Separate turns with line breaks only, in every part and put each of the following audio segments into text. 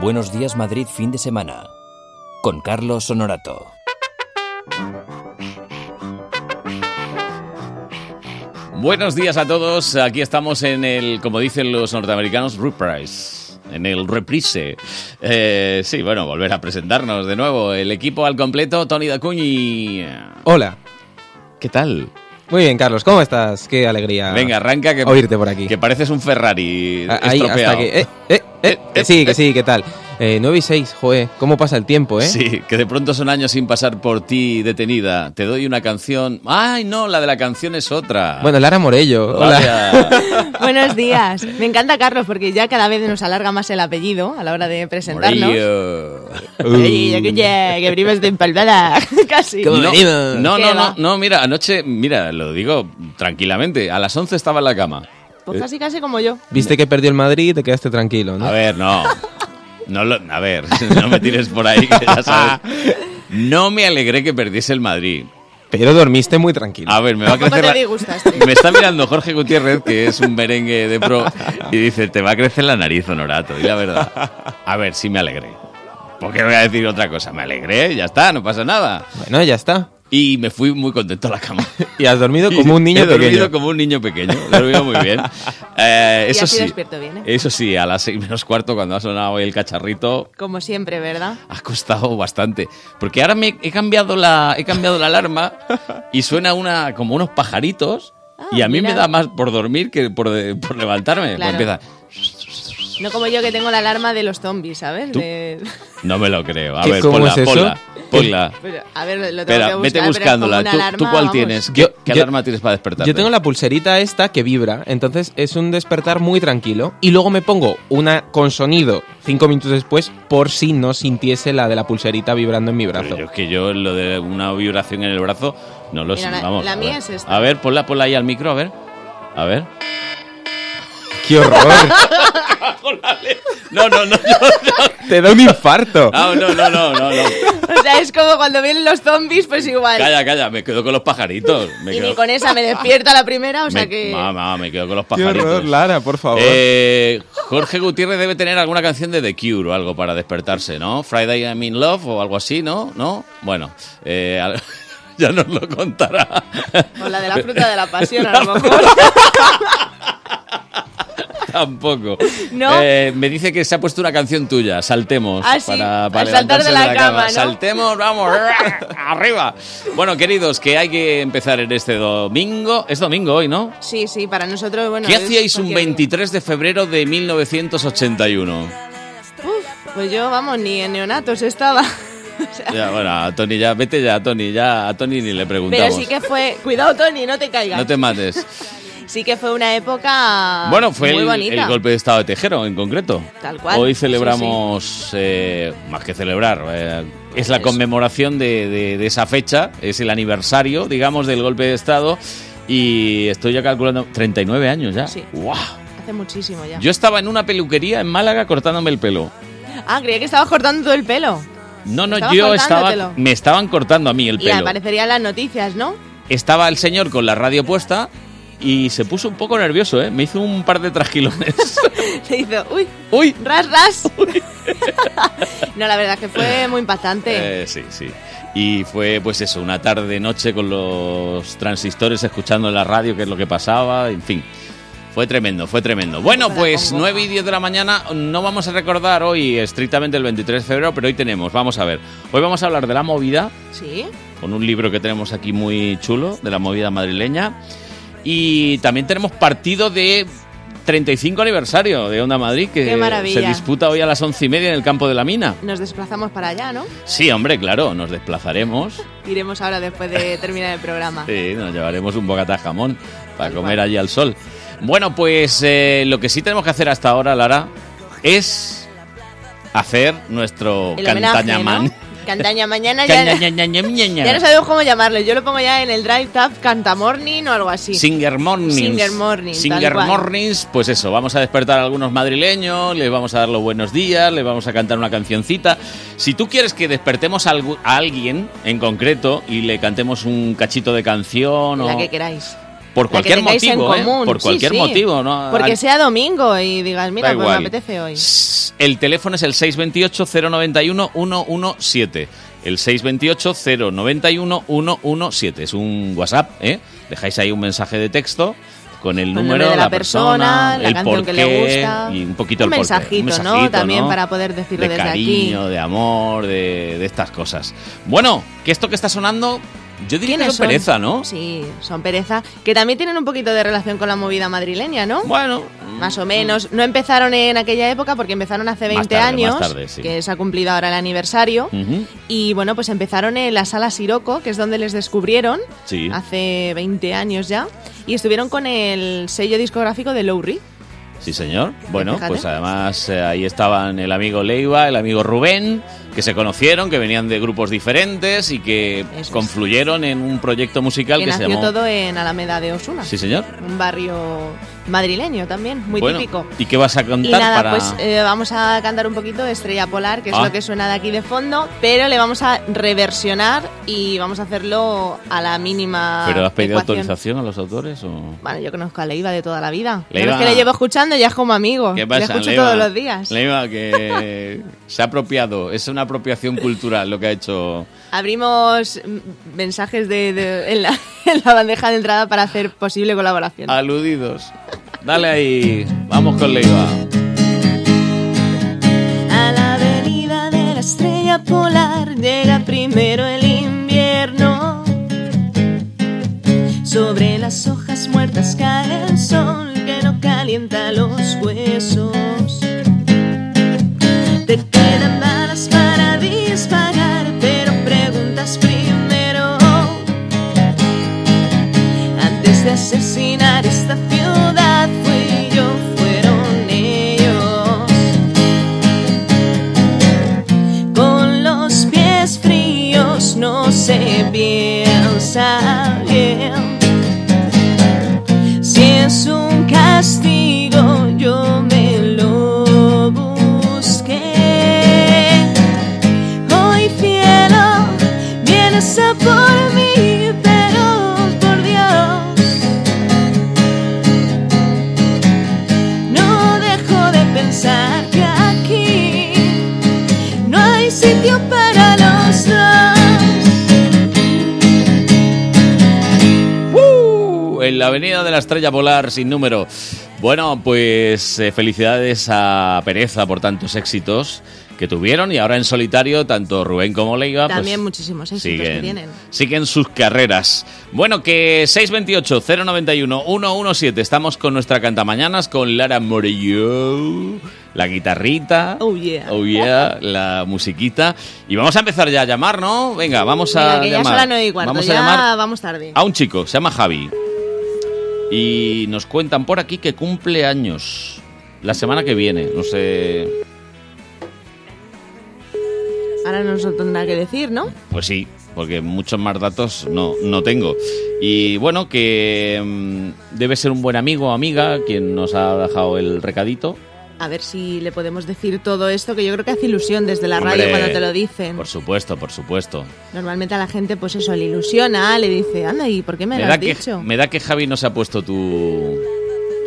Buenos días Madrid fin de semana con Carlos Honorato.
Buenos días a todos. Aquí estamos en el, como dicen los norteamericanos, reprise. En el reprise. Eh, sí, bueno, volver a presentarnos de nuevo. El equipo al completo, Tony Dacuñi.
Hola.
¿Qué tal?
Muy bien, Carlos, ¿cómo estás? Qué alegría.
Venga, arranca que,
Ah. Oírte por aquí.
que pareces un Ferrari
A- Ahí,
estropeado.
hasta que. eh, eh, eh, que
eh,
sí, que sí, ¿qué tal? Eh, 9 y 6, joder, ¿cómo pasa el tiempo, eh?
Sí, que de pronto son años sin pasar por ti detenida. Te doy una canción. ¡Ay, no! La de la canción es otra.
Bueno, Lara Morello, hola.
Vaya.
Buenos días. Me encanta Carlos porque ya cada vez nos alarga más el apellido a la hora de presentarnos.
Morillo.
Ey, que ya, que venimos de empalmada, casi.
¿Cómo
No,
venimos?
no, no,
¿Qué
no,
va?
no, mira, anoche, mira, lo digo tranquilamente, a las 11 estaba en la cama. Eh,
Pues casi, casi como yo.
Viste que perdió el Madrid y te quedaste tranquilo,
A
¿no?
ver, no. no lo- a ver, no me tires por ahí, que ya sabes. No me alegré que perdiese el Madrid.
Pero dormiste muy tranquilo.
A ver, me va a
Tampoco
crecer.
te
la-
disgustaste.
Me está mirando Jorge Gutiérrez, que es un merengue de pro, y dice: Te va a crecer la nariz, Honorato. Y la verdad, a ver, sí me alegré. ¿Por qué voy a decir otra cosa? Me alegré, ya está, no pasa nada.
Bueno, ya está.
Y me fui muy contento a la cama.
Y has dormido
Y
como un niño
he dormido
pequeño.
como un niño pequeño. He dormido muy bien. Eh,
Y
eso
has sido
sí.
despierto bien, ¿eh?
Eso sí, a las seis menos cuarto, cuando ha sonado el cacharrito,
Como siempre, ¿verdad?
ha costado bastante. Porque ahora me he cambiado la, he cambiado la alarma y suena una, como unos pajaritos.
Ah,
y a mí me
mira.
da más por dormir que por, de- por levantarme. Pues
Claro.
empieza,
No como yo que tengo la alarma de los zombies, ¿sabes?
¿Tú?
De-
no me lo creo. A
¿Qué-
ver,
cómo
ponla,
es eso?
ponla, ponla.
Pero, pues, a ver, lo tengo
Espera,
que buscar,
vete
pero es como
buscándola.
una
¿Tú,
alarma,
tú cuál
vamos.
tienes? ¿Qué,
Yo- yo-
qué alarma tienes para despertarte?
Yo tengo la pulserita esta que vibra, entonces es un despertar muy tranquilo. Y luego me pongo una con sonido cinco minutos después por si no sintiese la de la pulserita vibrando en mi brazo.
Pero yo es que yo lo de una vibración en el brazo no lo
Mira,
sé.
la-
Vamos,
la
a
mía
ver.
es esta.
A ver, ponla, ponla ahí al micro, a ver. A ver.
¡Qué horror!
No, no, no, no. Ah,
¡Te da un infarto!
No, no, no, no, no. no.
O sea, es como cuando vienen los zombies, pues igual.
Calla, calla, me quedo con los pajaritos. Me
y
quedo,
ni con esa me despierta la primera, o sea
me-
que...
Mamá, me quedo con los
¡Qué
pajaritos.
horror, Lara, por favor!
Eh, Jorge Gutiérrez debe tener alguna canción de The Cure o algo para despertarse, ¿no? Friday I'm in Love o algo así, ¿no? ¿No? Bueno, eh, al- ya nos lo contará.
O la de la fruta de la pasión, a lo mejor.
Tampoco.
No.
Eh, me dice que se ha puesto una canción tuya, Saltemos.
Ah, sí,
para, para
al saltar
levantarse
de la cama, ¿no?
Saltemos, vamos, arriba. Bueno, queridos, que hay que empezar en este domingo. Es domingo hoy, ¿no?
Sí, sí, para nosotros, bueno...
¿Qué
es
hacíais un
cualquier día.
23 de febrero de 1981?
Uf, pues yo, vamos, ni en neonatos estaba. O sea,
Ya, bueno, a Tony ya, vete ya, Tony, ya, a Tony ni le preguntamos.
pero sí que fue... Cuidado, Tony, no te caigas.
No te mates.
Sí que fue una época
Bueno, fue
Ah, muy
el,
bonita.
el golpe de estado de Tejero en concreto.
Tal cual.
Hoy
Sí,
celebramos, eh, más que celebrar, eh, es la
Eso.
conmemoración de, de- de esa fecha, es el aniversario, digamos, del golpe de estado. Y estoy ya calculando 39 años ya.
Sí.
¡Guau!
Hace muchísimo ya.
Yo estaba en una peluquería en Málaga cortándome el pelo.
Ah, creía que estabas cortando todo el pelo.
No, no,
Estabas
yo estaba.
cortándotelo.
Me estaban cortando a mí el
Y
pelo.
aparecerían las noticias, ¿no?
Estaba el señor con la radio puesta y se puso un poco nervioso, ¿eh? Me hizo un par de trasquilones.
Te hizo, uy,
¡Uy!
ras, ras. no, la verdad es que fue muy impactante.
Eh, sí, sí. Y fue pues eso, una tarde noche con los transistores escuchando en la radio qué es lo que pasaba, en fin. Fue tremendo, fue tremendo. Bueno,
Para
pues
con
9 y
goma.
10 de la mañana, no vamos a recordar hoy estrictamente el 23 de febrero, pero hoy tenemos, vamos a ver, hoy vamos a hablar de la movida,
Sí.
con un libro que tenemos aquí muy chulo, de la movida madrileña, y también tenemos partido de 35 aniversario de Onda Madrid, que
Qué maravilla.
se disputa hoy a las 11 y media en el campo de la mina.
Nos desplazamos para allá, ¿no?
Sí, hombre, claro, nos desplazaremos.
Iremos ahora después de terminar el programa.
Sí, nos llevaremos un bocata de jamón para comer allí al sol. Bueno, pues eh, lo que sí tenemos que hacer hasta ahora, Lara, es hacer nuestro
El homenaje,
cantañamán.
¿no? Cantaña mañana ya... Ya no
Cantañamán.
sabemos cómo llamarlo. Yo lo pongo ya en el Drive Tab Cantamorning o algo así.
Singer Mornings.
Singer Mornings,
Singer
tal cual.
Mornings, pues eso, vamos a despertar a algunos madrileños, les vamos a dar los buenos días, les vamos a cantar una cancioncita. Si tú quieres que despertemos a, algu- a alguien en concreto y le cantemos un cachito de canción
La
o
que queráis.
Por cualquier
tengáis en
motivo, ¿eh?
común.
Por
Sí,
cualquier
sí.
motivo, ¿no?
Porque
Al-
sea domingo y digas, mira,
Da
pues
igual.
me apetece hoy.
S- El teléfono es el 628-091-117. El 628-091-117. Es un WhatsApp, ¿eh? Dejáis ahí un mensaje de texto con el
Con el
número,
nombre de
la,
la persona,
persona,
la
el
canción
porqué
que le gusta.
y un poquito
Un
el porqué.
mensajito, ¿no? También para poder decirlo
de
desde
cariño, de amor, de, de estas cosas. Bueno, que esto que está sonando, yo diría que
¿Quiénes
es
son?
pereza, ¿no?
Sí, son pereza. Que también tienen un poquito de relación con la movida madrileña, ¿no?
Bueno, mm,
Más o menos. No empezaron en aquella época porque empezaron hace
Más
20
tarde, más
años,
tarde, sí. Mm.
que se ha cumplido ahora el aniversario.
Ujú,
Y bueno, pues empezaron en la sala Siroco, que es donde les descubrieron
sí.
hace 20 años ya. Y estuvieron con el sello discográfico de Lowry.
Sí, señor. Bueno,
Fíjate.
pues además eh, ahí estaban el amigo Leiva, el amigo Rubén, que se conocieron, que venían de grupos diferentes y que
es.
confluyeron en un proyecto musical
Que
que se
nació
llamó.
todo en Alameda de Osuna.
Sí, señor.
Un barrio madrileño también, muy
Bueno,
típico.
¿Y qué vas a
Y
contar
nada,
para.?
pues eh, vamos a cantar un poquito Estrella Polar, que es
Ah.
lo que suena de aquí de fondo, pero le vamos a reversionar y vamos a hacerlo a la mínima.
¿Pero has pedido
ecuación.
autorización a los autores o.?
Bueno, yo conozco a Leiva de toda la vida. Yo
Leiva.
es que le llevo escuchando ya es como amigo.
¿Qué pasa?
le Oh, escucho
Leiva?
todos los días.
Leiva, que se ha apropiado. Es una apropiación cultural lo que ha hecho.
Abrimos mm, mensajes de, de- en, la, en la bandeja de entrada para hacer posible colaboración.
Aludidos. Dale ahí. Vamos con Leiva.
A la avenida de la estrella polar llega primero el invierno. Sobre las hojas muertas cae el sol que no calienta los huesos. Te quedan balas para disparar, pero preguntas primero. Antes de asesinar esta ciudad, fui yo, fueron ellos con los pies fríos no se piensa bien. Si es un castigo, yo me lo busqué. Hoy cielo, vienes a por mí, pero por Dios. No dejo de pensar que aquí no hay sitio para los dos.
¡Uh! En la Avenida de la Estrella Polar sin número. Bueno, pues eh, felicidades a Pereza por tantos éxitos que tuvieron y ahora en solitario tanto Rubén como Leiva pues,
También muchísimos éxitos que tienen.
siguen sus carreras. Bueno, que 628-091-117. Estamos con nuestra Cantamañanas, con Lara Morillo, la guitarrita.
Oh, yeah.
Oh, yeah, la musiquita. Y vamos a empezar ya a llamar, ¿no? Venga, vamos a
Venga, que ya
llamar.
son las nueve y cuarto,
vamos
ya
a llamar
vamos tarde.
a un chico, se llama Javi. Y nos cuentan por aquí que cumple años. La semana que viene, no sé.
Ahora no nos lo tendrá que decir, ¿no?
Pues sí, porque muchos más datos no, no tengo. Y bueno, que mm, debe ser un buen amigo o amiga quien nos ha dejado el recadito.
A ver si le podemos decir todo esto, que yo creo que hace ilusión desde la radio
Hombre,
cuando te lo dicen.
Por supuesto, por supuesto.
Normalmente a la gente, pues eso, le ilusiona, le dice, anda, ¿y por qué me, lo
da
has
que,
dicho?
me da que Javi no se ha puesto tu,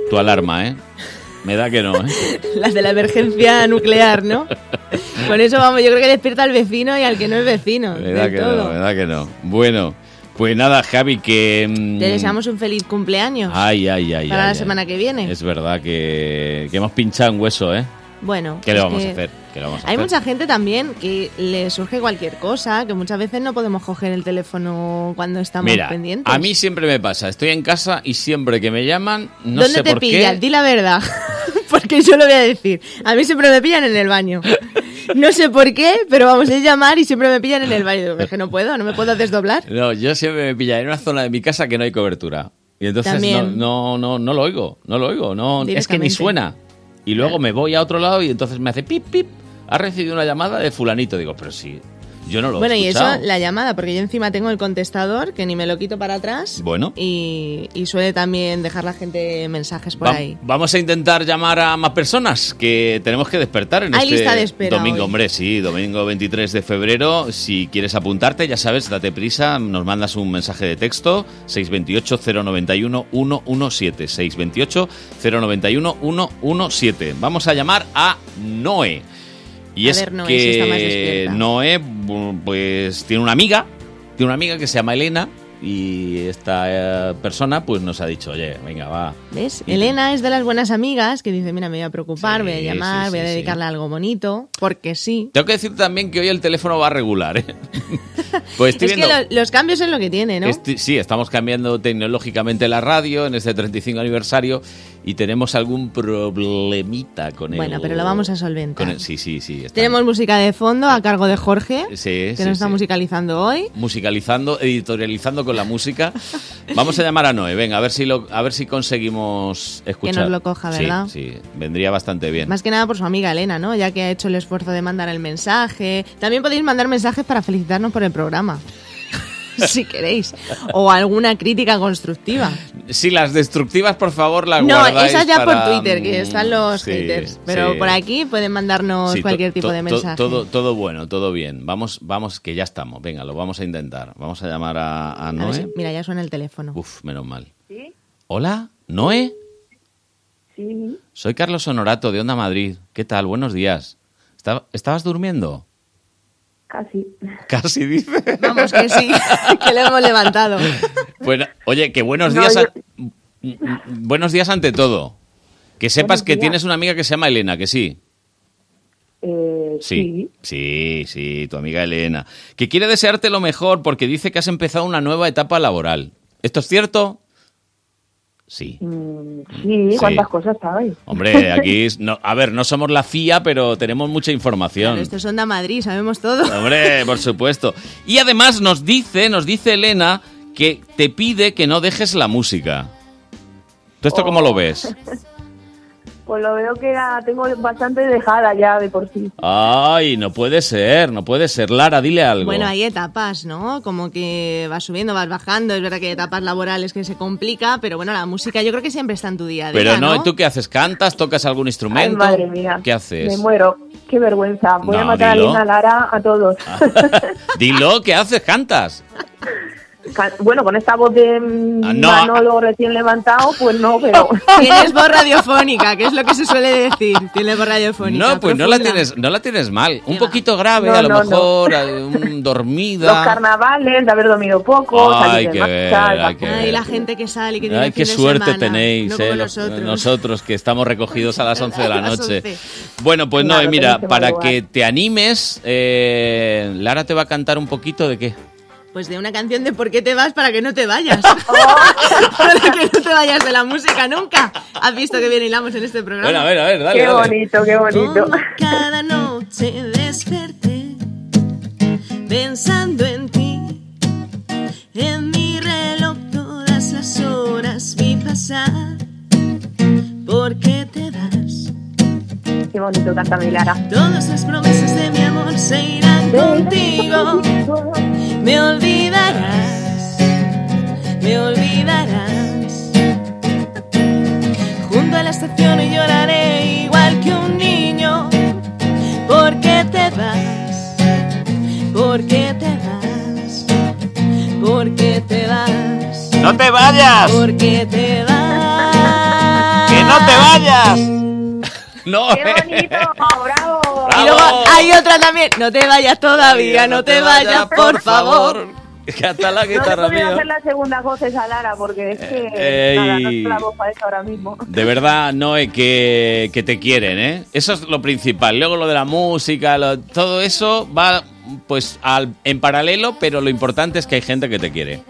tu alarma, ¿eh? Me da que no, ¿eh?
Las de la emergencia nuclear, ¿no? Con eso, vamos, yo creo que despierta al vecino y al que no es vecino.
¿Verdad
del
que
todo.
no? eh. ¿Verdad que no? Bueno, pues nada, Javi, que... mm,
Te deseamos un feliz cumpleaños
Ay, ay, ay.
para
ay,
la
ay.
semana que viene.
Es verdad que, que hemos pinchado un hueso, ¿eh?
Bueno,
¿Qué le
es
vamos
que
a hacer? ¿Qué le vamos a
Hay
hacer?
mucha gente también que le surge cualquier cosa, que muchas veces no podemos coger el teléfono cuando estamos
Mira,
pendientes.
a mí siempre me pasa. Estoy en casa y siempre que me llaman, no
¿Dónde
sé
te
por
pillan?
qué.
Di la verdad. Porque yo lo voy a decir. A mí siempre me pillan en el baño. No sé por qué, pero vamos a llamar y siempre me pillan en el baño. Digo, Es que no puedo, no me puedo desdoblar.
No, yo siempre me pillan en una zona de mi casa que no hay cobertura. Y entonces no,
También.
no, no, no lo oigo, no lo oigo, no, es que ni
Directamente.
suena. Y luego me voy a otro lado y entonces me hace pip, pip, ha recibido una llamada de fulanito. Digo, pero sí, Yo no lo
Bueno,
he
y eso,
escuchado.
la llamada, porque yo encima tengo el contestador que ni me lo quito para atrás.
Bueno.
Y, y suele también dejar la gente mensajes por
Va-
ahí.
Vamos a intentar llamar a más personas que tenemos que despertar en
Hay
este
lista de espera
domingo,
hoy.
hombre, sí, domingo 23 de febrero. Si quieres apuntarte, ya sabes, date prisa, nos mandas un mensaje de texto 628 091 117 628 091 117. Vamos a llamar a Noé. Y
A
es
ver, Noé,
que
si está más despierta.
Noé, bu- pues tiene una amiga, tiene una amiga que se llama Elena y esta eh, persona pues nos ha dicho, "Oye, venga, va,
¿Ves?
Y-
Elena es de las buenas amigas que dice, mira, me voy a preocupar,
Sí,
voy a llamar,
sí,
voy a
sí,
dedicarle a algo bonito, porque sí.
Tengo que decir también que hoy el teléfono va a regular, ¿eh? Pues estoy
es
viendo...
que lo- los cambios es lo que tiene, ¿no?
estoy- sí, estamos cambiando tecnológicamente la radio en este 35 aniversario y tenemos algún problemita con el...
Bueno, pero lo vamos a solventar.
con el- sí, sí, sí. están
Tenemos música de fondo a cargo de Jorge,
Sí,
que
sí,
nos está
sí.
musicalizando hoy.
Musicalizando, editorializando con la música. Vamos a llamar a Noé, venga, a ver si, lo, a ver si conseguimos escuchar.
nos lo coja,
Sí,
¿verdad?
Sí, vendría bastante bien.
Más que nada por su amiga Elena, ¿no? Ya que ha hecho el esfuerzo de mandar el mensaje. También podéis mandar mensajes para felicitarnos por el programa. si queréis. O alguna crítica constructiva.
Sí, las destructivas, por favor, las
No,
guardáis
esas ya
para- mm,
por Twitter, que están los
Sí,
haters. Pero
sí.
por aquí pueden mandarnos
Sí, to-
cualquier tipo
to-
de
to-
mensaje.
Todo, todo bueno, todo bien. Vamos, vamos, que ya estamos. Venga, lo vamos a intentar. Vamos a llamar a, a
A ver
Noé.
si- mira, ya suena el teléfono.
Uf, menos mal.
Sí,
Hola, Noé.
sí,
Soy Carlos Honorato de Onda Madrid. ¿Qué tal? Buenos días. Esta- ¿Estabas durmiendo?
casi.
Casi dice.
Vamos, que sí, que lo hemos levantado.
Bueno, oye, que buenos
No,
días.
yo-
a- Mm, mm, Buenos días ante todo. Que sepas
Buenos
que
días.
tienes una amiga que se llama Elena, que sí.
Eh,
Sí, sí, sí, tu amiga Elena, que quiere desearte lo mejor porque dice que has empezado una nueva etapa laboral. ¿Esto es cierto? Sí.
sí. Mm, sí,
Sí.
cuántas cosas sabes.
Hombre, aquí, es- no, a ver, no somos la FIA, pero tenemos mucha información.
Claro, esto es Onda Madrid, sabemos todo.
Hombre, por supuesto. Y además nos dice, nos dice Elena, que te pide que no dejes la música. ¿Tú esto cómo lo ves?
Pues lo veo que la tengo bastante dejada ya de por sí.
Ay, no puede ser, no puede ser. Lara, dile algo.
Bueno, hay etapas, ¿no? Como que vas subiendo, vas bajando. Es verdad que hay etapas laborales que se complica, pero bueno, la música yo creo que siempre está en tu día a día.
Pero no,
¿no?
¿y tú qué haces? ¿Cantas? ¿Tocas algún
Ay,
instrumento?
madre mía.
¿Qué haces?
Me muero. Qué vergüenza. Voy a
No,
matar
dilo.
a Lina, a Lara, a todos.
Ah. Dilo, ¿qué haces? ¿Cantas?
Ca- bueno, con esta voz de mm,
Ah, no.
Manolo recién levantado, pues no, pero...
Tienes voz radiofónica, que es lo que se suele decir. Tienes voz radiofónica.
No, pues no la
profunda.
tienes, no la tienes mal.
Qué
Un
va.
poquito grave,
No,
a lo
no, no.
mejor, a- un-
Los
dormida.
carnavales, de haber dormido poco,
Ay,
salir
qué
de marcha,
ver,
el
hay que
bajón.
Ay, la gente que sale y que tiene
Ay,
fin
qué
de
suerte
semana,
tenéis,
no como
eh, los-
nosotros.
nosotros que estamos recogidos a las 11 de la
A las
noche.
11.
Bueno, pues no,
Claro,
eh, mira,
tenéis que
para
madrugar.
que te animes, eh, Lara te va a cantar un poquito de qué.
Pues de una canción de ¿Por qué te vas para que no te vayas? para que no te vayas de la música nunca. Has visto que bien hilamos en este programa.
Bueno, a ver, a ver, dale.
Qué
dale.
bonito, qué bonito.
Como cada noche desperté pensando en ti. En mi reloj todas las horas vi pasar. ¿Por qué te vas?
Qué bonito canta mi Lara.
Todas las promesas de mi amor se irán contigo. Me olvidarás, me olvidarás. Junto a la estación y lloraré igual que un niño. ¿Por qué te vas? ¿Por qué te vas? ¿Por qué te vas?
¡No te vayas!
¿Por qué te vas?
vayas! No,
¡Qué bonito! ¡Bravo!
Y luego hay otra también. No te vayas todavía, no, te, vayas, por favor.
Que hasta la
No le
guitarra
podría
mía.
hacer las segundas voces a Lara porque es que
Eh,
nada, no
ey.
es la voz para eso ahora mismo.
De verdad, Noé, que, que te quieren, ¿eh? Eso es lo principal. Luego lo de la música, lo- todo eso va pues al- en paralelo, pero lo importante es que hay gente que te quiere.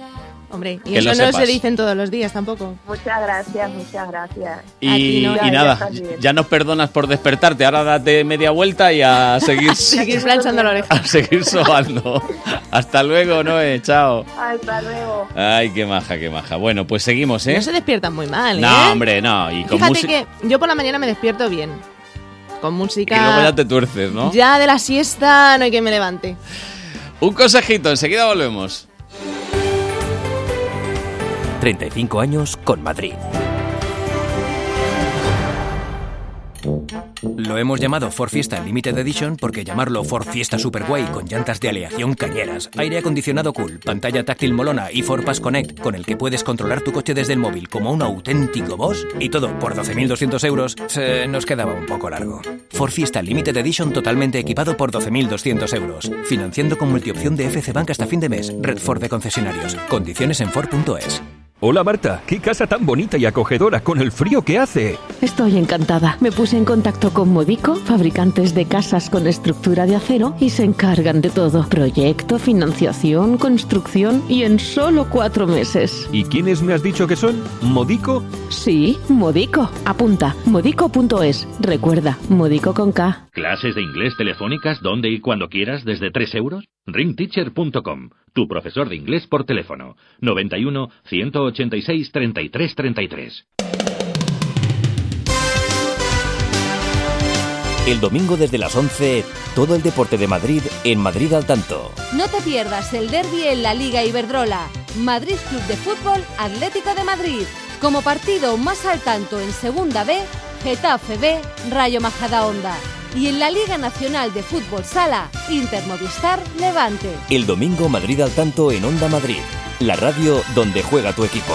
Hombre, y
Que
eso
lo
no se
sepas.
dicen todos los días tampoco.
Muchas gracias, muchas gracias.
Y,
Aquí no.
y
Ya, ya
nada,
estás bien.
ya nos perdonas por despertarte. Ahora date media vuelta y a seguir,
Seguir planchando la oreja.
a seguir sobando. Hasta luego, Noé. Chao.
Hasta luego.
Ay, qué maja, qué maja. Bueno, pues seguimos, ¿eh?
No se despiertan muy mal,
No,
¿eh?
hombre, no. Y con
Fíjate
música.
que yo por la mañana me despierto bien. Con
Y luego
música.
ya te tuerces, ¿no?
Ya de la siesta no hay que me levante.
Un consejito, enseguida volvemos.
35 años con Madrid. Lo hemos llamado Ford Fiesta Limited Edition porque llamarlo Ford Fiesta Superguay con llantas de aleación cañeras, aire acondicionado cool, pantalla táctil molona y Ford Pass Connect con el que puedes controlar tu coche desde el móvil como un auténtico boss y todo por 12.200 euros se nos quedaba un poco largo. Ford Fiesta Limited Edition totalmente equipado por 12.200 euros, financiando con multiopción de FC Bank hasta fin de mes, Red Ford de concesionarios, condiciones en Ford.es.
Hola Marta, qué casa tan bonita y acogedora con el frío que hace.
Estoy encantada. Me puse en contacto con Modico, fabricantes de casas con estructura de acero, y se encargan de todo. Proyecto, financiación, construcción y en solo cuatro meses.
¿Y quiénes me has dicho que son? ¿Modico?
Sí, Modico. Apunta, modico.es. Recuerda, Modico con K.
¿Clases de inglés telefónicas donde y cuando quieras desde 3 euros? Ringteacher.com, tu profesor de inglés por teléfono. 91 186 33 33.
El domingo desde las 11, todo el deporte de Madrid en Madrid al tanto.
No te pierdas el derby en la Liga Iberdrola. Madrid Club de Fútbol Atlético de Madrid. Como partido más al tanto en Segunda B, Getafe B, Rayo Majadahonda. Y en la Liga Nacional de Fútbol Sala, Inter Movistar Levante.
El domingo Madrid al tanto en Onda Madrid, la radio donde juega tu equipo.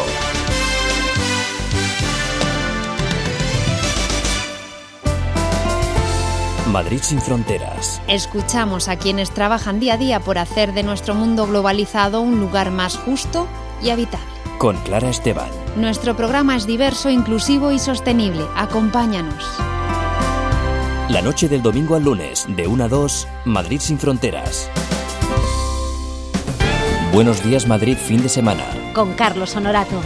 Madrid sin fronteras.
Escuchamos a quienes trabajan día a día por hacer de nuestro mundo globalizado un lugar más justo y habitable.
Con Clara Esteban.
Nuestro programa es diverso, inclusivo y sostenible. Acompáñanos.
La noche del domingo al lunes, de 1 a 2, Madrid sin fronteras. Buenos días Madrid fin de semana.
Con Carlos Honorato.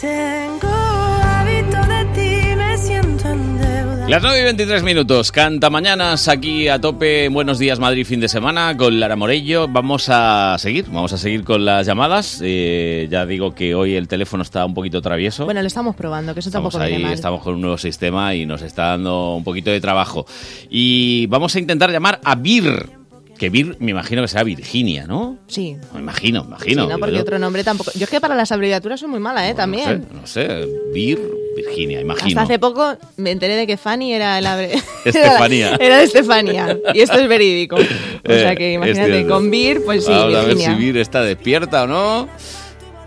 Tengo hábito de ti, me siento en deuda.
Las 9 y 23 minutos, canta mañanas aquí a tope. Buenos días, Madrid, fin de semana con Lara Morello. Vamos a seguir, vamos a seguir con las llamadas. Eh, ya digo que hoy el teléfono está un poquito travieso.
Bueno, lo estamos probando, que eso
Estamos
tampoco viene
ahí,
mal.
estamos con un nuevo sistema y nos está dando un poquito de trabajo. Y vamos a intentar llamar a Vir, que Vir me imagino que será Virginia, ¿no?
Sí.
Me imagino, me imagino.
sí, no, porque
Yo-
otro nombre tampoco. Yo es que para las abreviaturas soy muy mala, ¿eh?
no
También.
sé, No sé, Vir, Virginia, imagino.
Hasta hace poco me enteré de que Fanny era la abre-
Estefanía.
era, de Estefanía. Y esto es verídico. O sea que
Eh,
imagínate,
este-
con Vir, pues sí,
Vamos
Virginia.
a ver si Vir está despierta o no.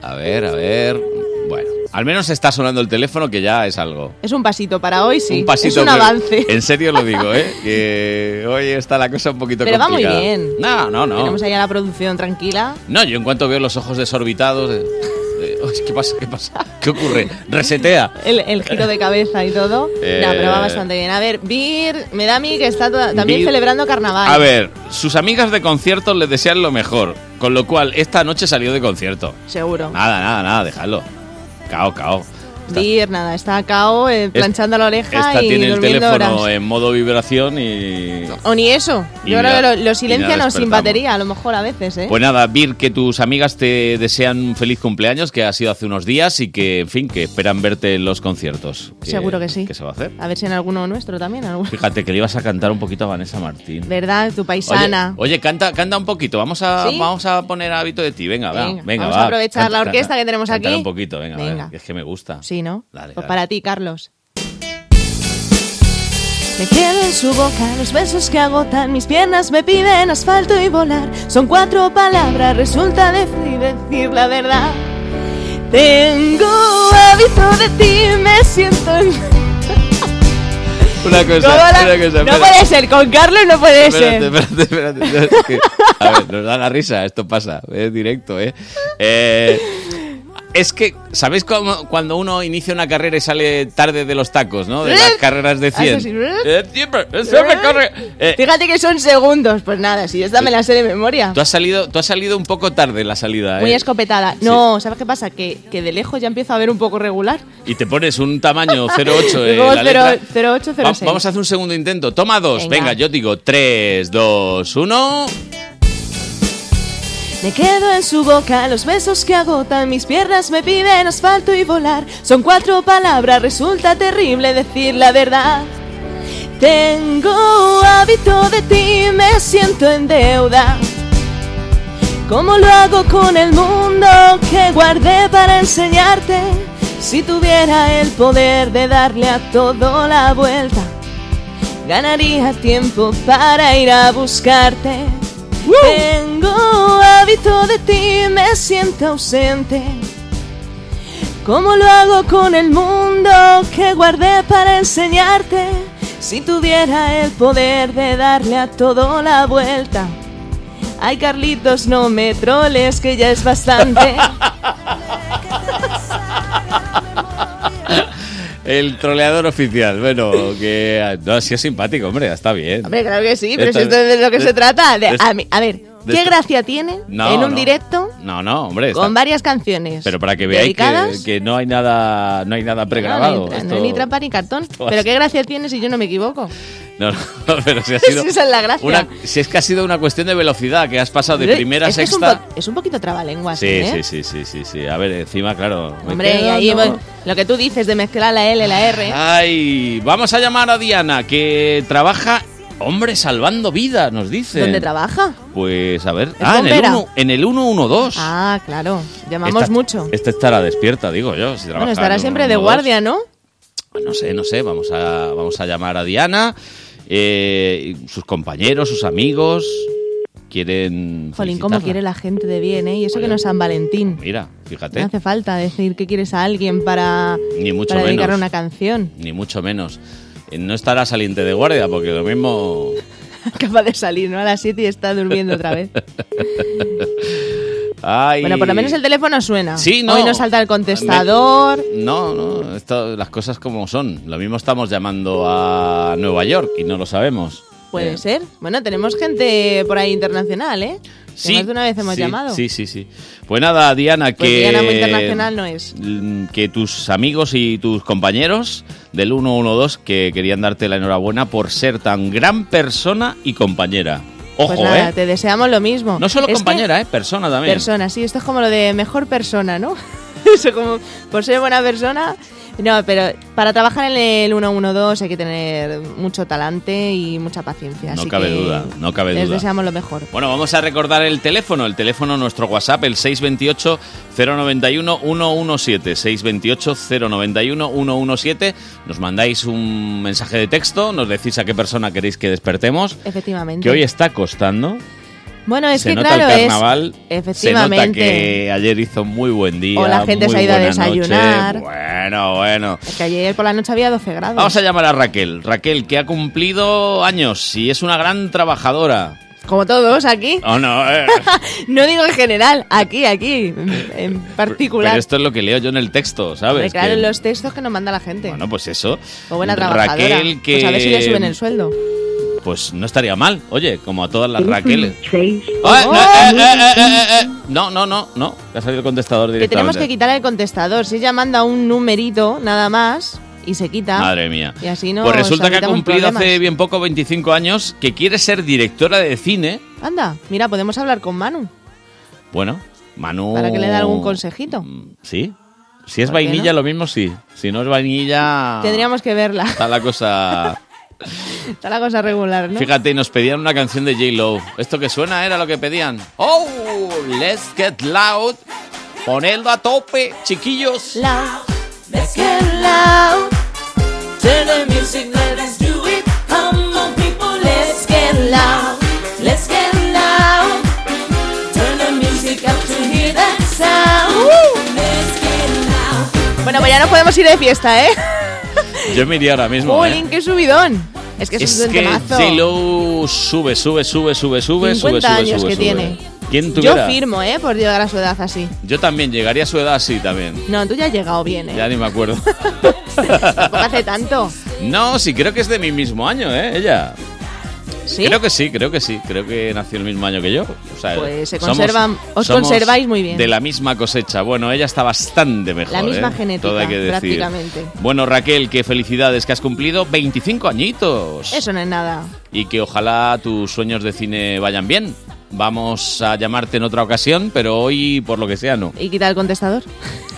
A ver, a ver. Bueno, al menos está sonando el teléfono, que ya es algo.
Es un pasito para hoy, sí.
Un pasito.
es un
pero-
avance.
En serio lo digo, ¿eh? Que hoy está la cosa un poquito
Pero va muy
complicada.
bien.
No, no, no.
Tenemos ahí a la producción tranquila.
No, yo en cuanto veo los ojos desorbitados. eh, eh, uy, ¿Qué pasa? ¿Qué pasa? ¿Qué ocurre? Resetea.
El, el giro de cabeza y todo.
Eh.
No, pero va bastante bien. A ver, Vir, me da a mí que está toda- también
Vir-
celebrando carnaval.
A ver, sus amigas de conciertos les desean lo mejor. Con lo cual, esta noche salió de concierto.
Seguro.
Nada, nada, nada, dejadlo. Cao, cao.
Vir, nada, está cao eh, planchando la oreja
Esta
y
tiene el
durmiendo
teléfono
horas.
en modo vibración y...
O ni eso.
Y
Yo
ya-
creo que lo,
y
lo
ya
silencian o sin
despertamos.
batería, a lo mejor a veces, ¿eh?
Pues nada, Vir, que tus amigas te desean un feliz cumpleaños, que ha sido hace unos días y que, en fin, que esperan verte en los conciertos.
Seguro que sí.
¿Qué se va a hacer?
A ver si en alguno nuestro también. alguno.
Fíjate que le ibas a cantar un poquito a Vanessa Martín.
¿Verdad? Tu
Oye,
paisana.
Oye, canta, canta un poquito. Vamos a,
¿Sí?
vamos a poner hábito de ti. Venga, va,
Venga,
venga,
vamos
va.
a aprovechar la orquesta que tenemos
cantar
aquí.
un poquito, venga, a ver,
Venga.
que es que me gusta.
Sí, ¿no?
Dale,
pues
dale.
para ti, Carlos.
Me quedo en su boca, los besos que agotan mis piernas me piden asfalto y volar. Son cuatro palabras, resulta decir, decir la verdad. Tengo hábito de ti, me siento en...
Una cosa,
¿Cómo la-
una cosa.
No puede ser, con Carlos no puede
Espérate,
ser.
espérate, espérate. espérate, que- a ver, nos da la risa, esto pasa, es directo, ¿eh? Eh, Es que, ¿sabéis cómo cuando uno inicia una carrera y sale tarde de los tacos, ¿no? De
¿Eh?
las carreras de
Haces así,
100. Eh, Siempre, siempre corre. Eh,
Ah, Fíjate que son segundos. Pues nada, si yo esta me la sé de memoria.
tú, has salido, tú has salido un poco tarde en la salida,
Muy
¿eh?
escopetada. No, ¿sabes qué pasa? Que, que de lejos ya empiezo a ver un poco regular.
Y te pones un tamaño 08 en
Luego
eh, la
cero-
letra.
08,
Va-
06.
vamos a hacer un segundo intento. Toma dos.
Venga.
Venga, yo digo 3, 2, 1.
Me quedo en su boca, los besos que agotan mis piernas me piden asfalto y volar. Son cuatro palabras, resulta terrible decir la verdad. Tengo hábito de ti, me siento en deuda. ¿Cómo lo hago con el mundo que guardé para enseñarte? Si tuviera el poder de darle a todo la vuelta, ganaría tiempo para ir a buscarte. Tengo hábito de ti, me siento ausente. ¿Cómo lo hago con el mundo que guardé para enseñarte? Si tuviera el poder de darle a todo la vuelta. Ay, Carlitos, no me troles, que ya es bastante.
El troleador oficial. Bueno, que. No, sí es simpático, hombre, está bien.
Hombre, claro que sí, pero
Esto
si esto es de lo que
es-
se trata. de-
es-
a, mí- a ver,
de
¿qué
esto-
gracia tiene
No,
en un
no.
directo
No, no, hombre. está-
con varias canciones?
Pero para que veáis que,
dedicadas.
que no hay nada, no hay nada
No, no hay
pregrabado.
tra- no
Esto-
hay ni trampa ni cartón.
va a
Pero qué gracia tiene si yo no me equivoco.
No, no, pero si ha sido.
Esa es la gracia.
una- si es que ha sido una cuestión de velocidad, que has pasado de
Hombre,
primera a
es que es un
sexta.
po- Es un poquito trabalenguas,
Sí,
¿eh?
sí, sí, sí, sí, sí. A ver, encima, claro. me
Hombre, y
quedo,
ahí
¿no?
pues, lo que tú dices de mezclar la L y la R.
Ah, Ay, vamos a llamar a Diana, que trabaja Hombre Salvando Vidas, nos dice.
¿Dónde trabaja?
Pues a ver. Ah, en el,
bombera?
uno- en el 112.
Ah, claro. Llamamos
Esta-
mucho.
Esta estará despierta, digo yo. Si
Bueno, estará siempre de guardia, ¿no?
pues No sé, no sé. Vamos a, vamos a llamar a Diana. eh, y sus compañeros, sus amigos. Quieren.
Jolín, cómo
felicitarla.
quiere la gente de bien, ¿eh? Y eso que no es San Valentín.
Mira, fíjate.
No hace falta decir que quieres a alguien para,
Ni mucho
para dedicar
menos.
una canción.
Ni mucho menos. Eh, No estará saliente de guardia, porque lo mismo.
Acaba de salir, ¿no? A las 7 y está durmiendo otra vez.
Ay.
Bueno, por lo menos el teléfono suena.
Sí, no.
Hoy no salta el contestador.
No, no, esto- las cosas como son. Lo mismo estamos llamando a Nueva York y no lo sabemos.
Puede ser. Bueno, tenemos gente por ahí internacional, ¿eh? Que más de una vez hemos
sí,
llamado.
Sí, sí, sí. Pues nada, Diana,
Pues
que.
Diana muy internacional no es.
mm, Que tus amigos y tus compañeros del 112 que querían darte la enhorabuena por ser tan gran persona y compañera. Ojo,
pues nada,
¿eh?
te deseamos lo mismo.
No solo
Es que-
compañera, ¿eh? Persona también.
Persona, sí, esto es como lo de mejor persona, ¿no? Eso como, por ser buena persona. No, pero para trabajar en el 112 hay que tener mucho talante y mucha paciencia.
No
así
cabe
que
duda, no cabe
les
duda.
deseamos lo mejor.
Bueno, vamos a recordar el teléfono, el teléfono, nuestro WhatsApp, el 628-091-117, 628-091-117. Nos mandáis un mensaje de texto, nos decís a qué persona queréis que despertemos,
Efectivamente.
que hoy está costando.
bueno, es
se
que
nota
claro,
el
es.
carnaval, se nota
Efectivamente.
que ayer hizo muy buen día.
O la gente
muy
se ha ido a
buena noche.
desayunar.
Bueno, bueno.
Es que ayer por la noche había 12 grados.
Vamos a llamar a Raquel, Raquel que ha cumplido años y es una gran trabajadora.
Como todos aquí.
Oh, no, eh.
no digo en general, aquí, aquí, en- en particular.
Pero esto es lo que leo yo en el texto, ¿sabes?
Hombre, claro,
Que-
los textos que nos manda la gente.
Bueno, pues eso.
o buena trabajadora.
Raquel, que.
Pues a ver si le suben el sueldo.
Pues no estaría mal, oye, como a todas las Raqueles.
Seis.
¡Ay, no, eh, eh, eh, eh, eh! No, no, no, no. Le ha salido el contestador
Que
directamente.
tenemos que quitar el contestador. Si ella manda un numerito, nada más, y se quita.
Madre mía.
Y así no.
pues resulta que ha cumplido hace bien poco 25 años que quiere ser directora de cine.
Anda, mira, podemos hablar con Manu
Bueno, Manu.
para que le dé
Oh.
algún consejito.
Sí. Si es
¿Por qué
vainilla, lo mismo sí. Si no es vainilla.
Tendríamos que verla.
Está la cosa.
Está la cosa regular, ¿no?
Fíjate, nos pedían una canción de J-Lo. Esto que suena era lo que pedían. ¡Oh! ¡Let's get loud! ¡Ponedlo a tope, chiquillos!
Let's get loud. Turn the music, let's do it. Come on, people, let's get loud. Let's get loud. Turn the music up to hear that sound. Let's get loud.
Bueno, pues ya no podemos ir de fiesta, ¿eh?
Yo me iría ahora mismo. ¿eh?
¡Jolín, qué subidón! Es que es
Es
un
que
temazo.
J-Lo sube, sube, sube, sube, sube, sube,
50
sube,
años
sube,
que
sube.
tiene.
¿Quién
Yo
tuviera?
firmo, ¿eh? Por llegar a su edad así.
Yo también, llegaría a su edad así también.
No, tú ya has llegado bien, ¿eh?
Ya ni me acuerdo.
Tampoco hace tanto.
no, sí, creo que es de mi mismo año, ¿eh? Ella. Creo que sí, creo que sí. Creo que nació el mismo año que yo. O sea,
Pues se
somos-
conservan- os
somos
conserváis muy bien.
De la misma cosecha. Bueno, ella está bastante mejor.
La misma
¿eh?
genética,
Todo hay que decir.
prácticamente.
Bueno, Raquel, qué felicidades que has cumplido 25 añitos.
Eso no es nada.
Y que ojalá tus sueños de cine vayan bien. Vamos a llamarte en otra ocasión, pero hoy por lo que sea no.
Y quita el contestador.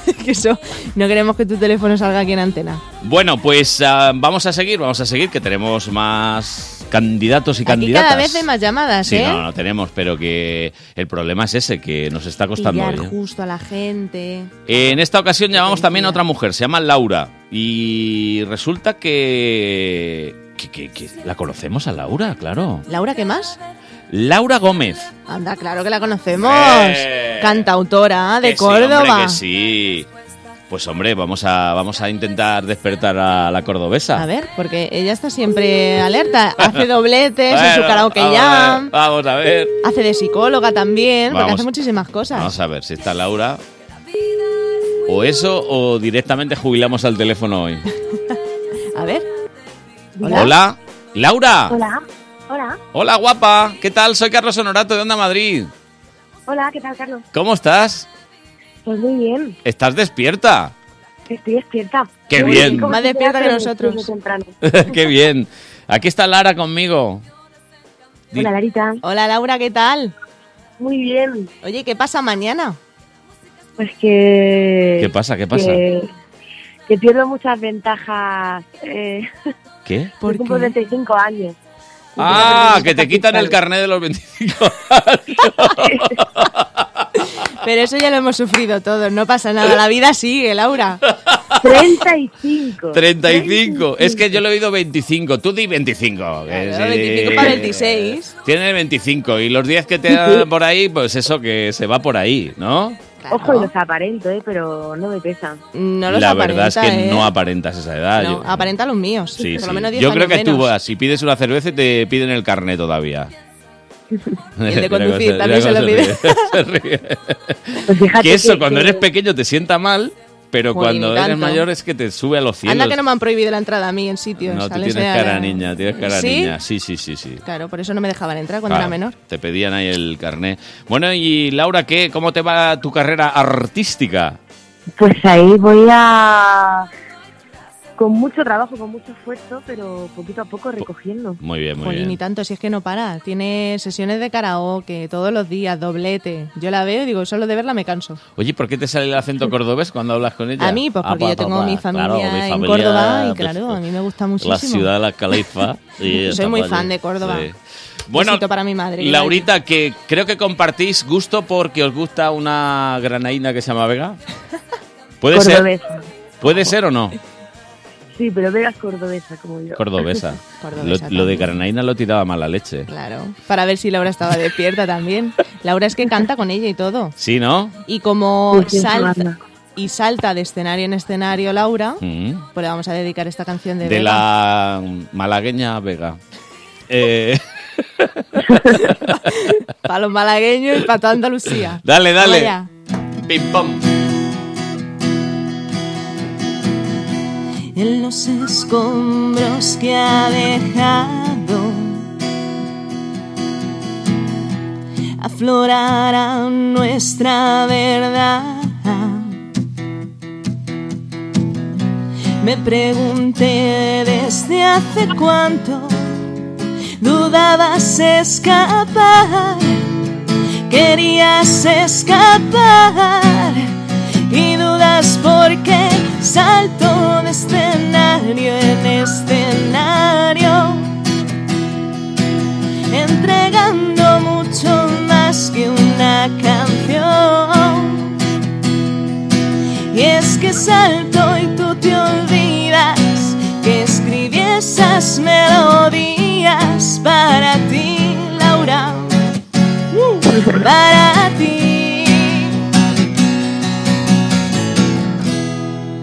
que eso, no queremos que tu teléfono salga aquí en antena.
Bueno, pues ah, vamos a seguir, vamos a seguir, que tenemos más candidatos y
Y
candidatas.
cada vez hay más llamadas,
Sí,
¿eh?
no, no tenemos, pero que el problema es ese, que nos está costando.
Pillar
hoy, ¿eh?
justo a la gente.
En esta ocasión llamamos también a otra mujer, se llama Laura. Y resulta que. que- que- que la conocemos a Laura, claro.
¿Laura qué más?
Laura Gómez.
Anda, claro que la conocemos.
Eh.
Cantautora Ah, de
Que sí,
Córdoba.
hombre, que sí. Pues hombre, vamos a, vamos a intentar despertar a la cordobesa.
A ver, porque ella está siempre alerta. Hace dobletes en su
Bueno,
karaoke
vamos a
jam.
ver, Vamos a ver.
Hace de psicóloga también, porque
Vamos.
hace muchísimas cosas.
Vamos a ver si está Laura. O eso, o directamente jubilamos al teléfono hoy.
A ver.
Hola, Laura.
Hola. Hola.
Hola, guapa. ¿Qué tal? Soy Carlos Honorato de Onda Madrid.
Hola, ¿qué tal, Carlos?
¿Cómo estás?
Pues muy bien.
¿Estás despierta?
Estoy despierta.
¡Qué
Muy
bien!
como
Más
si
despierta
fuera
que
desde-
nosotros.
desde temprano.
Qué bien. Aquí está Lara conmigo. Di-
Hola, Larita.
Hola, Laura, ¿qué tal?
Muy bien.
Oye, ¿qué pasa mañana?
Pues que...
¿Qué pasa? ¿Qué pasa?
Que, que pierdo muchas ventajas. Eh,
¿Qué?
yo cumplo 25 años.
Ah, que te quitan el carnet de los 25.
Pero eso ya lo hemos sufrido todos, no pasa nada. La vida sigue, Laura.
35.
35. Es que yo le he oído 25. Tú di 25. que sí.
25 para
Eh,
26.
Tiene 25. Y los 10 que te dan por ahí, pues eso que se va por ahí, ¿no?
Ojo, y los aparento, eh, pero no me pesan.
No
La verdad es que
¿eh?
no aparentas esa edad.
No,
yo-
aparenta los míos.
Sí,
por
sí.
lo menos 10
Yo creo
años
que tú
menos.
vas, si pides una cerveza y te piden el carnet todavía.
el de
Mira cómo
conducir
se-
también se
mira
lo
cómo
pide.
se ríe. Pues que eso, cuando eres pequeño te sienta mal, pero
Jolín,
cuando
tanto.
eres mayor es que te sube a los cielos.
Anda que no me han prohibido la entrada a mí en sitios.
No, tú
¿sabes?
tienes
Era-
cara niña, tienes cara
¿Sí?
niña. Sí, sí, sí, sí.
Claro, por eso no me dejaban entrar cuando
Ah,
era menor.
Te pedían ahí el carnet. Bueno, y Laura, ¿qué? ¿Cómo te va tu carrera artística?
Pues ahí voy a... Con mucho trabajo, con mucho esfuerzo, pero poquito a poco recogiendo.
Muy bien, muy
Jolín,
bien.
ni tanto, si es que no para. Tiene sesiones de karaoke todos los días, doblete. Yo la veo y digo, solo de verla me canso.
Oye, ¿por qué te sale el acento cordobés cuando hablas con ella?
A mí, pues
Ah,
porque
pa,
yo
pa,
tengo
pa.
mi familia,
Claro, mi
en
familia,
Córdoba y
pues,
claro, a mí me gusta muchísimo.
La ciudad de la califa. Sí,
Soy muy
está
fan
allí.
de Córdoba.
Sí.
Bueno,
Bueno,
para mi madre. que
Laurita, que creo que compartís gusto porque os gusta una granaína que se llama Vega. ¿Puede ser?
Cordobesa.
¿Puede ser o no?
Sí, pero veras cordobesa como yo.
Cordobesa. Lo,
Cordobesa
lo de
también.
granaína lo tiraba mala leche.
Claro, para ver si Laura estaba despierta también. Laura es que canta con ella y todo.
¿Sí, no?
Y como
Uy, qué
salta,
enferma.
y salta de escenario en escenario Laura,
Mm.
pues le vamos a dedicar esta canción de,
De
Vega.
la mm, malagueña Vega. Eh,
Para los malagueños y para toda Andalucía.
dale, dale.
Vaya.
Pim pam.
en los escombros que ha dejado. Aflorará nuestra verdad. Me pregunté desde hace cuánto dudabas escapar, querías escapar y dudas porque salto de escenario en escenario, entregando mucho más que una canción. Y es que salto y tú te olvidas que escribí esas melodías para ti, Laura, para ti.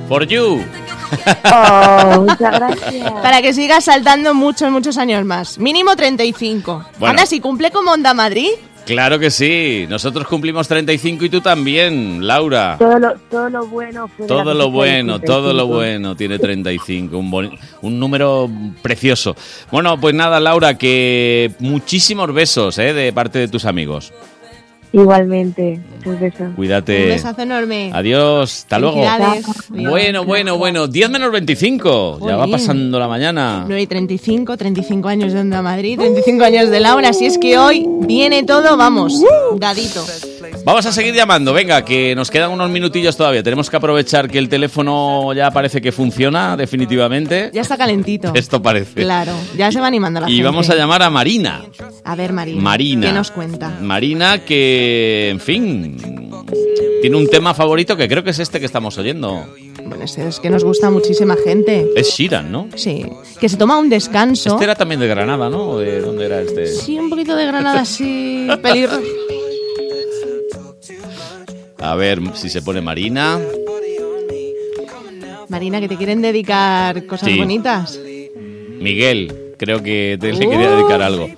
For you.
Oh, muchas gracias.
Para que siga saltando muchos, muchos años más. Mínimo 35.
Bueno.
Anda, si cumple como Onda Madrid,
Claro que sí. Nosotros cumplimos 35 y tú también, Laura.
Todo lo, todo lo bueno pues. fue de la
Todo lo
música
bueno,
del
todo lo
35.
bueno tiene 35, un, boni- un número precioso. Bueno, pues nada, Laura, que muchísimos besos ¿eh? de parte de tus amigos.
Igualmente, un beso.
Cuídate.
Un besazo enorme.
Ah. Adiós, hasta luego.
Felicidades.
Bueno, bueno, bueno, 10 menos 25. Ya va
Jolín.
pasando la mañana.
9 y 35, 35 años de Onda Madrid, 35 años de Laura, así es que hoy viene todo, vamos, dadito.
Vamos a seguir llamando, venga, que nos quedan unos minutillos todavía. Tenemos que aprovechar que el teléfono ya parece que funciona definitivamente.
Ya está calentito.
Esto parece.
Claro, ya se va animando la
Y
gente.
vamos a llamar a Marina.
A ver, Marina.
Marina.
¿Qué nos cuenta?
Marina que, en fin, tiene un tema favorito que creo que es este que estamos oyendo.
Bueno, ese es que nos gusta a muchísima gente.
Es Shiran, ¿no?
Sí. Que se toma un descanso.
Este era también de Granada, ¿no? ¿O ¿De dónde era este?
Sí, un poquito de granada así. Pelir...
A ver si se pone Marina.
Marina, que te quieren dedicar cosas
Sí.
bonitas.
Miguel, creo que te le
Uh.
quería dedicar algo.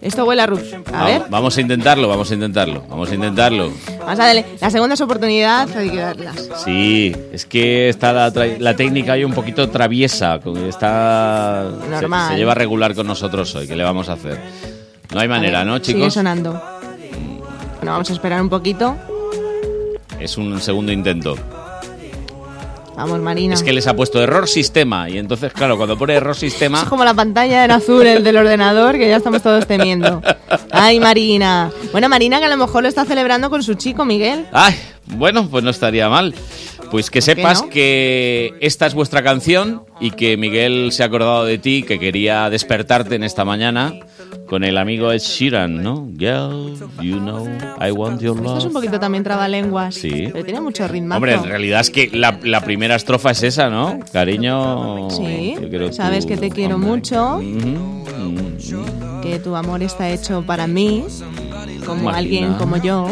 Esto huele a Ruth. A
Va-
ver,
Vamos a intentarlo, vamos a intentarlo, vamos a intentarlo.
vamos a darle. La segunda es oportunidad, hay que darlas.
Sí, es que está la, tra- la técnica hoy un poquito traviesa, como está se-
Normal.
Se, lleva regular con nosotros hoy, ¿qué le vamos a hacer? No hay manera, ¿no,
Sigue
chicos?
sonando. Bueno, vamos a esperar un poquito.
Es un segundo intento.
Vamos, Marina.
Es que les ha puesto error sistema y entonces, claro, cuando pone error
Eso es
sistema,
como la pantalla en azul, el del ordenador, que ya estamos todos temiendo. Ay, Marina. Bueno, Marina, que a lo mejor lo está celebrando con su chico, Miguel.
ay, bueno, pues no estaría mal. Pues que sepas que esta es vuestra canción y que Miguel se ha acordado de ti, que quería despertarte en esta mañana con el amigo Ed Sheeran, ¿no? Girl, you know, I want your
Esto es un
love.
poquito también trabalenguas.
Sí.
Pero tiene mucho ritmo.
Hombre, en realidad es que la, la primera estrofa es esa, ¿no? Cariño.
Sí.
yo quiero
Sabes
tu-
que te quiero mucho,
Mm,
que tu amor está hecho para mí, como
Marina.
alguien como yo.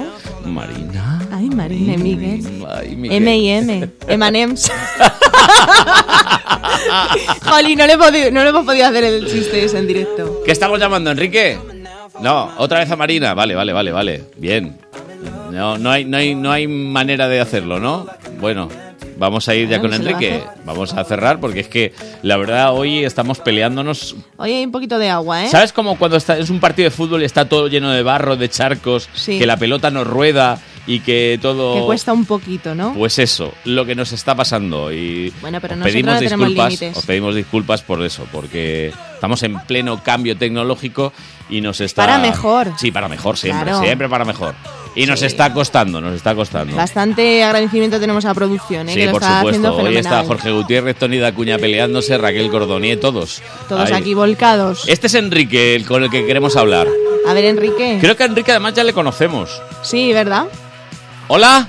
mm. Marina.
Ay, Marina y Miguel.
Ay, Miguel.
M y M. Emanems. Jolín, no le, he podido- no le hemos podido hacer el chiste ese en directo.
¿Qué estamos llamando, Enrique? No, otra vez a Marina. Vale, vale, vale, vale. Bien. No, no, hay, no, hay, no hay manera de hacerlo, ¿no? Bueno, vamos a ir ya
Bueno, se
con
lo va a
Enrique. Vamos a cerrar porque es que la verdad hoy estamos peleándonos.
Hoy hay un poquito de agua, ¿eh?
¿Sabes cómo cuando está, es un partido de fútbol y está todo lleno de barro, de charcos,
Sí.
que la pelota no rueda y que todo...
Que cuesta un poquito, ¿no?
Pues eso, lo que nos está pasando y
Bueno, pero
os
nosotros
pedimos
no tenemos
disculpas,
límites.
os pedimos disculpas por eso, porque estamos en pleno cambio tecnológico y nos está
Para mejor.
Sí, para mejor siempre,
Claro.
siempre para mejor. Y nos
Sí.
está costando, nos está costando.
Bastante agradecimiento tenemos a la producción, ¿eh?
Sí,
que lo
por
está haciendo
supuesto. Hoy
fenomenal.
está Jorge Gutiérrez, Tony Dacuña peleándose, Raquel Cordonier, todos.
Todos
Ahí.
aquí volcados.
Este es Enrique, el con el que queremos hablar.
A ver, Enrique.
Creo que a Enrique además ya le conocemos.
Sí, ¿verdad?
Hola.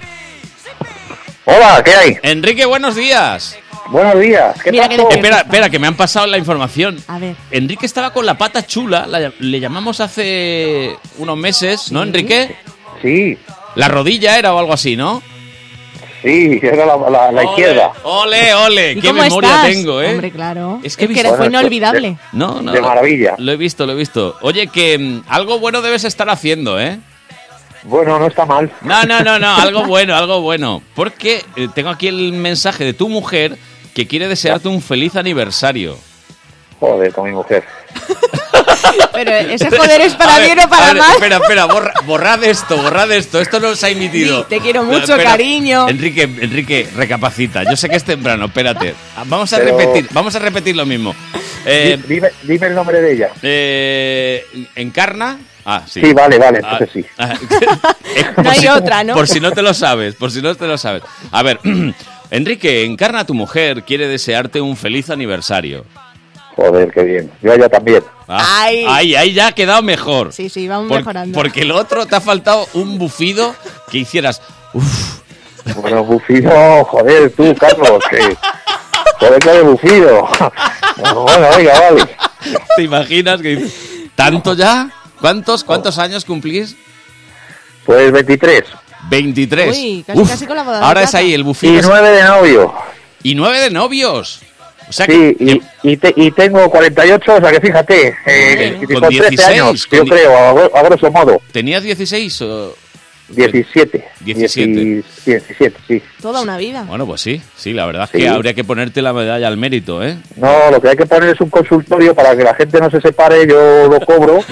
Hola, ¿qué hay?
Enrique, buenos días.
Buenos días. ¿Qué
Mira que pasó? le-
Espera, espera, que me han pasado la información.
A ver.
Enrique estaba con la pata chula, la- le llamamos hace unos meses, ¿no, Enrique?
Sí.
La rodilla era o algo así, ¿no?
Sí, era la, la- la
Ole,
izquierda.
Ole, ole,
¿Y
Eh, qué
cómo
memoria
estás?
tengo, ¿eh?
Hombre, claro.
Es que he
es que
visto-
fue inolvidable.
no, no.
De maravilla.
Lo he visto, lo he visto. Oye, que mm, algo bueno debes estar haciendo, ¿eh?
Bueno, no está mal.
No, no, no, no, algo bueno, algo bueno. Porque eh, tengo aquí el mensaje de tu mujer que quiere desearte un feliz aniversario.
Joder, con mi mujer.
Pero ese joder es para
A ver,
bien o para
a ver,
mal.
Espera, espera, borra- borrad esto, borrad esto. Esto no se ha emitido.
Sí, te quiero mucho, cariño.
Enrique, Enrique, recapacita. Yo sé que es temprano, espérate. Vamos a
Pero-
repetir, vamos a repetir lo mismo. Eh,
Di- dime, dime el nombre de ella.
eh, ¿Encarna? Ah, sí.
Sí, vale, vale,
Ah,
entonces sí.
ah,
No hay otra, ¿no?
Por si no te lo sabes, por si no te lo sabes. A ver, Enrique, Encarna, tu mujer, quiere desearte un feliz aniversario.
Joder, qué bien. Yo a ella también.
Ah,
Ay.
Ahí, ahí ya ha quedado mejor.
Sí, sí, vamos
Por-
mejorando.
Porque el otro te ha faltado un bufido que hicieras. Uf,
Bueno, bufido, joder, tú, Carlos. Que, joder, que de bufido. Bueno, bueno, venga, vale.
¿te imaginas que dices, tanto ya? ¿Cuántos, cuántos años cumplís?
Pues 23.
23.
Uy, casi- casi con la boda de
Ahora es
plata.
ahí el bufido.
Y 9 de novio.
Y nueve de novios. O sea
Sí,
que
y, y, te- y tengo 48, o sea que fíjate, eh,
Con
con 13
16,
años,
con
yo
di-
creo, a, gro- a grosso modo,
tenías 16 o...
17.
17.
17, sí.
Toda una vida.
Bueno, pues sí, sí, la verdad es
Sí.
que habría que ponerte la medalla al mérito, ¿eh?
No, lo que hay que poner es un consultorio para que la gente no se separe, yo lo cobro.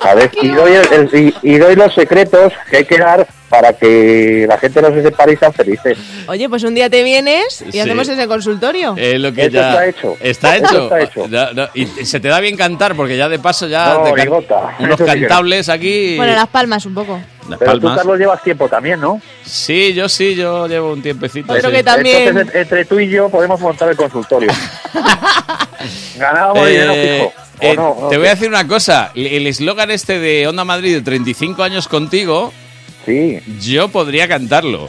A ver, y doy, el- el- y- y doy los secretos que hay que dar para que la gente no se separe y sean felices.
Oye, pues un día te vienes y
Sí.
hacemos ese consultorio.
Es lo que
Eso
ya-
está hecho.
Está
Eso
hecho.
está hecho.
Ya, no, y se te da bien cantar, porque ya de paso ya
No,
te can-
Ligota,
unos
eso sí que no.
cantables aquí.
Bueno, las palmas un poco.
Las
Pero tú,
palmas.
Carlos, llevas tiempo también, ¿no?
Sí, yo sí, yo llevo un tiempecito.
Entonces,
sí.
entonces, entre tú y yo podemos montar el consultorio. Ganábamos dinero
Eh,
fijo. ¿O
eh,
no? ¿O
te
no?
voy a decir una cosa. El- El eslogan este de Onda Madrid de 35 años contigo.
Sí.
Yo podría cantarlo.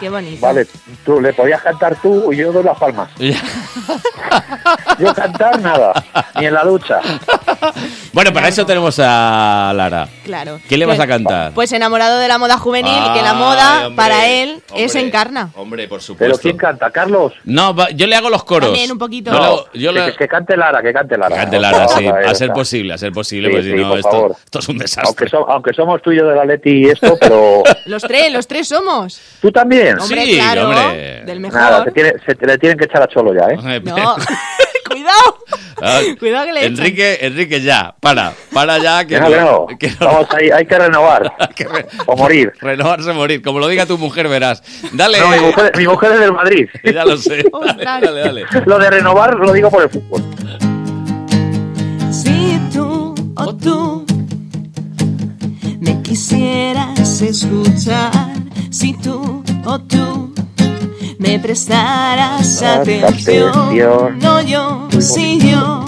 Qué bonito.
Vale, tú le podías cantar tú y yo doy las palmas. yo cantar nada, ni en la ducha.
Bueno, para eso tenemos a Lara.
Claro.
¿Qué le vas
Pues-
a cantar?
Pues enamorado de la moda juvenil,
Ay,
que la moda
hombre,
para él es
hombre.
encarna.
Hombre, por supuesto.
Pero ¿quién canta? ¿Carlos?
No, va- yo le hago los coros.
También un poquito.
Yo le
No,
hago- yo le-
que, que cante Lara, que cante Lara.
Cante Lara, sí.
Ahí
A ser
está.
posible, a ser posible,
Sí,
porque si
sí,
no,
por
esto,
favor.
esto es un desastre.
Aunque, so- aunque somos tú y yo de la Leti y esto, pero
Los tres, los tres somos.
tú también.
Hombre, claro, del mejor.
Nada, se, tiene- se te- le tienen que echar a Cholo ya, ¿eh?
No. Cuidado.
Ah,
Cuidado que le echan.
Enrique, Enrique, ya, para, para ya. Que
Que no, que no.
que no-
Vamos ahí, hay que renovar. o morir.
Renovarse, morir. Como lo diga tu mujer, verás. Dale.
No, mi mujer, mi mujer es del Madrid.
Ya lo sé. Dale, dale, dale.
Lo de renovar lo digo por el fútbol.
Si tú o tú me quisieras escuchar, si tú o tú me prestaras atención,
atención.
no yo, si yo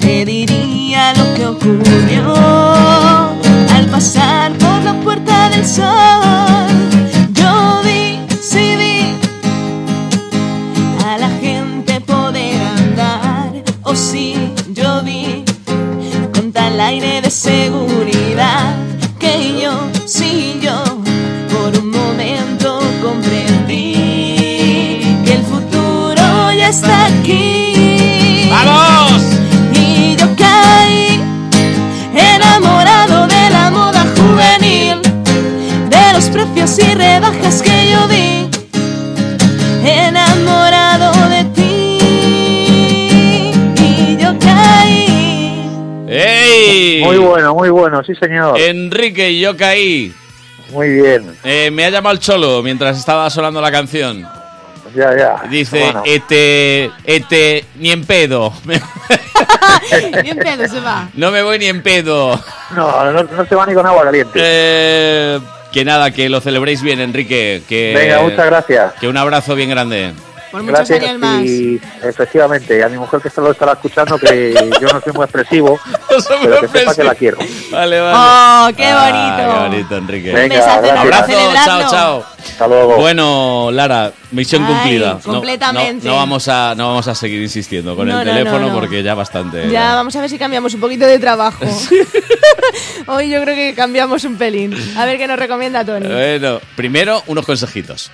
te diría lo que ocurrió al pasar por la puerta del sol. Yo decidí a la gente poder andar, o sí, yo vi con tal aire de seguridad que yo, sí, yo por un momento comprendí que el futuro ya está aquí.
¡Vamos!
Y yo caí enamorado de la moda juvenil, de los precios y rebajas que yo vi, enamorado de ti. Y yo caí.
¡Ey!
Muy bueno, muy bueno, sí señor.
Enrique, yo caí.
Muy bien.
me ha llamado el Cholo mientras estaba sonando la canción.
Ya, ya.
Dice,
Ah, Bueno.
este, este, ni en pedo.
Bien pedo se va.
No me voy ni en pedo.
No, no, no se va ni con agua caliente.
Eh, que nada, que lo celebréis bien, Enrique. Que,
Venga, muchas gracias.
Que un abrazo bien grande.
Por
muchos años más. Y efectivamente, y a mi mujer que solo estará escuchando que yo no soy muy expresivo, pero que sepa que la quiero.
Vale, vale.
Oh, qué
Ah,
bonito.
qué bonito, Enrique.
Venga, Un besazo gracias. enorme,
abrazo,
celebradlo.
chao, chao.
Hasta luego.
Bueno, Lara, misión
Ay,
cumplida. No,
completamente.
No, no vamos a, no vamos a seguir insistiendo con
No,
el
no, no,
teléfono
no.
porque ya bastante.
Ya, vamos a ver si cambiamos un poquito de trabajo. Hoy yo creo que cambiamos un pelín. A ver qué nos recomienda Tony.
Bueno, primero unos consejitos.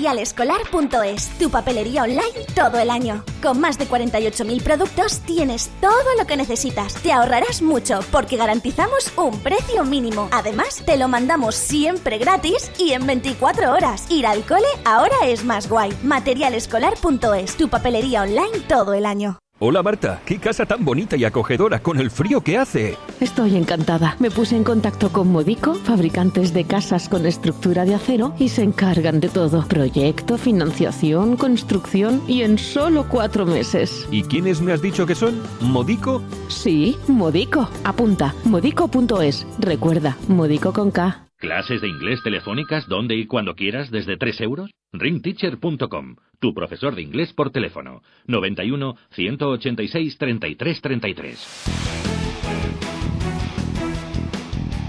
Materialescolar.es, tu papelería online todo el año. Con más de 48.000 productos tienes todo lo que necesitas. Te ahorrarás mucho porque garantizamos un precio mínimo. Además, te lo mandamos siempre gratis y en 24 horas. Ir al cole ahora es más guay. Materialescolar.es, tu papelería online todo el año.
Hola Marta, qué casa tan bonita y acogedora con el frío que hace.
Estoy encantada. Me puse en contacto con Modico, fabricantes de casas con estructura de acero, y se encargan de todo. Proyecto, financiación, construcción y en solo cuatro meses.
¿Y quiénes me has dicho que son? ¿Modico?
Sí, Modico. Apunta, modico.es. Recuerda, Modico con K.
Clases de inglés telefónicas donde y cuando quieras desde 3 euros. Ringteacher.com, tu profesor de inglés por teléfono. 91 186 33 33.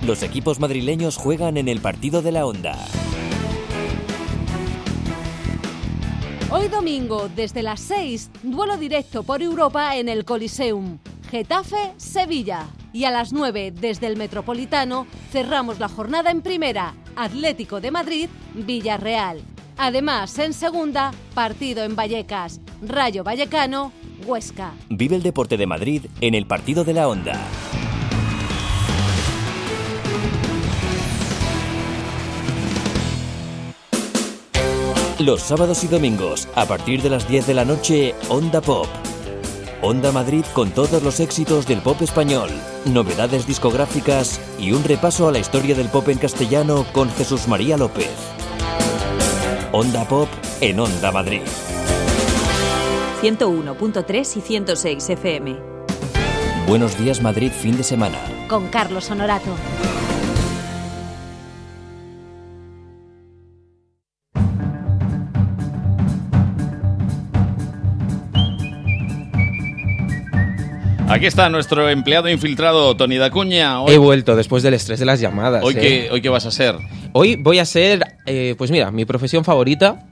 Los equipos madrileños juegan en el partido de la onda.
Hoy domingo, desde las 6, duelo directo por Europa en el Coliseum. Getafe, Sevilla. Y a las 9, desde el Metropolitano, cerramos la jornada en primera. Atlético de Madrid, Villarreal. Además, en segunda, partido en Vallecas. Rayo Vallecano, Huesca.
Vive el deporte de Madrid en el partido de la onda. Los sábados y domingos, a partir de las 10 de la noche, Onda Pop. Onda Madrid con todos los éxitos del pop español, novedades discográficas y un repaso a la historia del pop en castellano con Jesús María López. Onda Pop en Onda Madrid.
101.3 y 106 FM.
Buenos días Madrid fin de semana.
Con Carlos Honorato.
Aquí está nuestro empleado infiltrado, Tony Dacuña.
He vuelto después del estrés de las llamadas.
hoy,
eh.
qué, ¿Hoy qué vas a hacer?
Hoy voy a ser, eh, pues mira, mi profesión favorita.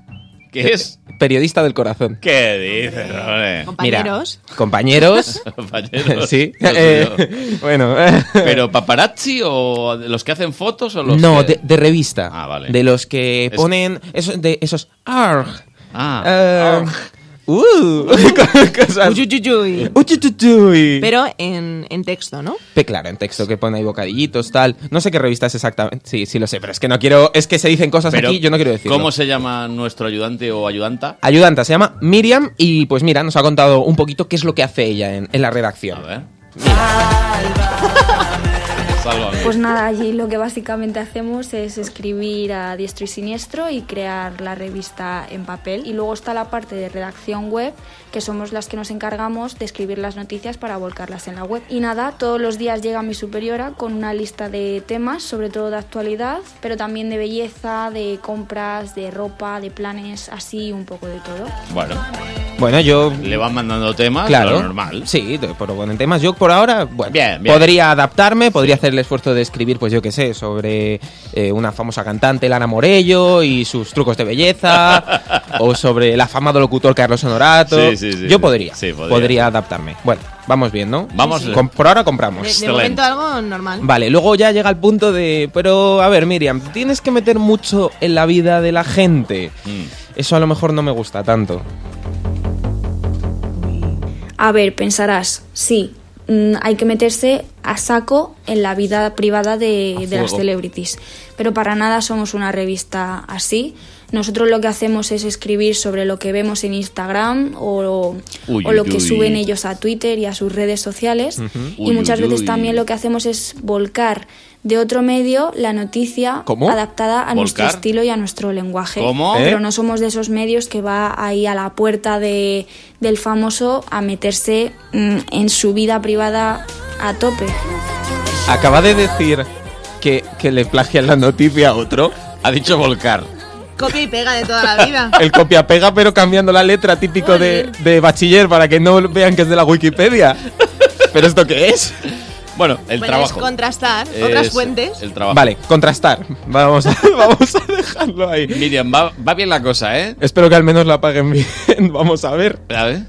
¿Qué
Eh,
es?
Periodista del corazón.
¿Qué dices, Rone?
Compañeros.
Compañeros.
Compañeros.
Sí.
No sé yo.
eh, bueno.
¿Pero paparazzi o los que hacen fotos o los
No,
que-
de, de revista.
Ah, vale.
De los que
Es-
ponen esos, de esos arg.
Ah.
eh, Uh, cosas.
Uyuyuyuy.
Uyuyuyuy.
Pero en, en texto, ¿no?
Pe- claro, en texto que pone ahí bocadillitos, tal. No sé qué revista es exactamente. Sí, sí lo sé, pero es que no quiero. Es que se dicen cosas
Pero,
aquí, yo no quiero decirlo.
¿Cómo se llama nuestro ayudante o ayudanta?
Ayudanta, se llama Miriam y pues mira, nos ha contado un poquito qué es lo que hace ella en, en la redacción.
Sálvame.
Pues nada, allí lo que básicamente hacemos es escribir a diestro y siniestro y crear la revista en papel. Y luego está la parte de redacción web, que somos las que nos encargamos de escribir las noticias para volcarlas en la web. Y nada, todos los días llega mi superiora con una lista de temas, sobre todo de actualidad, pero también de belleza, de compras, de ropa, de planes, así un poco de todo.
Bueno,
Bueno, yo.
le van mandando temas,
Claro.
lo Ah, normal.
Sí, te- pero bueno, en temas yo por ahora, bueno,
Bien, bien.
podría adaptarme, podría hacer el esfuerzo de escribir, pues yo qué sé, sobre eh, una famosa cantante, Lana Morello, y sus trucos de belleza, o sobre el afamado locutor Carlos Honorato.
Sí, sí, sí,
yo
sí.
podría,
Sí, podría.
podría, adaptarme. Bueno, vamos bien, ¿no?
Vamos. Sí, sí.
Com- por ahora compramos.
De, de momento algo normal.
Vale, luego ya llega el punto de, pero a ver, Miriam, tienes que meter mucho en la vida de la gente.
Mm.
Eso a lo mejor no me gusta tanto.
A ver, pensarás, sí, mm, hay que meterse a saco en la vida privada de, de las
fuego.
celebrities, pero para nada somos una revista así. Nosotros lo que hacemos es escribir sobre lo que vemos en Instagram o,
Uy,
o lo
uy, Mm.
que
uy.
suben ellos a Twitter y a sus redes sociales.
Ujú.
Y
Uy,
muchas
uy,
veces
uy.
también lo que hacemos es volcar de otro medio la noticia
¿Cómo?
adaptada a nuestro
¿Volcar?
estilo y a nuestro lenguaje.
¿Cómo? ¿Eh?
Pero no somos de esos medios que va ahí a la puerta de, del famoso a meterse mm, en su vida privada a tope.
Acaba de decir que, que le plagian la noticia a otro. Ha dicho volcar.
Copia y pega de toda la vida.
El copia-pega, pero cambiando la letra típico de, de bachiller para que no vean que es de la Wikipedia. ¿Pero esto qué es?
Bueno, el
Bueno, es contrastar otras fuentes.
El trabajo.
Vale, contrastar. Vamos a- vamos a dejarlo ahí.
Miriam, va, va bien la cosa, ¿eh?
Espero que al menos la paguen bien. Vamos a ver.
A ver.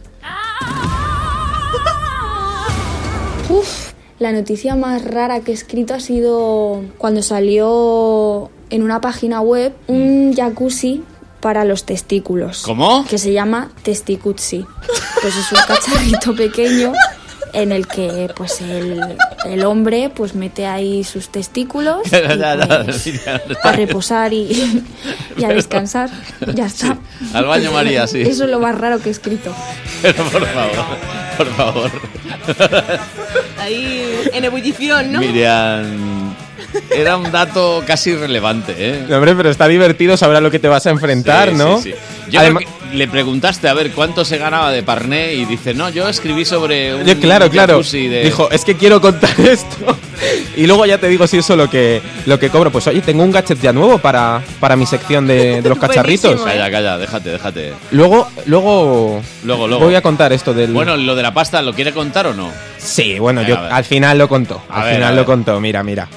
Uf, la noticia más rara que he escrito ha sido cuando salió en una página web
Mm.
un jacuzzi para los testículos.
¿Cómo?
Que se llama testicuzzi. Pues es un cacharrito pequeño en el que pues el, el hombre pues mete ahí sus testículos y, pues, a reposar y, y a
Pero-
descansar. Ya está.
Al baño María, sí.
Eso es lo más raro que he escrito.
Pero por favor, por favor.
Ahí en ebullición, ¿no?
Miriam, era un dato casi irrelevante, ¿eh?
No, hombre, pero está divertido, sabrá lo que te vas a enfrentar,
Sí,
¿no?
sí, sí. Yo
Además-
creo que le preguntaste a ver cuánto se ganaba de Parné y dice, no, yo escribí sobre un
Yo, claro, claro.
jacuzzi de-
Dijo, "Eh, es que quiero contar esto. Y luego ya te digo si eso lo que lo que cobro. Pues oye, tengo un gadget ya nuevo para, para mi sección de, de los
¿eh?
cacharritos.
Calla, calla, déjate, déjate.
Luego, luego,
¿eh? Luego, luego.
voy a contar esto del.
Bueno, lo de la pasta, ¿lo quiere contar o no?
sí, bueno,
Venga,
yo
a ver.
al final lo contó.
A
al
ver, a
final
ver.
lo contó. Mira, mira.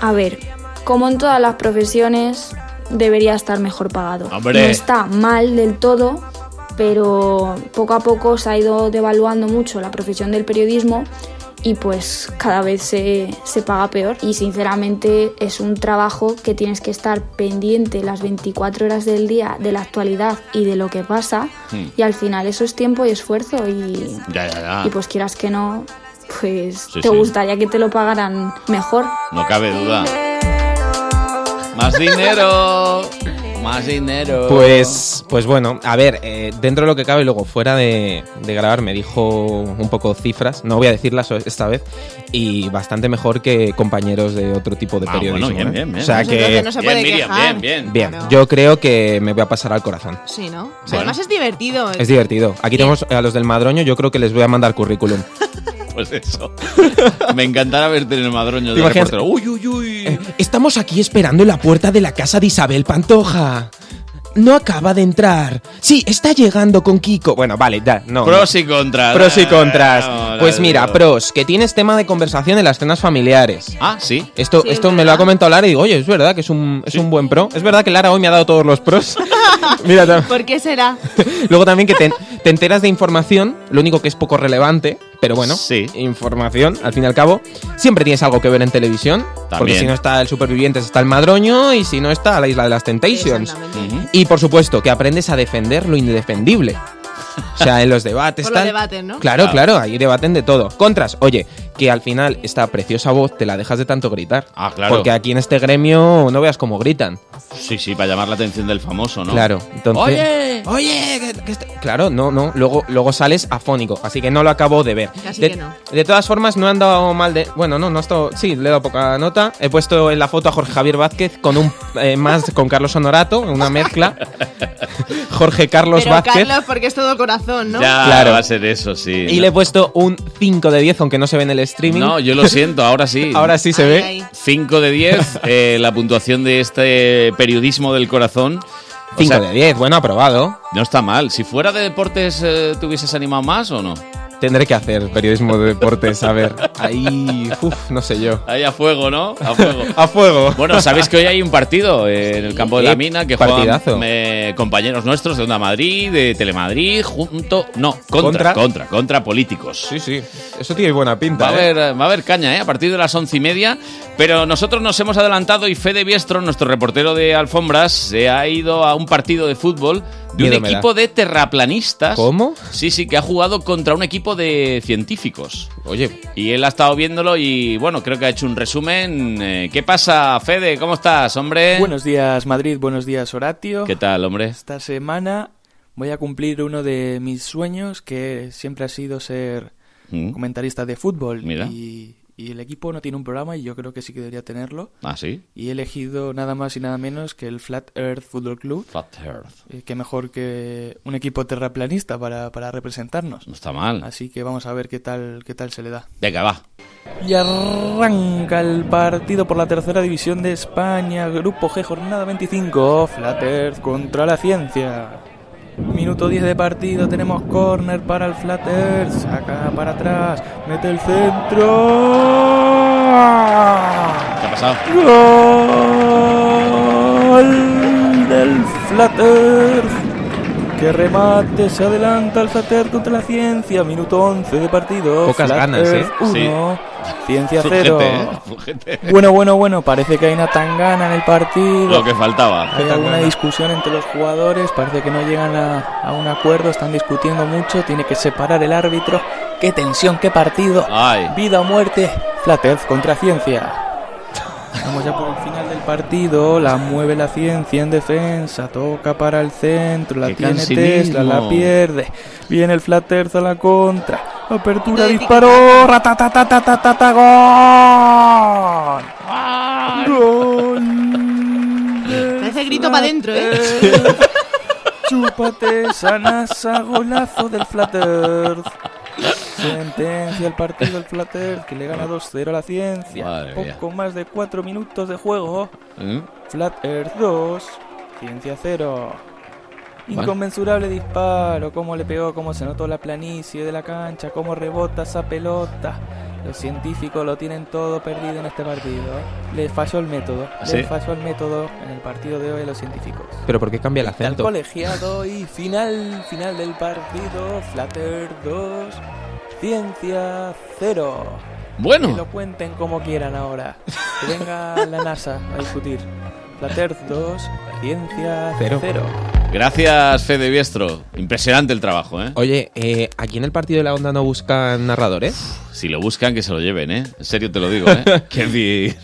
A ver, como en todas las profesiones, debería estar mejor pagado.
Hombre.
No está mal del todo, pero poco a poco se ha ido devaluando mucho la profesión del periodismo y pues cada vez se, se paga peor y sinceramente es un trabajo que tienes que estar pendiente las 24 horas del día de la actualidad y de lo que pasa y al final eso es tiempo y esfuerzo y,
Ya, ya, ya.
y pues quieras que no, pues
Ah. Sí,
te
sí.
gustaría que te lo pagaran mejor.
No cabe duda. Más dinero. Más dinero.
Pues, pues bueno, a ver, eh, dentro de lo que cabe y luego fuera de, de grabar me dijo un poco cifras, no voy a decirlas esta vez, y bastante mejor que compañeros de otro tipo de
Ah,
periodismo.
bueno, bien,
¿eh?
bien, bien.
O sea
Nosotros
que...
que no se Bien, puede Miriam, quejar. bien, bien. Claro.
yo creo que me voy a pasar al corazón.
Sí, ¿no?
Sí.
Además es divertido.
Es divertido. Aquí tenemos a los del Madroño, yo creo que les voy a mandar currículum.
Pues eso. Me encantará verte en el madroño
¿Te
de
imaginas?
reportero. Uy, uy, uy.
Eh, Estamos aquí esperando en la puerta de la casa de Isabel Pantoja. No acaba de entrar. Sí, está llegando con Kiko. Bueno, vale, ya, no.
Pros
no.
y contras.
Pros y
Ah,
contras.
no, no,
Pues
no.
mira, pros, que tienes tema de conversación en las cenas familiares.
Ah, sí.
Esto,
Sí,
esto me lo ha comentado Lara y digo, oye, es verdad que es un, es un buen pro. Es verdad que Lara hoy me ha dado todos los pros. mira, tam-
¿Por qué será?
Luego también que te, te enteras de información, lo único que es poco relevante, pero bueno, información, al fin y al cabo. Siempre tienes algo que ver en televisión, porque
También.
si no está el Supervivientes está el Madroño y si no está la Isla de las Temptations. Y por supuesto, que aprendes a defender lo indefendible. O sea, en los debates.
Por los
tal.
debates, ¿no?
Claro,
Claro.
claro, ahí debaten de todo. Contras, oye, que al final esta preciosa voz te la dejas de tanto gritar. Ah,
claro.
Porque aquí en este gremio no veas cómo gritan.
Sí, sí, para llamar la atención del famoso, ¿no?
Claro, entonces-
Oye,
oye, que, Claro, no, no. Luego, luego sales afónico, así que no lo acabo de ver.
Casi
de,
que no.
de todas formas, no han dado mal de. Bueno, no, no ha estado. Sí, le he dado poca nota. He puesto en la foto a Jorge Javier Vázquez con un eh, más con Carlos Honorato, una mezcla. Jorge Carlos
Pero
Vázquez.
Carlos, porque es todo corazón, ¿no?
Ya
Claro.
va a ser eso, sí.
Y le he puesto un 5 de 10, aunque no se ve en el streaming.
No, yo lo siento, ahora sí.
Ahora sí se ve. ay.
5 de 10, eh, la puntuación de este periodismo del corazón. O
5
sea,
de 10, bueno, aprobado.
No está mal. Si fuera de deportes, eh, ¿te hubieses animado más o no?
Tendré que hacer periodismo de deportes, a ver. Ahí, uf, no sé yo.
Ahí a fuego, ¿no? A fuego.
A fuego.
Bueno, sabéis que hoy hay un partido eh, en el campo de
Sí,
la mina que juegan
partidazo.
eh, compañeros nuestros de Onda Madrid, de Telemadrid, junto. No,
Contra.
contra, contra, contra, políticos.
Sí, sí. Eso tiene buena pinta.
Va a,
¿eh?
haber, va a haber caña, ¿eh? A partir de las once y media. Pero nosotros nos hemos adelantado y Fede Biestro, nuestro reportero de alfombras, se ha ido a un partido de fútbol de
Miedo
un
me da.
equipo de terraplanistas.
¿Cómo?
Sí, sí, que ha jugado contra un equipo de científicos. Oye. Y él ha estado viéndolo y, bueno, creo que ha hecho un resumen. Eh, ¿Qué pasa, Fede? ¿Cómo estás, hombre?
Buenos días Madrid, buenos días Horatio.
¿Qué tal, hombre?
Esta semana voy a cumplir uno de mis sueños que siempre ha sido ser
Mm.
comentarista de fútbol.
Mira.
Y, y el equipo no tiene un programa y yo creo que sí que debería tenerlo.
¿Ah, sí?
Y he elegido nada más y nada menos que el Flat Earth Football Club. eh,
Flat Earth.
que mejor que un equipo terraplanista para, para representarnos. No
está mal.
Así que vamos a ver qué tal, qué tal se le da.
Venga, va.
Y arranca el partido por la tercera división de España, Grupo G, jornada 25, Flat Earth contra la ciencia. Minuto 10 de partido, tenemos corner para el Flat Earth, saca para atrás, mete el centro.
¿Qué ha pasado?
Gol del Flat Earth. Que remate, se adelanta el Flat Earth contra la ciencia. Minuto 11 de partido.
Pocas
Flat
ganas, ¿eh?
Earth uno, Ciencia
Fugete,
0.
¿eh? Fugete.
Bueno, bueno, bueno. Parece que hay una tangana en el partido.
Lo que faltaba.
Hay alguna discusión entre los jugadores, parece que no llegan a, a un acuerdo, están discutiendo mucho, tiene que separar el árbitro. ¡Qué tensión, qué partido! Vida o muerte, Flat Earth contra Ciencia. Vamos ya por el final del partido, la mueve la ciencia en defensa, toca para el centro, la
¡Qué
tiene
cansinismo!
Tesla, la pierde, viene el Flat Earth a la contra, apertura,
Lo de
disparó, ratatatatata, gol! ¡Gol!
Parece grito para adentro, ¿eh?
Chúpate esa NASA, golazo del Flat Earth. Sentencia el partido del Flat Earth que le gana 2-0 a la ciencia.
Madre mía.
Poco más de 4 minutos de juego.
¿Mm?
Flat Earth 2, ciencia 0.
Bueno.
Inconmensurable disparo, cómo le pegó, cómo se notó la planicie de la cancha, cómo rebota esa pelota. Los científicos lo tienen todo perdido en este partido. Les falló el método,
¿Sí?
les falló el método en el partido de hoy a los científicos.
Pero ¿por qué cambia el
Al
acento?
colegiado y final, final del partido, Flatter 2, Ciencia 0.
Bueno.
Que lo cuenten como quieran ahora. Que venga la NASA a discutir. Flatter 2, Ciencia 0.
Gracias, Fede Biestro. Impresionante el trabajo, ¿eh?
Oye, eh, aquí en el partido de la onda no buscan narradores.
Si lo buscan, que se lo lleven, ¿eh? En serio te lo digo, ¿eh? Qué bien.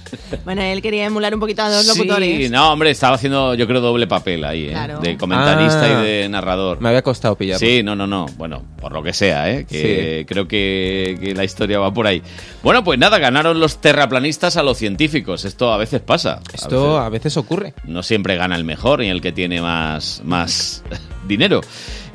Bueno, él quería emular un poquito a los
Sí,
locutores.
no, hombre, estaba haciendo, yo creo, doble papel ahí, ¿eh?
Claro.
De comentarista
Ah.
y de narrador.
Me había costado pillar.
Sí, no, no, no. Bueno, por lo que sea, ¿eh? Que creo que, que la historia va por ahí. Bueno, pues nada, ganaron los terraplanistas a los científicos. Esto a veces pasa. A
Esto a veces ocurre.
no siempre gana el mejor ni el que tiene más, más dinero.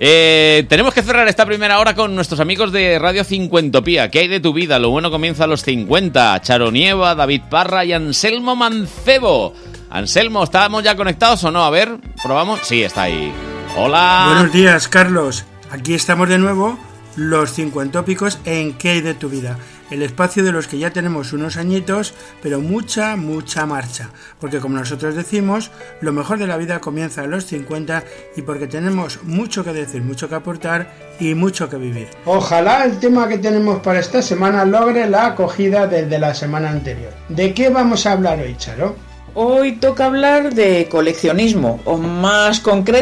Eh, tenemos que cerrar esta primera hora con nuestros amigos de Radio Cincuentopía. ¿Qué hay de tu vida? Lo bueno comienza a los 50. Charo Nieva, David Parra y Anselmo Mancebo. Anselmo, ¿estamos ya conectados o no? A ver, probamos. Sí, está ahí. Hola.
Buenos días, Carlos. Aquí estamos de nuevo, los 50 tópicos en qué hay de tu vida. El espacio de los que ya tenemos unos añitos, pero mucha, mucha marcha. Porque como nosotros decimos, lo mejor de la vida comienza a los 50 y porque tenemos mucho que decir, mucho que aportar y mucho que vivir. Ojalá el tema que tenemos para esta semana logre la acogida desde la semana anterior. ¿De qué vamos a hablar hoy, Charo?
Hoy toca hablar de coleccionismo, o más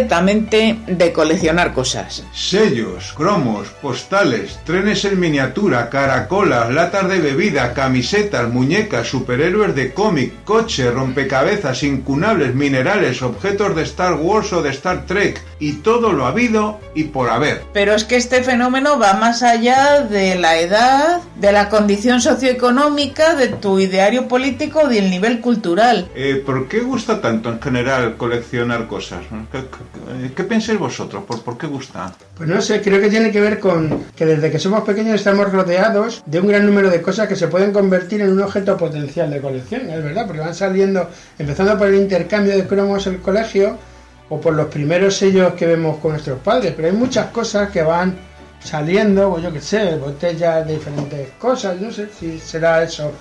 concretamente de coleccionar cosas.
Sellos, cromos, postales, trenes en miniatura, caracolas, latas de bebida, camisetas, muñecas, superhéroes de cómic, coche, rompecabezas, incunables, minerales, objetos de Star Wars o de Star Trek, y todo lo habido y por haber.
Pero es que este fenómeno va más allá de la edad, de la condición socioeconómica, de tu ideario político o del nivel cultural.
Eh, ¿Por qué gusta tanto en general coleccionar cosas? ¿Qué, qué- qué pensáis vosotros? ¿Por, ¿Por qué gusta?
Pues no sé, creo que tiene que ver con que desde que somos pequeños estamos rodeados de un gran número de cosas que se pueden convertir en un objeto potencial de colección, es verdad, porque van saliendo, empezando por el intercambio de cromos en el colegio o por los primeros sellos que vemos con nuestros padres, pero hay muchas cosas que van saliendo, o yo qué sé, botellas de diferentes cosas, no sé si será eso.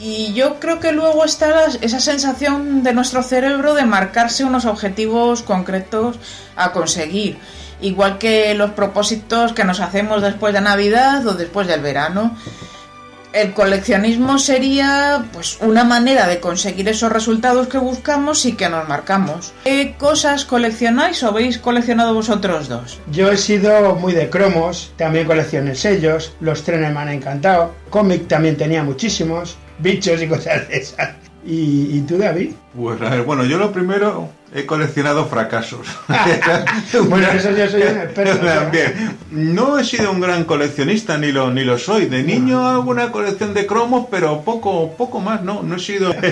Y yo creo que luego está la- esa sensación de nuestro cerebro de marcarse unos objetivos concretos a conseguir, igual que los propósitos que nos hacemos después de Navidad o después del verano. El coleccionismo sería pues una manera de conseguir esos resultados que buscamos y que nos marcamos. ¿Qué cosas coleccionáis o habéis coleccionado vosotros dos?
Yo he sido muy de cromos, también coleccioné sellos, los trenes me han encantado, cómic también tenía muchísimos, bichos y cosas de esas. ¿Y, y tú, David?
Pues a ver, bueno, yo lo primero he coleccionado fracasos.
Bueno, en eso yo soy un experto. ¿no?
También. No he sido un gran coleccionista, ni lo, ni lo soy. De niño hago una colección de cromos, pero poco, poco más, ¿no? No he sido...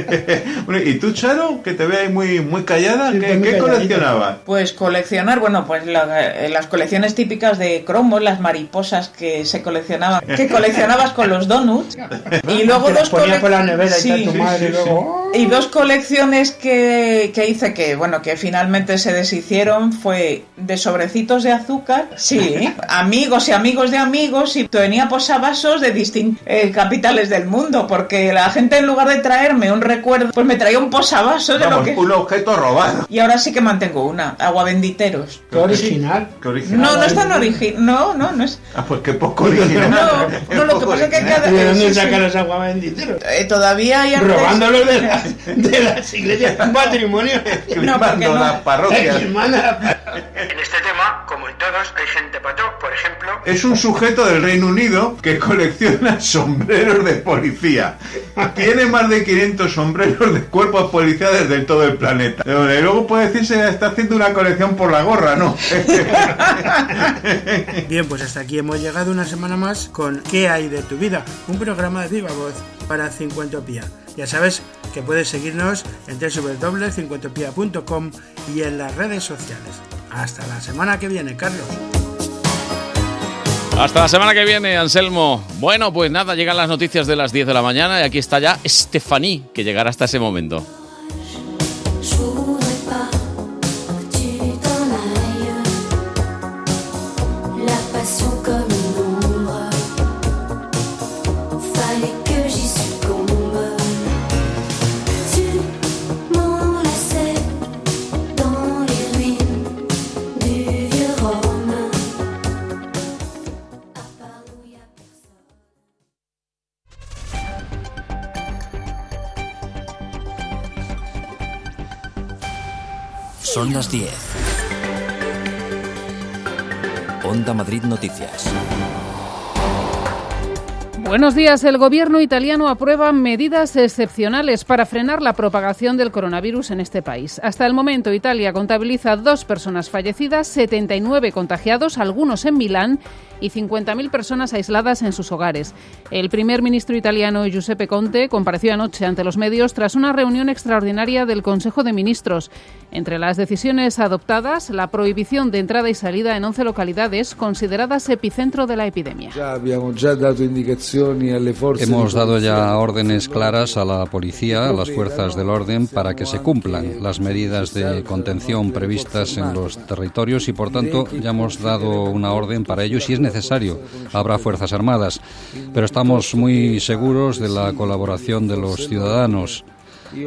Bueno, ¿Y tú, Charo? Que te veas muy, muy callada. ¿Qué, qué coleccionabas?
Pues coleccionar, bueno, pues la- eh, las colecciones típicas de cromos, las mariposas que se coleccionaban, que coleccionabas con los donuts. Y luego
Te las
dos
ponía
colec-
por la nevera y
Sí.
tal, tu madre, y luego, ¡oh!
Y dos colecciones que, que hice que, bueno, que finalmente se deshicieron fue de sobrecitos de azúcar, sí, amigos y amigos de amigos, y tenía posavasos de distintas capitales del mundo, porque la gente en lugar de traerme un recuerdo, pues me traía un posavasos de lo
Vamos,
que...
un objeto robado.
Y ahora sí que mantengo una, aguabenditeros.
Qué original.
Qué original.
No, no es tan original. No, no, no es.
Ah, pues qué poco original.
No, lo que pasa es que cada.
¿De dónde
sí, sí.
saca los aguabenditeros?
Eh, todavía hay artes-
Robándolo de las, de las iglesias, un patrimonio.
Climando las parroquias.
Climando las parroquias.
Es un sujeto del Reino Unido que colecciona sombreros de policía. Tiene más de 500 sombreros de cuerpos policiales de todo el planeta. Y luego puede decirse "Ah, está haciendo una colección por la gorra, ¿no?
Bien, pues hasta aquí hemos llegado una semana más con ¿Qué hay de tu vida? Un programa de viva voz para Cincuentopía. Ya sabes que puedes seguirnos en www.cincuentopía.com y en las redes sociales. Hasta la semana que viene, Carlos.
Hasta la semana que viene, Anselmo. Bueno, pues nada, llegan las noticias de las 10 de la mañana y aquí está ya Stephanie, que llegará hasta ese momento.
Je voudrais pas que tu t'en ailles. La passion comme une ombre. Fallait que j'y succombe. Tu m'enlaçais dans les ruines du vieux Rome.
Son las 10. Onda Madrid Noticias.
Buenos días. El gobierno italiano aprueba medidas excepcionales para frenar la propagación del coronavirus en este país. Hasta el momento, Italia contabiliza dos personas fallecidas, 79 contagiados, algunos en Milán, y 50.000 personas aisladas en sus hogares. El primer ministro italiano Giuseppe Conte compareció anoche ante los medios tras una reunión extraordinaria del Consejo de Ministros. Entre las decisiones adoptadas, la prohibición de entrada y salida en 11 localidades consideradas epicentro de la epidemia.
Hemos dado ya órdenes claras a la policía, a las fuerzas del orden, para que se cumplan las medidas de contención previstas en los territorios y, por tanto, ya hemos dado una orden para ello. y Si es necesario, habrá fuerzas armadas. Pero estamos muy seguros de la colaboración de los ciudadanos.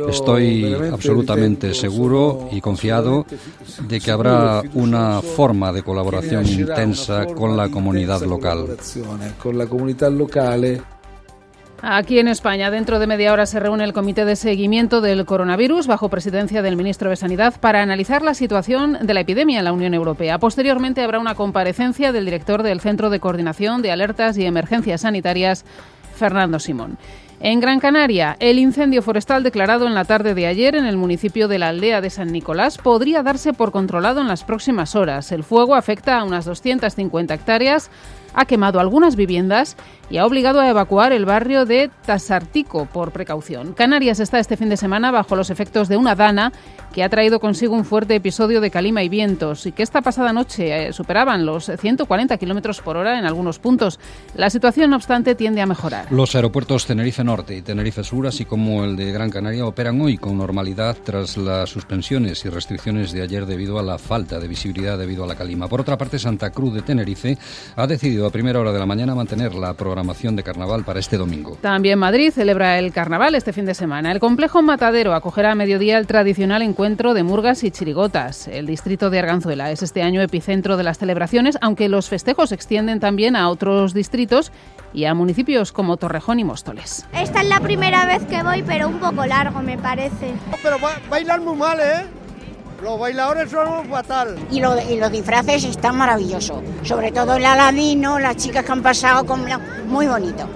Estoy absolutamente seguro y confiado de que habrá una forma de colaboración intensa con la comunidad local.
Aquí en España, dentro de media hora se reúne el Comité de Seguimiento del Coronavirus bajo presidencia del ministro de Sanidad para analizar la situación de la epidemia en la Unión Europea. Posteriormente habrá una comparecencia del director del Centro de Coordinación de Alertas y Emergencias Sanitarias, Fernando Simón. En Gran Canaria, el incendio forestal declarado en la tarde de ayer en el municipio de la aldea de San Nicolás podría darse por controlado en las próximas horas. El fuego afecta a unas 250 hectáreas, ha quemado algunas viviendas y ha obligado a evacuar el barrio de Tasartico por precaución. Canarias está este fin de semana bajo los efectos de una dana que ha traído consigo un fuerte episodio de calima y vientos y que esta pasada noche eh, superaban los 140 kilómetros por hora en algunos puntos. La situación, no obstante, tiende a mejorar.
Los aeropuertos Tenerife Norte y Tenerife Sur, así como el de Gran Canaria, operan hoy con normalidad tras las suspensiones y restricciones de ayer debido a la falta de visibilidad debido a la calima. Por otra parte, Santa Cruz de Tenerife ha decidido a primera hora de la mañana mantener la programación de carnaval para este domingo.
También Madrid celebra el carnaval este fin de semana. El complejo Matadero acogerá a mediodía el tradicional encuentro de murgas y chirigotas. El distrito de Arganzuela es este año epicentro de las celebraciones, aunque los festejos se extienden también a otros distritos y a municipios como Torrejón y Móstoles.
Esta es la primera vez que voy, pero un poco largo me parece.
Pero bailan muy mal, ¿eh? Los bailadores son fatal.
Y, lo- y los disfraces están maravillosos. Sobre todo el aladino, las chicas que han pasado con... la- Muy bonito.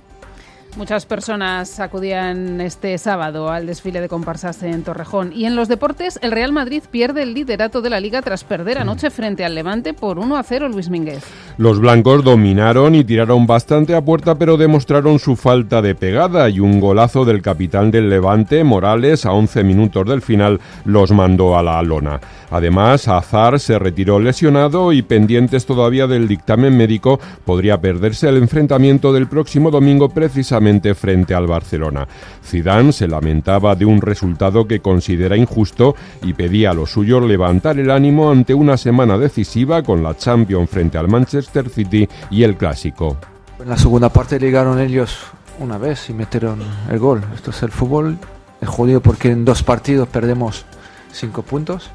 Muchas personas acudían este sábado al desfile de comparsas en Torrejón. Y en los deportes, el Real Madrid pierde el liderato de la liga tras perder anoche frente al Levante por 1 a 0 Luis Mínguez.
Los blancos dominaron y tiraron bastante a puerta, pero demostraron su falta de pegada y un golazo del capitán del Levante, Morales, a 11 minutos del final, los mandó a la lona. Además, Azar se retiró lesionado y pendientes todavía del dictamen médico, podría perderse el enfrentamiento del próximo domingo precisamente frente al Barcelona. Zidane se lamentaba de un resultado que considera injusto y pedía a los suyos levantar el ánimo ante una semana decisiva con la Champions frente al Manchester City y el Clásico.
En la segunda parte llegaron ellos una vez y metieron el gol. Esto es el fútbol. Es jodido porque en dos partidos perdemos cinco puntos.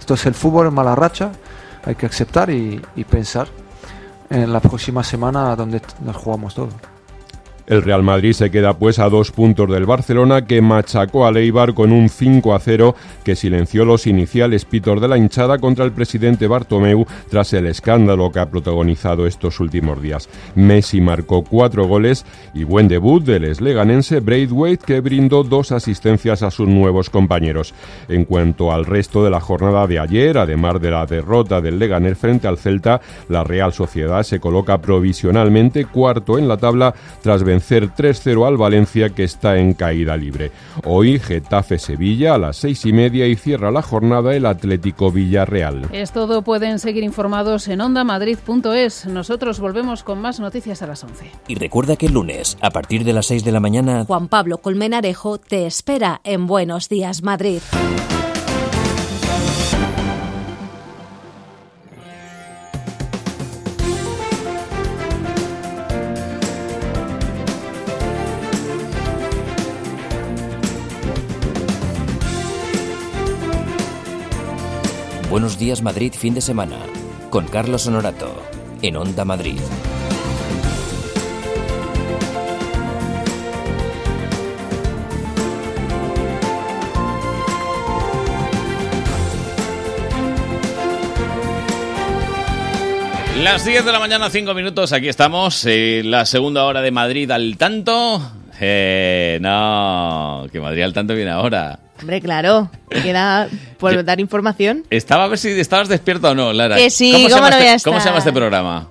Esto es el fútbol en mala racha. Hay que aceptar y, y pensar en la próxima semana donde t- nos jugamos todo.
El Real Madrid se queda pues a dos puntos del Barcelona que machacó a Leibar con un 5 a 0 que silenció los iniciales pitos de la hinchada contra el presidente Bartomeu tras el escándalo que ha protagonizado estos últimos días. Messi marcó cuatro goles y buen debut del esleganense Braithwaite que brindó dos asistencias a sus nuevos compañeros. En cuanto al resto de la jornada de ayer, además de la derrota del Leganés frente al Celta, la Real Sociedad se coloca provisionalmente cuarto en la tabla tras vencer 3-0 al Valencia que está en caída libre. Hoy Getafe-Sevilla a las seis y media y cierra la jornada el Atlético Villarreal.
Es todo, pueden seguir informados en ondamadrid.es. Nosotros volvemos con más noticias a las 11.
Y recuerda que el lunes, a partir de las 6 de la mañana,
Juan Pablo Colmenarejo te espera en Buenos Días Madrid.
Buenos días Madrid fin de semana, con Carlos Honorato, en Onda Madrid.
Las 10 de la mañana, 5 minutos, aquí estamos. eh, la segunda hora de Madrid al tanto. Eh, no, que Madrid al tanto viene ahora.
Hombre, claro, queda por dar información.
Estaba a ver si estabas despierta o no, Lara.
Que sí,
se
¿cómo
llama
no voy
este-
a estar?
¿Cómo se llama este programa?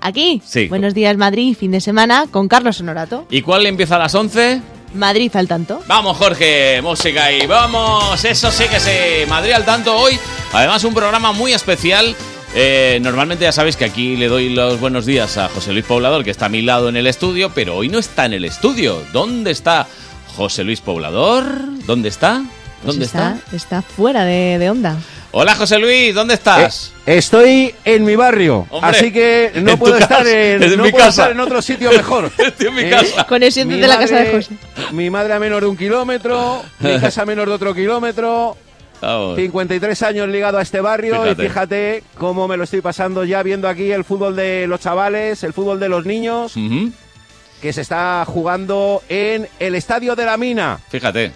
Aquí,
Sí.
Buenos Días Madrid, fin de semana, con Carlos Honorato.
¿Y cuál empieza a las 11?
Madrid al tanto.
Vamos, Jorge, música y vamos. Eso sí que sí. Madrid al tanto hoy. Además, un programa muy especial. Eh, normalmente ya sabéis que aquí le doy los buenos días a José Luis Poblador, que está a mi lado en el estudio, pero hoy no está en el estudio. ¿Dónde está José Luis Poblador? ¿Dónde está? ¿Dónde está?
Pues está? Está fuera de, de onda.
Hola, José Luis, ¿dónde estás? Oh,
Estoy Eh, en mi barrio,
Hombre,
así que
en
no
tu
puedo,
casa,
estar, en,
es en
no
mi
puedo
casa.
estar en otro sitio mejor.
en mi
casa.
Conexión desde la casa de José.
Mi madre a menos de un kilómetro, mi casa a menos de otro kilómetro.
Vamos.
53 años ligado a este barrio
Fíjate.
y fíjate cómo me lo estoy pasando ya viendo aquí el fútbol de los chavales, el fútbol de los niños, que se está jugando en el Estadio de la Mina.
Fíjate,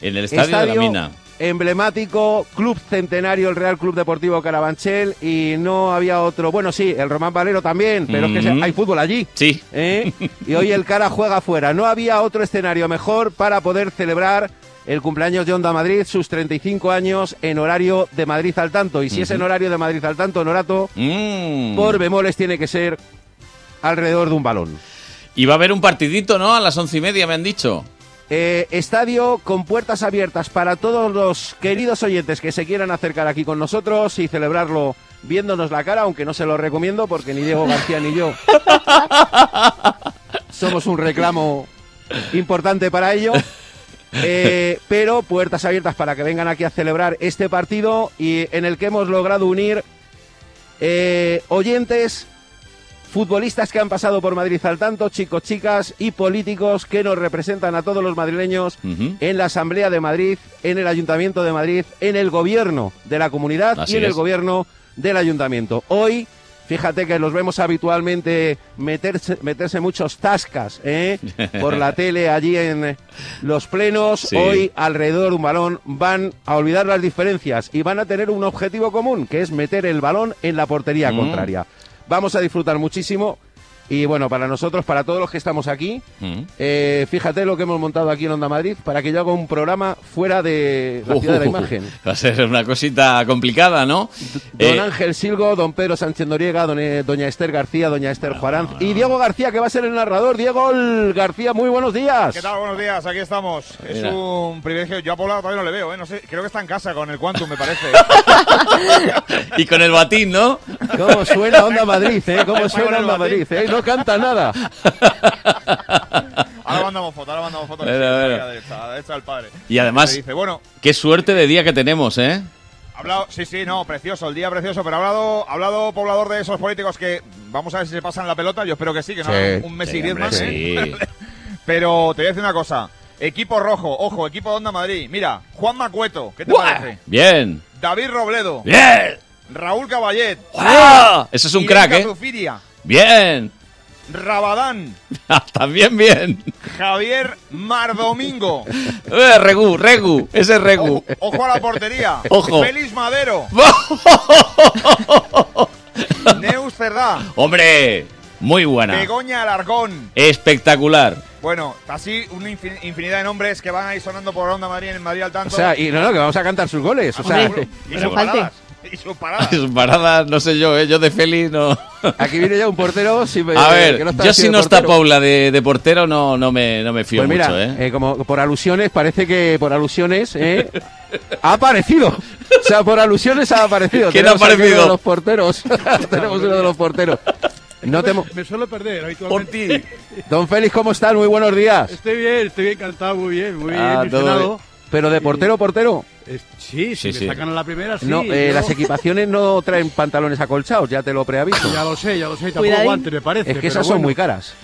en el estadio, de la mina.
Emblemático, club centenario, el Real Club Deportivo Carabanchel y no había otro. Bueno, sí, el Román Valero también, pero es que
Mm.
se- hay fútbol allí. ¿eh?
Sí.
Y hoy el Cara juega fuera. No había otro escenario mejor para poder celebrar el cumpleaños de Onda Madrid, sus 35 años en horario de Madrid al tanto. Y si es en
Ujú.
horario de Madrid al tanto, Norato,
Mm.
por bemoles tiene que ser alrededor de un balón.
Y va a haber un partidito, ¿no? A las once y media me han dicho.
Eh, estadio con puertas abiertas para todos los queridos oyentes que se quieran acercar aquí con nosotros y celebrarlo viéndonos la cara, aunque no se lo recomiendo porque ni Diego García ni yo somos un reclamo importante para ello. Eh, pero puertas abiertas para que vengan aquí a celebrar este partido y en el que hemos logrado unir eh, oyentes, futbolistas que han pasado por Madrid al tanto, chicos, chicas y políticos que nos representan a todos los madrileños en la Asamblea de Madrid, en el Ayuntamiento de Madrid, en el gobierno de la comunidad
Así
y en el
es.
gobierno del ayuntamiento. Hoy, fíjate que los vemos habitualmente meterse, meterse muchos tascas ¿eh? por la tele allí en eh, los plenos.
Sí.
Hoy, alrededor de un balón, van a olvidar las diferencias y van a tener un objetivo común, que es meter el balón en la portería
Mm.
contraria. Vamos a disfrutar muchísimo. Y bueno, para nosotros, para todos los que estamos aquí,
Mm.
eh, fíjate lo que hemos montado aquí en Onda Madrid para que yo haga un programa fuera de la ciudad de la imagen.
Va a ser una cosita complicada, ¿no?
Don
Eh,
Ángel Silgo, don Pedro Sánchez Noriega, don, eh, doña Esther García, doña Esther Juarán y Diego García, que va a ser el narrador. Diego el García, muy buenos días.
¿Qué tal? Buenos días, aquí estamos. Es
Mira.
un privilegio. Yo a Poblado todavía no le veo, ¿eh? No sé, creo que está en casa con el Quantum, me parece.
y con el batín, ¿no?
¿Cómo suena Onda Madrid, eh? ¿Cómo
Está con
suena
el
Onda
batín.
Madrid, eh? No canta nada.
Ahora mandamos foto, ahora mandamos foto. a la izquierda,
Bueno, bueno.
a la derecha, a la derecha del padre.
Y además,
Me dice, bueno,
qué suerte de día que tenemos, ¿eh?
ha hablado, sí, sí, no, precioso, el día precioso, pero ha hablado, ha hablado poblador de esos políticos que, vamos a ver si se pasan la pelota, yo espero que sí, que no
Sí.
hagan un Messi
Sí,
Griezmann,
hombre,
¿eh? Pero te voy a decir una cosa, equipo rojo, ojo, equipo de Onda Madrid, mira, Juan Macueto, ¿qué te parece?
Bien.
David Robledo.
Bien.
Raúl Caballet.
¡Guau! Ese es un
Irene
crack, ¿eh?
Cazufiria,
Bien.
Rabadán.
También bien.
Javier Mardomingo.
Eh, Regu, Regu. Ese es Regu.
Ojo a la portería.
Ojo.
Félix Madero. Neus Cerdá.
Hombre, muy buena.
Begoña Alargón.
Espectacular.
Bueno, así una infin- infinidad de nombres que van ahí sonando por Onda Madrid en el Madrid al
O
tanto.
sea, y no, no, que vamos a cantar sus goles. O sea,
y sus paradas. Y sus paradas.
Sus paradas, no sé yo, ¿eh? Yo de Feli no.
Aquí viene ya un portero. si me-
A
eh,
ver,
que no está
yo
así
si
de
no está
portero.
Paula de, de portero no, no, me, no me fío
Pues mira,
mucho, ¿eh?
eh, como por alusiones, parece que por alusiones eh, ha aparecido. O sea, por alusiones ha aparecido.
¿Quién
Tenemos
ha
aquí
aparecido?
Uno de los porteros. Tenemos uno de los porteros. No te mo-
Me suelo perder habitualmente.
Don Félix, ¿cómo estás? Muy buenos días.
Estoy bien, estoy bien cantado, muy bien, muy bien,
Ah, todo
ilusionado.
bien. Pero de portero, portero.
Es- sí, si
Sí,
me
sí.
sacan a la primera, sí.
no, eh,
yo-
las equipaciones no traen pantalones acolchados, ya te lo preaviso.
Ya lo sé, ya lo sé, tampoco Cuidadín. guantes, me parece.
Es que
pero
esas son
bueno.
muy caras.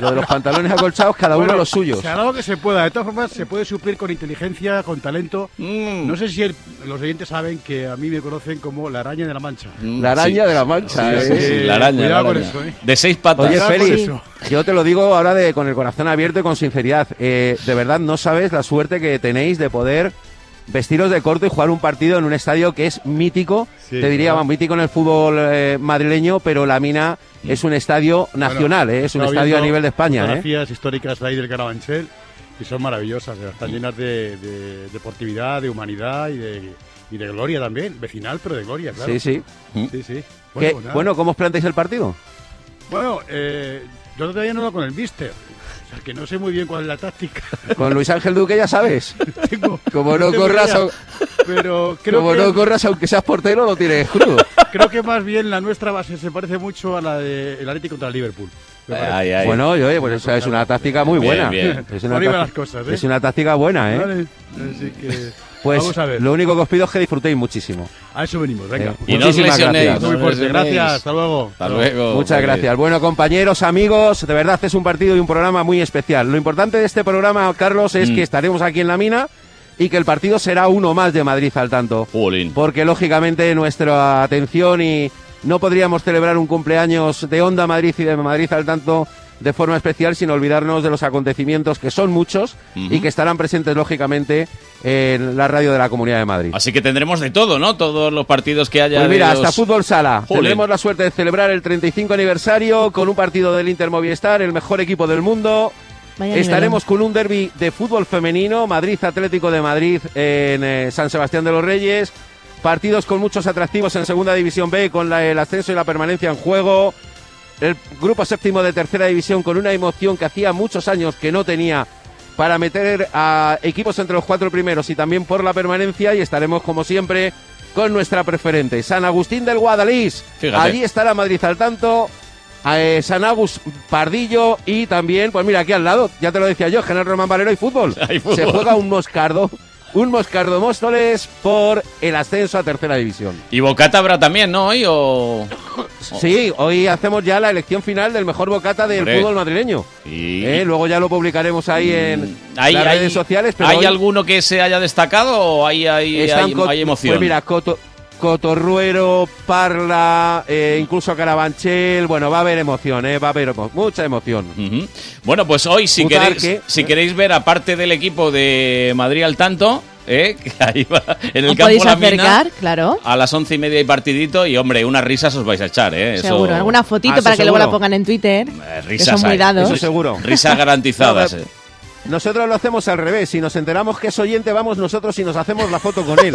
Lo de los pantalones acolchados, cada uno
Bueno,
los suyos.
Se hará lo que se pueda. De todas formas, se puede suplir con inteligencia, con talento.
Mm.
No sé si el- los oyentes saben que a mí me conocen como la araña de la mancha.
La araña de la mancha.
Sí,
¿eh?
sí, sí, la araña, Cuidado la con araña. eso, ¿eh?
De seis patas.
Oye,
Cuidado con
Félix,
eso.
yo te lo digo ahora de, con el corazón abierto y con sinceridad. eh, de verdad, no sabes la suerte que tenéis de poder vestiros de corto y jugar un partido en un estadio que es mítico,
Sí,
te diría,
claro.
vamos, mítico en el fútbol eh, madrileño, pero La Mina
Mm.
es un estadio nacional,
Bueno,
eh, es un
estaba
estadio a
viendo
nivel de España. ¿eh?
Fotografías históricas de ahí del Carabanchel y son maravillosas, eh, están llenas de, de deportividad, de humanidad y de, y de gloria también, vecinal pero de gloria, claro.
Sí, sí.
Sí, sí.
¿Qué-
pues nada.
bueno, ¿cómo os planteáis el partido?
Bueno, eh, yo todavía no lo con el mister. O sea, que no sé muy bien cuál es la táctica.
Con Luis Ángel Duque ya sabes. como no
tengo
corras,
idea.
au-
Pero creo
como
que,
no corras, aunque seas portero, lo tienes crudo.
creo que más bien la nuestra base se parece mucho a la del el Atlético contra el Liverpool. me parece.
Bueno, oye, pues esa es una táctica muy
Bien,
buena.
bien.
Es una
Por ahí van
táctica-
las cosas, ¿eh?
es una táctica buena, ¿eh?
Vale, así que
Pues
vamos a ver.
lo único que os pido es que disfrutéis muchísimo.
A eso venimos, venga.
Eh,
Y no os
muchísimas
lesionéis,
gracias.
Muy fuerte, gracias, hasta luego. Hasta luego,
Muchas
Luis.
gracias. Bueno, compañeros, amigos, de verdad es un partido y un programa muy especial. Lo importante de este programa, Carlos, es
Mm.
que estaremos aquí en la mina y que el partido será uno más de Madrid al tanto. Porque lógicamente nuestra atención y no podríamos celebrar un cumpleaños de Onda Madrid y de Madrid al tanto de forma especial sin olvidarnos de los acontecimientos que son muchos y que estarán presentes lógicamente en la radio de la Comunidad de Madrid.
Así que tendremos de todo, ¿no? Todos los partidos que haya.
Pues mira,
de los-
hasta fútbol sala.
Jolín.
Tendremos la suerte de celebrar el 35 aniversario con un partido del Inter Movistar, el mejor equipo del mundo.
Vaya
Estaremos con un derby de fútbol femenino, Madrid Atlético de Madrid en eh, San Sebastián de los Reyes. Partidos con muchos atractivos en Segunda División B, con la- el ascenso y la permanencia en juego. El grupo séptimo de Tercera División con una emoción que hacía muchos años que no tenía para meter a equipos entre los cuatro primeros y también por la permanencia y estaremos como siempre con nuestra preferente San Agustín del Guadalís.
Fíjate.
Allí estará Madrid al tanto. eh, San Agus Pardillo y también, pues mira, aquí al lado, ya te lo decía yo, General Román Valero y fútbol.
fútbol.
Se juega un Moscardo, un Moscardo Móstoles por el ascenso a tercera división.
Y Bocata habrá también, ¿no? Hoy o.
Sí, hoy hacemos ya la elección final del mejor bocata del
Hombre.
fútbol madrileño.
Y-
Eh, luego ya lo publicaremos ahí en
¿Hay-
las
hay-
redes sociales. Pero
¿Hay
hoy-
alguno que se haya destacado o hay, hay,
Están
hay-
Cot-
hay emoción?
Pues mira, Coto- Cotorruero, Parla, eh, incluso Carabanchel. Bueno, va a haber emoción, eh, va a haber emo- mucha emoción.
Bueno, pues hoy, si
Butarque.
queréis, si queréis ver aparte del equipo de Madrid al tanto, ¿eh? que ahí va, en
¿Os
el campo
podéis
La Mina,
acercar? Claro.
a las once y media hay partidito y, hombre, unas risas os vais a echar, ¿eh? Eso-
Seguro. Alguna fotito
Ah, eso
para que luego la
seguro.
pongan en Twitter.
Eh,
que
risas
son muy
hay,
dados.
eso Risas garantizadas. eh.
Nosotros lo hacemos al revés. Si nos enteramos que es oyente, vamos nosotros y nos hacemos la foto con él.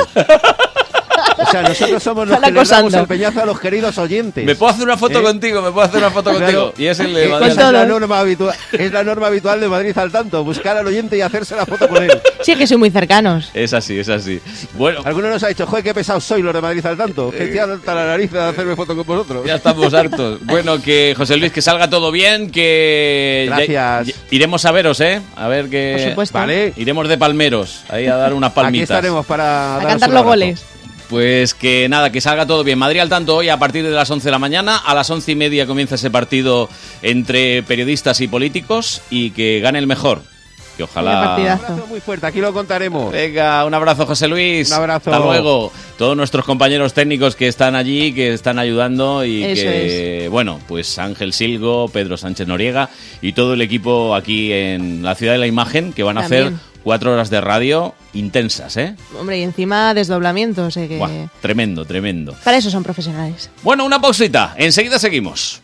O sea, nosotros somos los
Están
que les damos
acosando.
el peñazo a los queridos oyentes.
Me puedo hacer una foto
¿Eh?
contigo, me puedo hacer una foto contigo.
Claro.
Y es el
Eh,
de Madrid.
esa es la norma habitual, es la norma habitual de Madrid al tanto, buscar al oyente y hacerse la foto con él.
Sí, es que soy muy cercanos.
Es así, es así. Bueno, Eh,
Alguno nos ha dicho, joder, qué pesados soy los de Madrid al tanto, que estoy hasta la nariz de hacerme foto con vosotros.
Ya estamos hartos. Bueno, que José Luis, que salga todo bien, que... ya-
Gracias.
ya- iremos a veros, ¿eh? A ver que...
Por supuesto.
Vale. Iremos de palmeros, ahí a dar unas
Aquí
palmitas.
estaremos para
A
daros
cantar
un
los
abrazo.
goles.
Pues que nada, que salga todo bien. Madrid al tanto hoy a partir de las 11 de la mañana. A las 11 y media comienza ese partido entre periodistas y políticos y que gane el mejor. Que ojalá...
Un abrazo muy fuerte, aquí lo contaremos.
Venga, un abrazo José Luis.
Un abrazo.
Hasta luego. Todos nuestros compañeros técnicos que están allí, que están ayudando y
Eso
que, bueno, pues Ángel Silgo, Pedro Sánchez Noriega y todo el equipo aquí en la Ciudad de la Imagen que van a
También.
hacer cuatro horas de radio intensas, ¿eh?
Hombre, y encima desdoblamiento, o sea que...
Buah, tremendo, tremendo.
Para eso son profesionales.
Bueno, una pausita. Enseguida seguimos.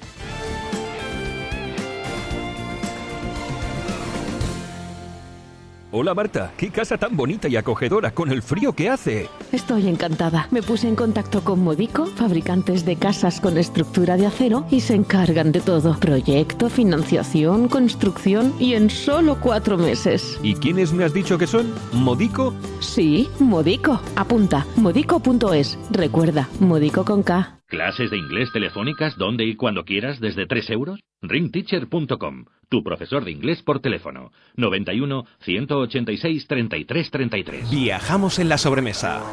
Hola Marta, qué casa tan bonita y acogedora con el frío que hace.
Estoy encantada. Me puse en contacto con Modico, fabricantes de casas con estructura de acero, y se encargan de todo. Proyecto, financiación, construcción y en solo cuatro meses.
¿Y quiénes me has dicho que son? ¿Modico?
Sí, Modico. Apunta, modico.es. Recuerda, Modico con K.
¿Clases de inglés telefónicas donde y cuando quieras desde 3 euros? Ringteacher.com, tu profesor de inglés por teléfono. 91 186 33 33.
Viajamos en la sobremesa.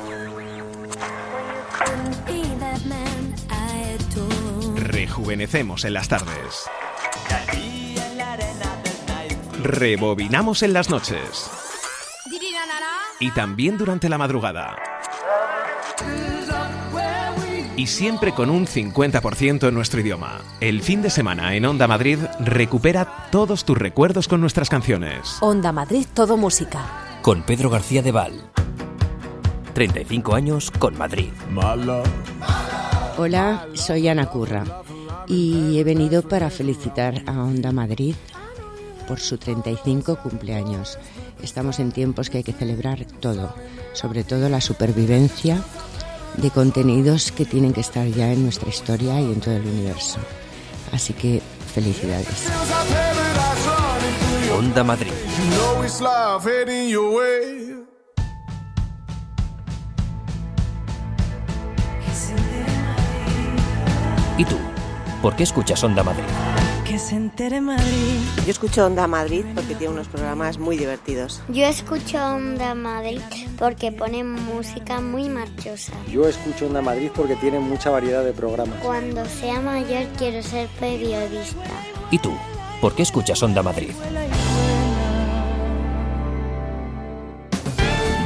Rejuvenecemos en las tardes. Rebobinamos en las noches. Y también durante la madrugada. Y siempre con un 50% en nuestro idioma. El fin de semana en Onda Madrid recupera todos tus recuerdos con nuestras canciones.
Onda Madrid Todo Música.
Con Pedro García de Val.
35 años con Madrid.
Hola, soy Ana Curra y he venido para felicitar a Onda Madrid por su 35 cumpleaños. Estamos en tiempos que hay que celebrar todo, sobre todo la supervivencia de contenidos que tienen que estar ya en nuestra historia y en todo el universo. Así que felicidades.
Onda Madrid.
You know it's life heading your way.
¿Y tú? ¿Por qué escuchas Onda Madrid?
Que se entere Madrid. Yo escucho Onda Madrid porque tiene unos programas muy divertidos.
Yo escucho Onda Madrid porque ponen música muy marchosa.
Yo escucho Onda Madrid porque tiene mucha variedad de programas.
Cuando sea mayor quiero ser periodista.
¿Y tú? ¿Por qué escuchas Onda Madrid?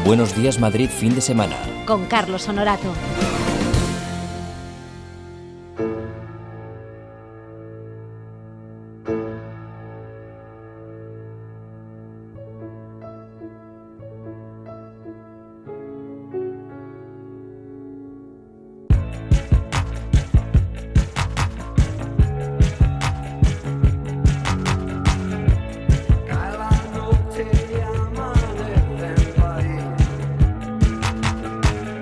Buenos días Madrid, fin de semana.
Con Carlos Honorato.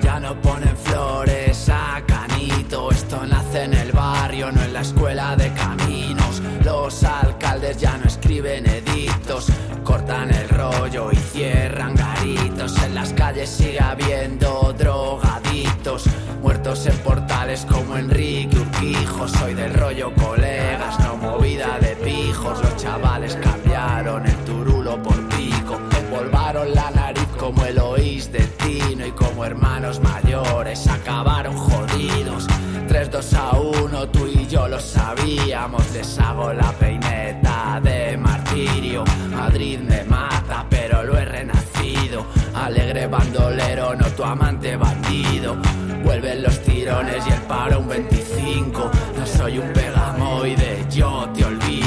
Ya no ponen flores a Canito, esto nace en el barrio, no en la escuela de caminos. Los alcaldes ya no escriben edictos, cortan el rollo y cierran garitos. En las calles sigue habiendo drogaditos, muertos en portales como Enrique Urquijo. Soy del rollo colegas, no movida de pijos. Los chavales cambiaron el turulo por pico, empolvaron la nariz como el oís de Tino y como hermanos mayores acabaron jodidos. 3, 2 a 1, tú y yo lo sabíamos, les hago la peineta de martirio. Madrid me mata, pero lo he renacido. Alegre bandolero, no tu amante bandido. Vuelven los tirones y el paro un 25. No soy un pegamoide, yo te olvido.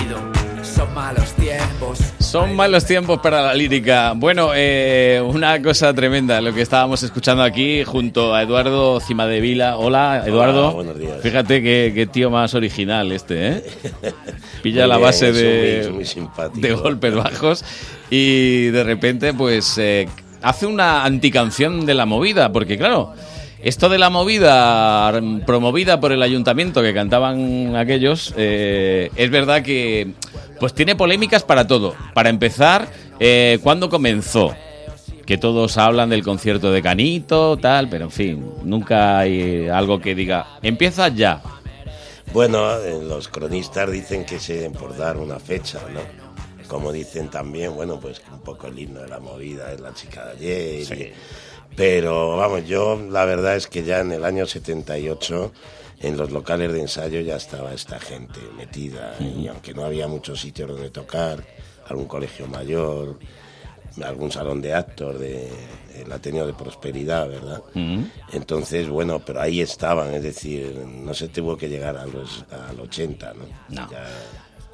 Son malos tiempos.
Son malos tiempos para la lírica. Bueno, eh, una cosa tremenda, lo que estábamos escuchando aquí junto a Eduardo Cimadevila. Hola, Eduardo.
Hola, buenos días.
Fíjate qué, qué tío más original este, ¿eh? Pilla
Muy
la
bien,
base
es un
de,
mix muy simpático.
de golpes bajos y de repente, pues, eh, hace una anticanción de la movida, porque claro. Esto de la movida mm, promovida por el ayuntamiento que cantaban aquellos, eh, es verdad que pues tiene polémicas para todo. Para empezar, eh, ¿cuándo comenzó? Que todos hablan del concierto de Canito, tal, pero en fin, nunca hay algo que diga, empieza ya.
Bueno, eh, los cronistas dicen que se deben por dar una fecha, ¿no? Como dicen también, bueno, pues un poco el himno de la movida es la chica de ayer. y- pero vamos, yo la verdad es que ya en el año 78 en los locales de ensayo ya estaba esta gente metida y aunque no había muchos sitios donde tocar, algún colegio mayor, algún salón de actos de, el Ateneo de Prosperidad, ¿verdad?
Mm.
Entonces, bueno, pero ahí estaban, es decir, no se tuvo que llegar a los, al 80, ¿no? Ya-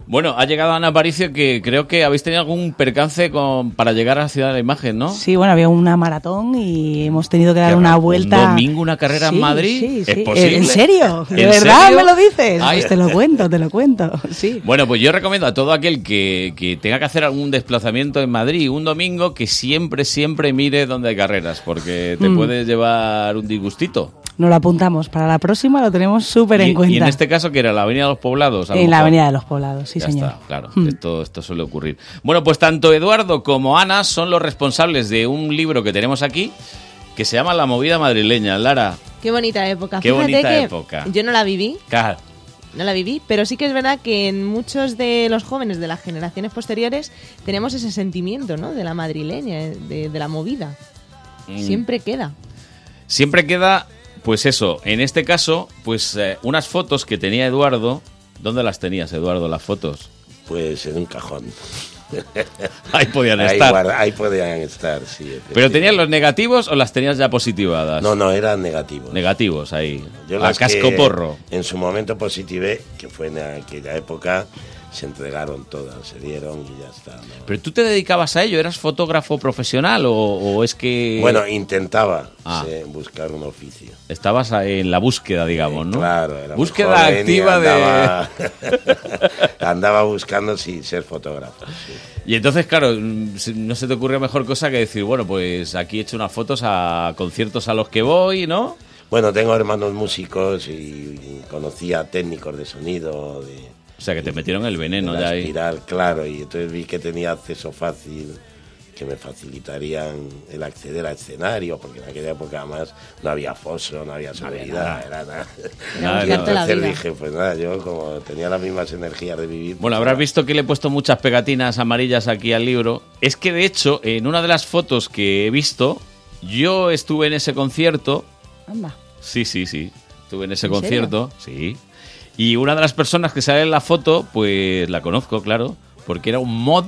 Bueno, ha llegado Ana Aparicio que creo que habéis tenido algún percance con, para llegar a la ciudad de la imagen, ¿no?
Sí, bueno, había una maratón y hemos tenido que dar una vuelta.
domingo una carrera en
Sí,
Madrid?
sí,
¿Es
sí. ¿En-
posible?
¿En serio? ¿De
¿En
verdad
serio?
me lo dices?
Ay.
Pues te lo cuento, te lo cuento. Sí.
Bueno, pues yo recomiendo a todo aquel que, que tenga que hacer algún desplazamiento en Madrid un domingo que siempre, siempre mire dónde hay carreras, porque te
Mm.
puedes llevar un disgustito.
Nos lo apuntamos. Para la próxima lo tenemos súper
y,
en
y
Pues cuenta.
en este caso, que era la Avenida de los Poblados. a lo
En la
mejor.
Avenida de los Poblados, sí,
Ya
señor.
está, claro,
Mm.
esto, esto suele ocurrir. Bueno, pues tanto Eduardo como Ana son los responsables de un libro que tenemos aquí que se llama La movida madrileña. Lara,
Qué bonita época.
Qué
Fíjate
bonita
que
época.
yo no la viví,
ca-
no la viví, pero sí que es verdad que en muchos de los jóvenes de las generaciones posteriores tenemos ese sentimiento, ¿no? De la madrileña, eh, de, de la movida.
mm,
Siempre queda.
siempre queda, pues eso, en este caso, pues eh, unas fotos que tenía Eduardo. ¿Dónde las tenías, Eduardo, las fotos?
Pues en un cajón.
Ahí podían
Ahí
estar.
guarda- ahí podían estar, sí.
¿Pero tenías los negativos o las tenías ya
Este,
positivadas?
No, no, eran negativos.
Negativos, ahí.
Yo
a
las que
casco porro.
En su momento positivé, que fue en aquella época, se entregaron todas, se dieron y ya está. ¿no?
¿Pero tú te dedicabas a ello? ¿Eras fotógrafo profesional o, o es que...?
Bueno, intentaba
Ah.
sí, buscar un oficio.
Estabas ahí en la búsqueda, digamos, ¿no?
Claro, era muy
Búsqueda
joven y
activa
andaba,
de...
andaba buscando si ser fotógrafo. sí.
Y entonces, claro, mm, si- no se te ocurrió mejor cosa que decir, bueno, pues aquí he hecho unas fotos a conciertos a los que voy, ¿no?
Bueno, tengo hermanos músicos y, y conocía técnicos de sonido. De,
O sea, que te metieron el veneno
de
ya
la
ahí.
espiral, claro, y entonces vi que tenía acceso fácil, que me facilitarían el acceder al escenario, porque en aquella época además no había foso, no había seguridad,
nada.
era nada.
Nada,
y
nada.
entonces
Vida.
dije, pues nada, yo como tenía las mismas energías de vivir.
Bueno, habrás visto que le he puesto muchas pegatinas amarillas aquí al libro. Es que de hecho, en una de las fotos que he visto, yo estuve en ese concierto.
Anda.
Sí, sí, sí. Estuve en ese
¿En
concierto, sí. Y una de las personas que sale en la foto, pues la conozco, claro, porque era un mod.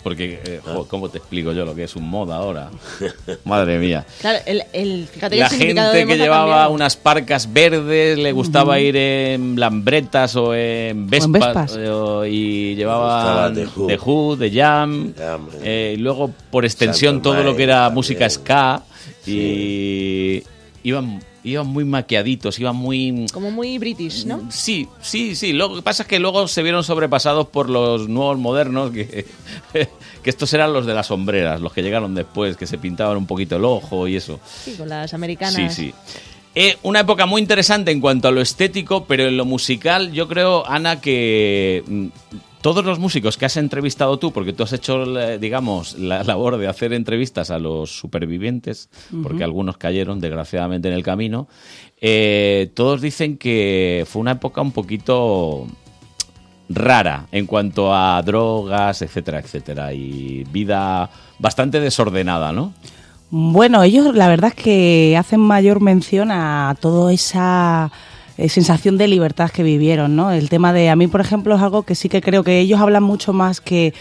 Porque, eh, jo, ¿cómo te explico yo lo que es un mod ahora? Madre mía.
Claro, el, el- fíjate que
La
el significado de
gente que
moza
llevaba
cambió.
unas parcas verdes, le gustaba ir en lambretas o en vespas,
Vespas.
eh, o-
gustaba
y llevaba
The
de
Who.
Who, de Jam, eh, y luego por extensión
Santo
todo lo
Mae
que era música ska y iban, iban muy maquiaditos, iban muy...
Como muy british, ¿no?
Sí, sí, sí. Lo que pasa es que luego se vieron sobrepasados por los nuevos modernos, que, que estos eran los de las sombreras, los que llegaron después, que se pintaban un poquito el ojo y eso.
Sí, con las americanas.
Sí, sí. Eh, una época muy interesante en cuanto a lo estético, pero en lo musical yo creo, Ana, que mm, todos los músicos que has entrevistado tú, porque tú has hecho, la- digamos, la labor de hacer entrevistas a los supervivientes,
Ujú.
porque algunos cayeron desgraciadamente en el camino, eh, todos dicen que fue una época un poquito rara en cuanto a drogas, etcétera, etcétera, y vida bastante desordenada, ¿no?
Bueno, ellos la verdad es que hacen mayor mención a toda esa eh, sensación de libertad que vivieron, ¿no? El tema de, a mí por ejemplo, es algo que sí que creo que ellos hablan mucho más que,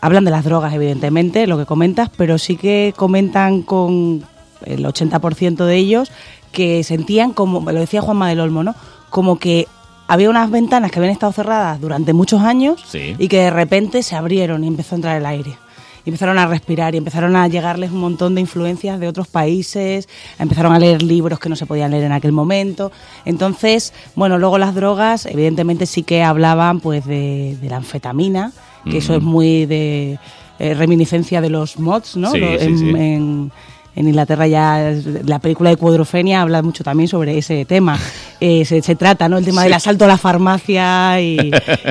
hablan de las drogas evidentemente, lo que comentas, pero sí que comentan con el 80% de ellos que sentían, como lo decía Juanma del Olmo, ¿no? Como que había unas ventanas que habían estado cerradas durante muchos años
Sí.
y que de repente se abrieron y empezó a entrar el aire. Y empezaron a respirar y empezaron a llegarles un montón de influencias de otros países, empezaron a leer libros que no se podían leer en aquel momento. Entonces, bueno, luego las drogas, evidentemente sí que hablaban pues de, de la anfetamina, que eso es
Ujú.
muy de eh, reminiscencia de los mods, ¿no?
Sí,
Lo-
sí,
en,
sí.
en- en Inglaterra ya es- la película de Cuadrofenia habla mucho también sobre ese tema. Eh, se, se trata, ¿no? El tema del
Sí.
asalto a la farmacia y,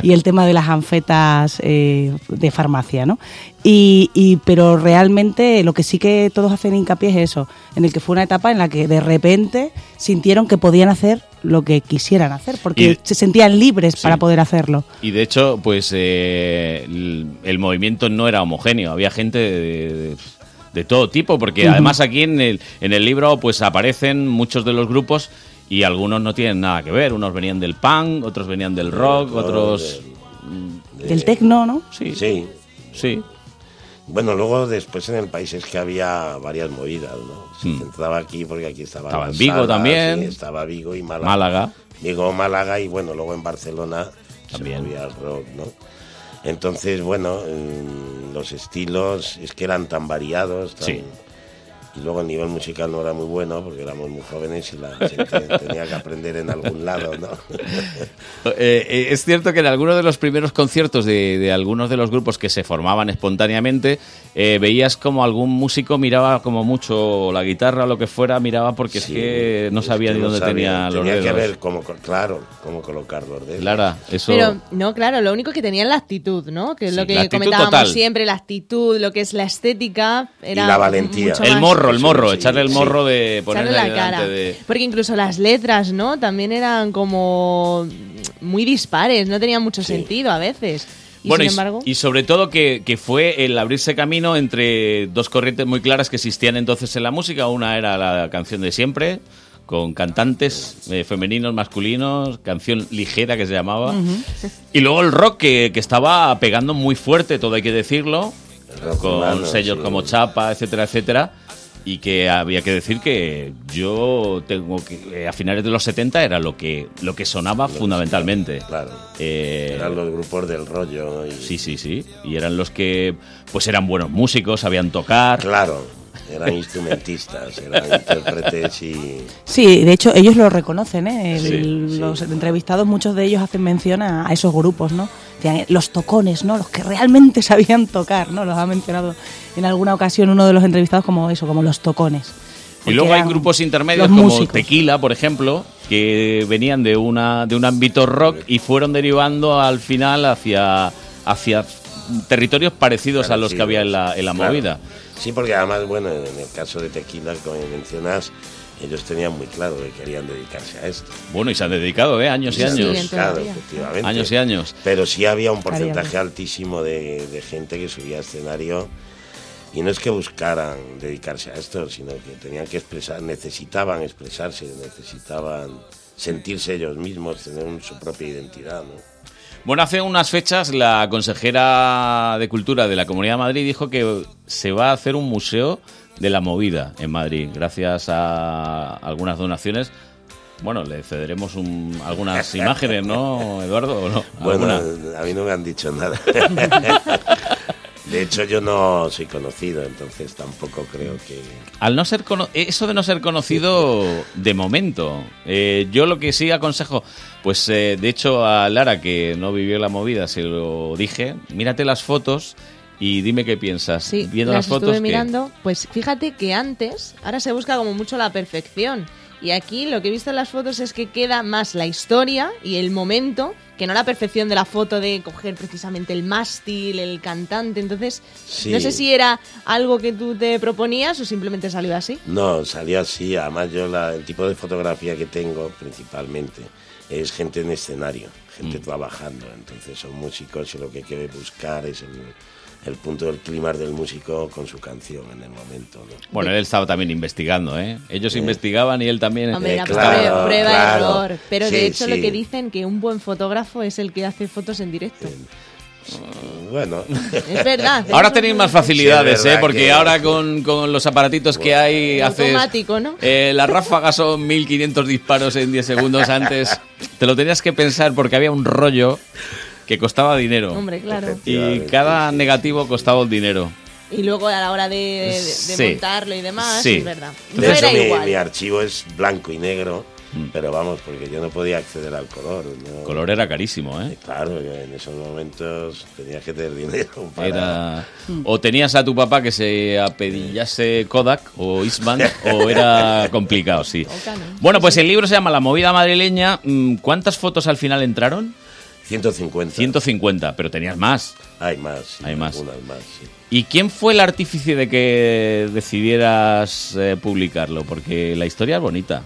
y el tema de las anfetas eh, de farmacia, ¿no? Y, y- pero realmente lo que sí que todos hacen hincapié es eso, en el que fue una etapa en la que de repente sintieron que podían hacer lo que quisieran hacer, porque
Y-
se sentían libres para poder hacerlo.
Y de hecho, pues eh, el, el movimiento no era homogéneo, había gente de, de- de todo tipo, porque
Ujú.
además aquí en el, en el libro pues aparecen muchos de los grupos y algunos no tienen nada que ver, unos venían del punk, otros venían del rock, otros...
Del tecno, ¿no?
Sí.
Sí.
Sí.
Bueno, luego después en el país es que había varias movidas, ¿no? Se centraba aquí porque aquí estaba...
Hmm. Estaba en
Las
Vigo
Salas,
también.
sí, estaba Vigo y Málaga.
Málaga.
Llegó Málaga y bueno, luego en Barcelona también había rock, ¿no? Entonces, bueno, mm, los estilos es que eran tan variados. tan-
Sí.
Y luego el nivel musical no era muy bueno porque éramos muy jóvenes y la gente tenía que aprender en algún lado, ¿no?
Eh, eh, es cierto que en algunos de los primeros conciertos de, de algunos de los grupos que se formaban espontáneamente, eh, veías como algún músico miraba como mucho la guitarra o lo que fuera, miraba porque es que no sabía
que
ni
no
dónde
sabía,
tenía los dedos.
que ver cómo, co- claro, cómo ¿eh? colocar los dedos.
Clara, eso...
Pero, no, claro, lo único que tenía es la actitud, ¿no? Que es lo
la
que
actitud
comentábamos
total.
siempre, la actitud, lo que es la estética. Era mucho
El
más-
morro, el morro,
Sí,
echarle el
sí.
morro de
Echarle
ponerle
la
delante
cara.
de...
Porque incluso las letras, ¿no? También eran como muy dispares, no tenían mucho sentido a veces. Y
Bueno,
sin
y-
embargo,
y sobre todo que, que fue el abrirse camino entre dos corrientes muy claras que existían entonces en la música. Una era la canción de siempre, con cantantes eh, femeninos, masculinos, canción ligera que se llamaba. Y luego el rock que, que estaba pegando muy fuerte, todo hay que decirlo, con
urbano,
sellos
sí.
como Chapa, etcétera, etcétera. Y que había que decir que yo tengo que. eh, A finales de los 70 era lo que, lo que sonaba fundamentalmente.
Claro.
eran
los grupos del rollo.
Sí, sí, sí. Y eran los que. Pues eran buenos músicos, sabían tocar.
Claro. Eran instrumentistas, eran intérpretes y...
Sí, de hecho ellos lo reconocen, ¿eh? El-
Sí,
los entrevistados, muchos de ellos hacen mención a, a esos grupos, ¿no? Decían, Los tocones, ¿no? Los que realmente sabían tocar, ¿no? Los ha mencionado en alguna ocasión uno de los entrevistados como eso, como los tocones.
Y luego
Porque
hay
eran
grupos intermedios
los
como
músicos.
Tequila, por ejemplo, que venían de una de un ámbito rock y fueron derivando al final hacia hacia territorios parecidos a los que había en la, en la
Claro.
movida.
Sí, porque además, bueno, en el caso de Tequila, como mencionas, ellos tenían muy claro que querían dedicarse a esto.
Bueno, y se han dedicado, ¿eh? Años y
Se han
años.
dedicado, efectivamente.
Años y años.
Pero sí había un
Estaría
porcentaje
bien.
altísimo de, de gente que subía a escenario y no es que buscaran dedicarse a esto, sino que tenían que expresar, necesitaban expresarse, necesitaban sentirse ellos mismos, tener un- su propia identidad, ¿no?
Bueno, hace unas fechas la consejera de Cultura de la Comunidad de Madrid dijo que se va a hacer un museo de la movida en Madrid, gracias a algunas donaciones. Bueno, le cederemos un- algunas imágenes, ¿no, Eduardo? ¿O no?
Bueno,
¿Alguna?
a mí no me han dicho nada. De hecho, yo no soy conocido, entonces tampoco creo que...
Al no ser cono- eh, eso de no ser conocido de momento, eh, yo lo que sí aconsejo, pues eh, de hecho a Lara que no vivió la movida se lo dije, mírate las fotos y dime qué piensas.
Sí,
Viendo
las
las, fotos,
estuve
¿qué?
mirando. Pues fíjate que antes, ahora se busca como mucho la perfección. Y aquí lo que he visto en las fotos es que queda más la historia y el momento que no la perfección de la foto de coger precisamente el mástil, el cantante. Entonces,
Sí.
no sé si era algo que tú te proponías o simplemente salió así.
No, salió así. Además, yo la- el tipo de fotografía que tengo principalmente es gente en escenario,
Mm.
gente trabajando. Entonces son músicos y lo que hay que buscar es el, el punto del clima del músico con su canción en el momento. ¿no?
Bueno, él estaba también investigando, ¿eh? Ellos investigaban y él también.
Hombre, era
claro,
prueba, prueba,
claro.
error. Pero
Sí,
de hecho lo
sí.
que dicen que un buen fotógrafo es el que hace fotos en directo.
Bueno.
Es verdad.
Ahora tenéis más facilidades,
Sí, es
¿eh?
verdad
Porque
que-
ahora con, con los aparatitos que hay, haces.
Automático, ¿no?
eh, las ráfagas son 1500 disparos en 10 segundos antes. Te lo tenías que pensar porque había un rollo que costaba dinero.
Hombre, claro.
Y cada negativo costaba un dinero.
Y luego a la hora de, Eh, de- de
Sí.
montarlo y demás,
Sí.
es verdad. No
De hecho,
era
mi,
igual.
mi archivo es blanco y negro, pero vamos, porque yo no podía acceder al color. ¿no?
El Mm. color era carísimo, ¿eh?
Claro, yo en esos momentos tenía que tener dinero para...
Era...
Mm.
O tenías a tu papá que se apedillase Kodak o Eastman, o era complicado, sí. Bueno, pues el libro se llama La movida madrileña. Mm, ¿Cuántas fotos al final entraron?
150.
150, pero tenías más.
Hay más, sí,
Hay más.
algunas más, sí.
¿Y quién fue el artífice de que decidieras eh, publicarlo? Porque la historia es bonita.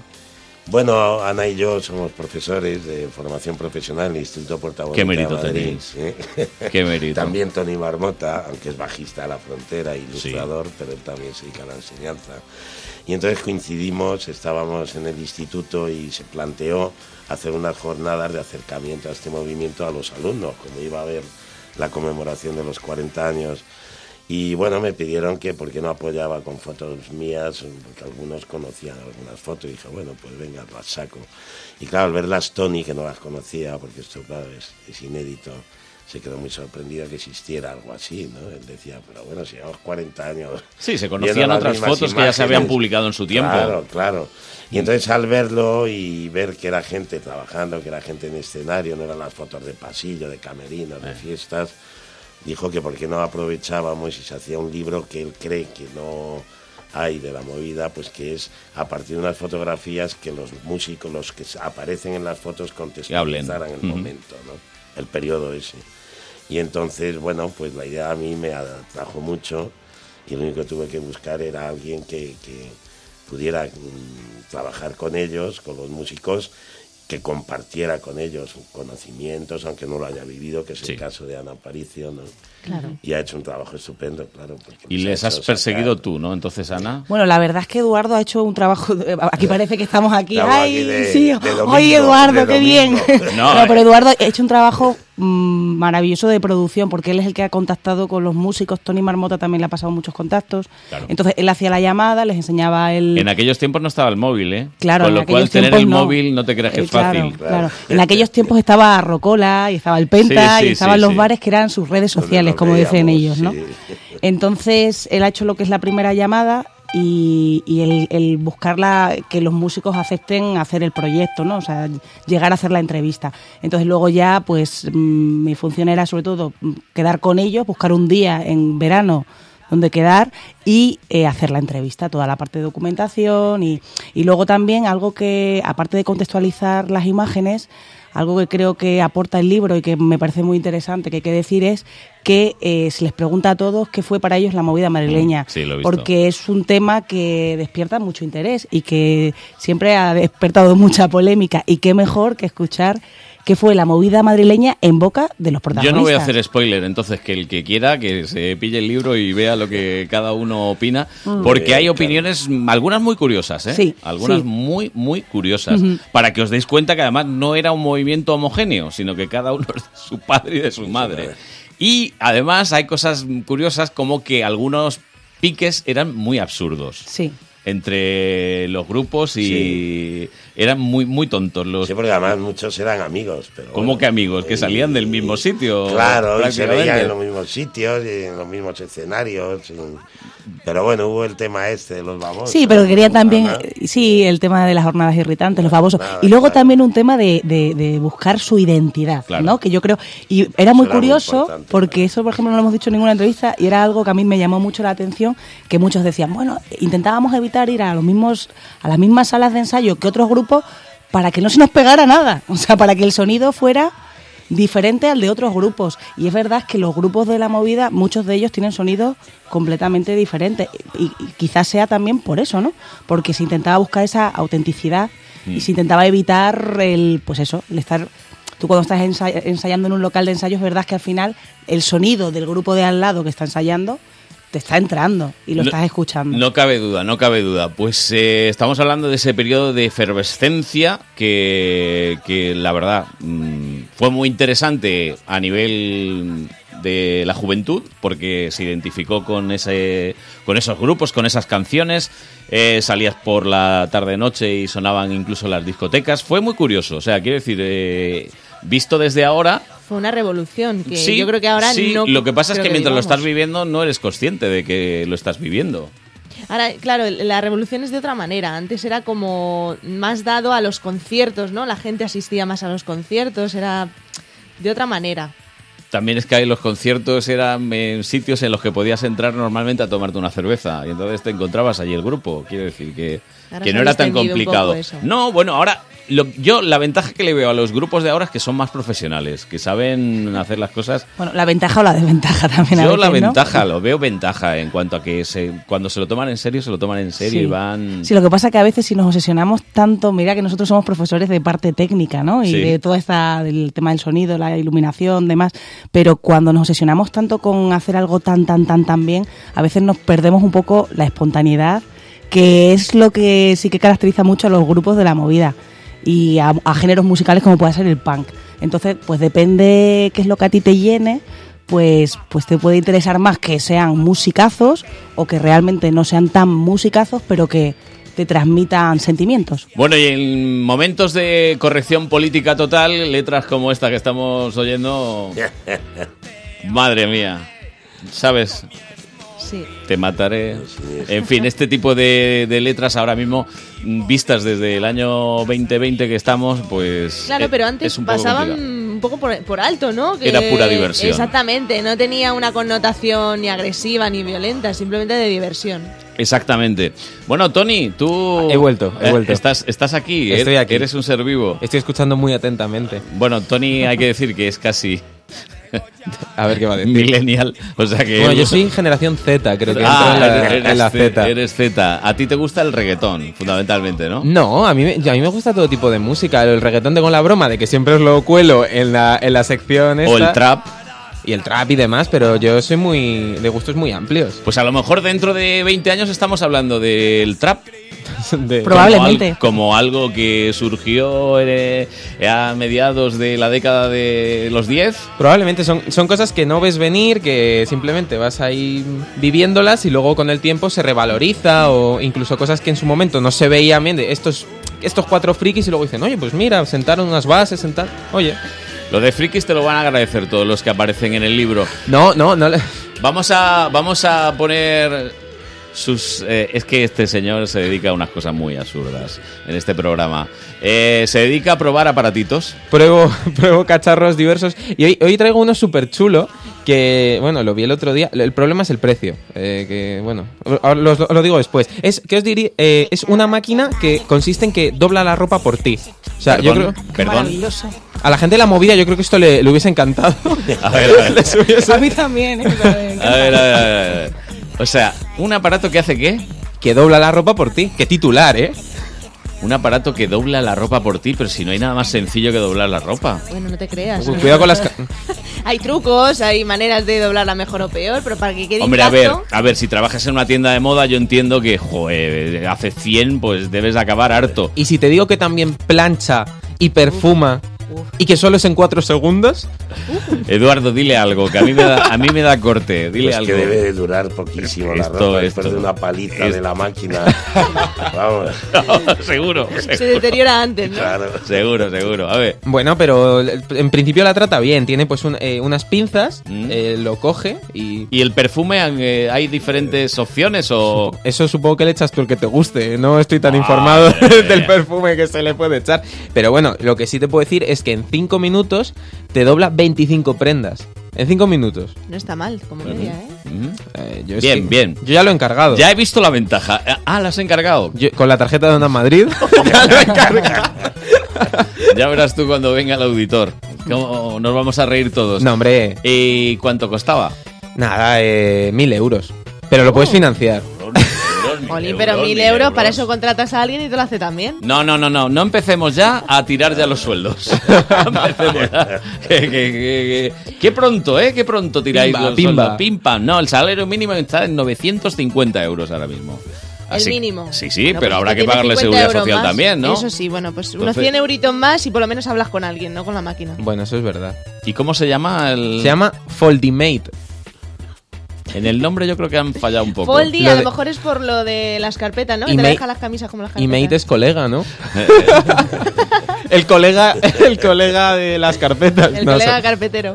Bueno, Ana y yo somos profesores de formación profesional en el Instituto Puerta Bonita
Qué mérito
de Madrid,
tenéis.
¿eh?
Qué mérito.
También Tony Marmota, aunque es bajista a la frontera, e ilustrador, pero él también se dedica a la enseñanza. Y entonces coincidimos, estábamos en el instituto y se planteó hacer unas jornadas de acercamiento a este movimiento a los alumnos, como iba a haber la conmemoración de los 40 años y bueno, me pidieron que por qué no apoyaba con fotos mías, porque algunos conocían algunas fotos. Y dije, bueno, pues venga, las saco. Y claro, al verlas Tony, que no las conocía, porque esto, claro, es, es inédito, se quedó muy sorprendido que existiera algo así, ¿no? Él decía, pero bueno, si llevamos 40 años.
Sí, se
viendo
conocían
las
otras
mismas
fotos que ya se habían publicado en su tiempo.
Claro, claro. Y entonces al verlo y ver que era gente trabajando, que era gente en escenario, no eran las fotos de pasillo, de camerinos,
Eh.
de fiestas, dijo que por qué no aprovechábamos y se hacía un libro que él cree que no hay de la movida, pues que es a partir de unas fotografías que los músicos, los que aparecen en las fotos contextualizaran el
Ujú.
momento, ¿no? el periodo ese. Y entonces, bueno, pues la idea a mí me atrajo mucho y lo único que tuve que buscar era alguien que, que pudiera mm, trabajar con ellos, con los músicos, que compartiera con ellos conocimientos, aunque no lo haya vivido, que es el caso de Ana Aparicio, ¿no?
Claro.
Y ha hecho un trabajo estupendo, claro. porque
Y
nos ha
les has
hecho sacar-
perseguido tú, ¿no? Entonces, Ana.
Bueno, la verdad es que Eduardo ha hecho un trabajo. Aquí parece que estamos aquí.
Estamos
¡Ay,
aquí de-
sí!
de
¡Ay,
domingo,
Eduardo,
de
qué bien!
domingo. No,
No,
eh.
pero Eduardo ha hecho un trabajo mm, maravilloso de producción porque él es el que ha contactado con los músicos. Tony Marmota también le ha pasado muchos contactos.
Claro.
Entonces, él hacía la llamada, les enseñaba el.
En aquellos tiempos no estaba el móvil, ¿eh?
Claro,
Con
en
lo cual
aquellos
tener el
tiempos no.
móvil no te creas que
Eh,
es
claro,
fácil.
claro. En aquellos tiempos estaba Rocola y estaba el
Sí,
Penta
sí,
y estaban
sí,
los
sí.
bares que eran sus redes sociales, como dicen ellos, ¿no? Entonces él ha hecho lo que es la primera llamada y, y el, el buscar la- que los músicos acepten hacer el proyecto, ¿no? O sea, llegar a hacer la entrevista. Entonces luego ya, pues mm, mi función era sobre todo mm, quedar con ellos, buscar un día en verano donde quedar y eh, hacer la entrevista, toda la parte de documentación y, y luego también algo que, aparte de contextualizar las imágenes, algo que creo que aporta el libro y que me parece muy interesante que hay que decir es que eh, se les pregunta a todos qué fue para ellos la movida madrileña,
Mm, sí, lo he visto.
porque es un tema que despierta mucho interés y que siempre ha despertado mucha polémica y qué mejor que escuchar qué fue la movida madrileña en boca de los
Yo
protagonistas.
no voy a hacer spoiler, entonces que el que quiera que se pille el libro y vea lo que cada uno opina,
Mm.
porque hay
Claro.
opiniones, m, algunas muy curiosas, ¿eh?
Sí,
algunas
sí.
muy, muy curiosas,
Ujú.
para que os deis cuenta que además no era un movimiento homogéneo, sino que cada uno es de su padre y de su madre. Y además hay cosas curiosas como que algunos piques eran muy absurdos.
Sí.
Entre los grupos y eran muy, muy tontos los... Sí,
porque además muchos eran amigos. Pero
¿Cómo que amigos? Que salían del mismo sitio.
Claro, y se
prácticamente.
veían en los mismos sitios, y en los mismos escenarios. y- Pero bueno, hubo el tema este de los babosos.
Sí, pero quería también,
Ajá.
eh, sí, el tema de las jornadas irritantes, los famosos. Y luego también un tema de, de- de buscar su identidad, ¿no? Que yo creo, y era muy era muy curioso, importante, porque eso, por ejemplo, no lo hemos dicho en ninguna entrevista, y era algo que a mí me llamó mucho la atención, que muchos decían, bueno, intentábamos evitar ir a los mismos, a las mismas salas de ensayo que otros grupos, para que no se nos pegara nada, o sea, para que el sonido fuera diferente al de otros grupos. Y es verdad que los grupos de la movida, muchos de ellos tienen sonidos completamente diferentes. Y, y quizás sea también por eso, ¿no? Porque se intentaba buscar esa autenticidad y se intentaba evitar el, pues eso, el estar... Tú cuando estás ensa- ensayando en un local de ensayo, es verdad que al final el sonido del grupo de al lado que está ensayando te está entrando y lo
No-
estás escuchando.
No cabe duda, no cabe duda. Pues eh, estamos hablando de ese periodo de efervescencia que, que, la verdad mm, fue muy interesante a nivel de la juventud porque se identificó con ese con esos grupos, con esas canciones, Eh, salías por la tarde noche y sonaban incluso las discotecas, fue muy curioso, o sea, quiero decir, eh, visto desde ahora
Fue una revolución que
Sí,
yo creo que ahora
sí,
no.
Lo que pasa es
creo
que, mientras lo
vivamos.
estás viviendo no eres consciente de que lo estás viviendo.
Ahora, claro, la revolución es de otra manera. Antes era como más dado a los conciertos, ¿no? La gente asistía más a los conciertos, era de otra manera.
También es que ahí los conciertos eran en sitios en los que podías entrar normalmente a tomarte una cerveza y entonces te encontrabas allí el grupo. Quiero decir que,
Ahora
que
se
no
ha
era tan
distendido un poco
complicado.
eso.
No, bueno, ahora lo- yo la ventaja que le veo a los grupos de ahora es que son más profesionales, que saben hacer las cosas
Bueno, la ventaja o la desventaja también. a
Yo la
veces, ¿no?
ventaja, lo veo ventaja en cuanto a que se, cuando se lo toman en serio, se lo toman en serio
Sí.
y van...
Sí, lo que pasa es que a veces si nos obsesionamos tanto, mira que nosotros somos profesores de parte técnica, ¿no? Y
Sí.
de todo esta, del tema del sonido, la iluminación, demás. Pero cuando nos obsesionamos tanto con hacer algo tan, tan, tan, tan bien, a veces nos perdemos un poco la espontaneidad, que es lo que sí que caracteriza mucho a los grupos de la movida y a, a géneros musicales como puede ser el punk. Entonces, pues depende qué es lo que a ti te llene, pues, pues te puede interesar más que sean musicazos o que realmente no sean tan musicazos, pero que te transmitan sentimientos.
Bueno, y en momentos de corrección política total, letras como esta que estamos oyendo... Madre mía, ¿sabes?
Sí.
Te mataré. En fin, este tipo de, de letras ahora mismo, mm, vistas desde el año 2020 que estamos, pues...
Claro,
eh,
pero antes
es un poco
pasaban
complicado.
un poco por, por alto, ¿no?
Era pura diversión.
Exactamente, no tenía una connotación ni agresiva ni violenta, simplemente de diversión.
Exactamente. Bueno, Tony, tú...
He vuelto, he
Eh,
vuelto.
Estás, estás aquí,
Estoy
er-
aquí.
eres un ser vivo.
Estoy escuchando muy atentamente.
Bueno, Tony, hay que decir que es casi A ver qué va a decir. Millennial. O sea que.
Bueno, yo soy generación Z, creo que
Ah,
entro en la,
eres,
en la
Z-
Z.
eres Z. A ti te gusta el reggaetón, fundamentalmente, ¿no?
No, a mí, me- a mí me gusta todo tipo de música. El reggaetón tengo la broma de que siempre os lo cuelo en la, en la sección
O el
esta.
trap.
Y el trap y demás, pero yo soy muy... de gustos muy amplios.
Pues a lo mejor dentro de 20 años estamos hablando del trap.
Probablemente.
Como, al- como algo que surgió eh, a mediados de la década de los 10.
Probablemente son, son cosas que no ves venir, que simplemente vas ahí viviéndolas y luego con el tiempo se revaloriza o incluso cosas que en su momento no se veían bien de estos, estos cuatro frikis y luego dicen, oye, pues mira, sentaron unas bases, sentar... Oye,
Lo de frikis te lo van a agradecer todos los que aparecen en el libro.
no, no, no... le-
Vamos a, vamos a poner sus... eh, es que este señor se dedica a unas cosas muy absurdas en este programa. Eh, se dedica a probar aparatitos.
Pruebo, pruebo cacharros diversos. Y hoy, hoy traigo uno súper chulo que, bueno, lo vi el otro día. El problema es el precio. eh, que, bueno, ahora lo, os lo digo después. Es que os diría, eh, es una máquina que consiste en que dobla la ropa por ti. O sea, yo
Perdón,
creo.
perdón. Maravilloso.
A la gente de la movida, yo creo que esto le, le hubiese encantado.
A ver, a ver.
Les hubiese-
A mí también, ¿eh?
A ver, a ver, a ver, a ver. O sea, ¿un aparato que hace qué?
Que dobla la ropa por ti. Qué titular, ¿eh?
Un aparato que dobla la ropa por ti, pero si no hay nada más sencillo que doblar la ropa.
Bueno, no te creas.
Uy, cuidado con las ca-
hay trucos, hay maneras de doblarla mejor o peor, pero para que quede
Hombre, a ver,
intacto,
a ver, si trabajas en una tienda de moda, yo entiendo que, joder, hace 100, pues debes acabar harto.
Y si te digo que también plancha y perfuma y que solo es en cuatro segundos.
Eduardo, dile algo, que a mí me da, a mí me da
Eh,
corte. Eh, Dile
Pues
algo.
que debe de
durar poquísimo
la ropa después de una paliza de la máquina. Vamos.
seguro,
se deteriora antes, ¿no?
Seguro, seguro. A ver.
Bueno, pero eh, en principio la trata bien. Tiene pues un- eh, unas pinzas,
Mm.
eh, lo coge y...
¿Y el perfume eh, hay diferentes opciones o...?
Eso supongo que le echas tú el que te guste. No estoy
Ah,
tan informado del perfume que se le puede echar. Pero bueno, lo que sí te puedo decir es que en 5 minutos te dobla 25 prendas. En 5 minutos.
No está mal, como media, ¿eh?
Eh, yo es
Mm. Bien,
que-
bien.
Yo ya lo he encargado.
Ya he visto la ventaja. Ah, ¿la has encargado?
con la tarjeta de Onda Madrid.
Ya verás tú cuando venga el auditor. Cómo nos vamos a reír todos.
No, hombre.
¿Y cuánto costaba?
Nada, eh, 1000 euros. Pero lo
Oh.
puedes financiar.
Oli, pero mil euros, para eso contratas a alguien y te lo hace también.
No, no, no, no. No empecemos ya a tirar ya los sueldos. No empecemos ya. Que, que- que- que- qué pronto, ¿eh? Qué pronto tiráis
Pimba,
los
pimba.
sueldos. Pim, pam. No, el salario mínimo está en 950 euros ahora mismo. Así-
el mínimo.
Ah, Sí, sí,
Bueno,
pero
pues usted
habrá que
tiene
pagarle
50
seguridad
euros
social
más.
también, ¿no?
Eso sí, bueno, pues unos
Entonces-
100 euritos más y por lo menos hablas con alguien, no con la máquina.
Bueno, eso es verdad.
¿Y cómo se llama el...?
Se llama Foldimate.
En el nombre yo creo que han fallado un poco.
Foldy, a lo mejor es por lo de las carpetas, ¿no? Que
Y
te
ma-
deja las camisas como las
Y
carpetas.
Mate es colega, ¿no? el colega, el colega de las carpetas.
El
No,
colega
so-
carpetero.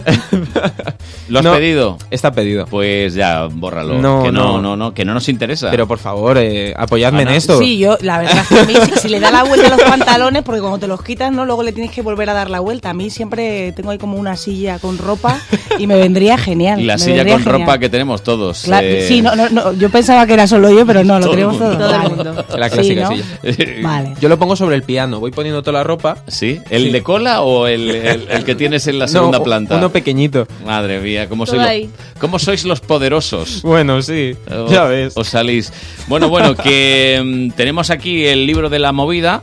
¿Lo has
No,
pedido?
Está pedido.
Pues ya, bórralo.
No,
que no,
no.
no, no, que no nos interesa.
Pero por favor, eh, apoyadme en
Ana.
esto.
Sí, yo, la verdad es que a mí, si, si le da la vuelta a los pantalones, porque cuando te los quitas, ¿no? Luego le tienes que volver a dar la vuelta. A mí siempre tengo ahí como una silla con ropa y me vendría genial.
Y la
me
silla
vendría
con
genial.
ropa que tenemos todos.
Claro,
eh,
sí, no, no, no, yo pensaba que era solo yo, pero no, lo
Todo el
tenemos todos.
mundo. Todo el
Vale.
mundo.
La clásica
Sí,
silla.
Vale.
Yo lo pongo sobre el piano, voy poniendo toda la ropa.
¿Sí? ¿El de cola o el, el- el que tienes en la segunda
No,
planta?
Uno pequeñito.
Madre mía, ¿cómo,
Todo
sois lo-
ahí.
cómo sois los poderosos?
Bueno, sí.
O-
Ya ves.
Os salís. Bueno, bueno, que mm, tenemos aquí el libro de la movida.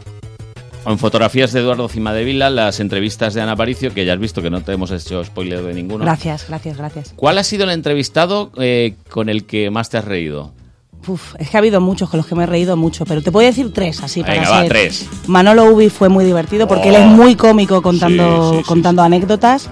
En fotografías de Eduardo Cimadevila, las entrevistas de Ana Paricio, que ya has visto que no te hemos hecho spoiler de ninguno.
Gracias, gracias, gracias.
¿Cuál ha sido el entrevistado eh, con el que más te has reído?
Uf, es que ha habido muchos con los que me he reído mucho, pero te puedo decir tres así para
Venga, va,
ser-
tres. Oh.
Manolo Ubi fue muy divertido porque él es muy cómico contando,
Sí, sí, sí,
contando anécdotas.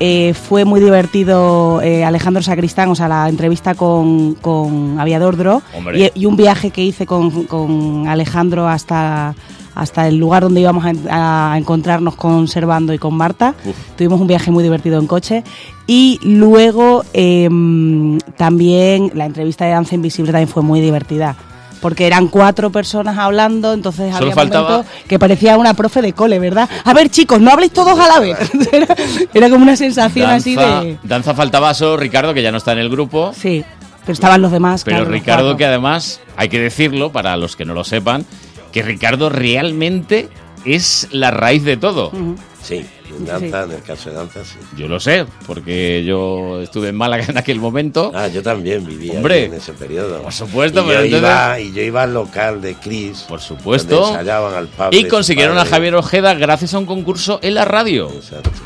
Eh, fue muy divertido eh, Alejandro Sacristán, o sea, la entrevista con, con Aviador Dro
Hombre.
y, y un viaje que hice con, con Alejandro hasta, hasta el lugar donde íbamos a en- a, encontrarnos con Servando y con Marta. Tuvimos un viaje muy divertido en coche. Y luego em, también la entrevista de Danza Invisible también fue muy divertida. Porque eran cuatro personas hablando, entonces
Solo
había
faltaba-
momentos que parecía una profe de cole, ¿verdad? A ver, chicos, no habléis todos a la vez. era, era como una sensación así
Danza,
de...
Danza Faltabaso, Ricardo, que ya no está en el grupo.
Sí, pero estaban los demás.
Pero
claro, los
Ricardo,
cuatro.
que además, hay que decirlo para los que no lo
Mm.
sepan, que Ricardo realmente es la raíz de todo.
Ujú.
Sí.
En danza, en el caso de danza, sí.
Yo lo sé, porque yo estuve en Málaga en aquel momento.
Ah, yo también vivía
Hombre.
en ese periodo. Por
supuesto,
y
pero
yo,
entonces-
iba, y yo iba al local de Chris. Por
supuesto.
ensayaban al pub de
Y
su
consiguieron a
padre.
Javier Ojeda gracias a un concurso en la radio.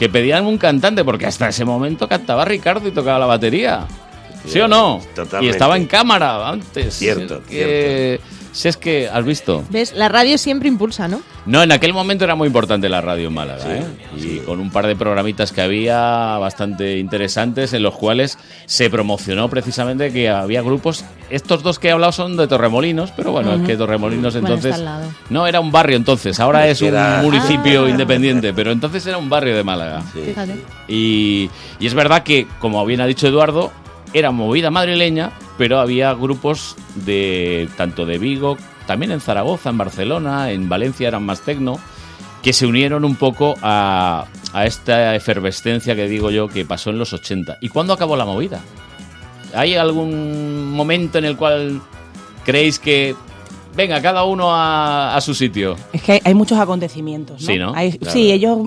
Que pedían un cantante, porque hasta ese momento cantaba Ricardo y tocaba la batería. ¿Sí o no?
Totalmente.
Y estaba en cámara antes. Cierto, cierto. Si es que has visto.
¿Ves? La radio siempre impulsa, ¿no?
No, en aquel momento era muy importante la radio en Málaga, ¿eh? Y con un par de programitas que había bastante interesantes en los cuales se promocionó precisamente que había grupos. Estos dos que he hablado son de Torremolinos, pero bueno,
Ujú.
es que Torremolinos
Bueno,
entonces
está al lado.
no era un barrio entonces, ahora
Es
es
que
un
era-
municipio
Ah.
independiente, pero entonces era un barrio de Málaga.
Fíjate.
Y, y es verdad que, como bien ha dicho Eduardo, era movida madrileña, pero había grupos de tanto de Vigo, también en Zaragoza, en Barcelona, en Valencia eran más tecno, que se unieron un poco a, a esta efervescencia que digo yo que pasó en los 80. ¿Y cuándo acabó la movida? ¿Hay algún momento en el cual creéis que, venga, cada uno a, a su sitio?
Es que hay, hay muchos acontecimientos, ¿no?
Sí, ¿no?
Hay-
Claro.
sí, ellos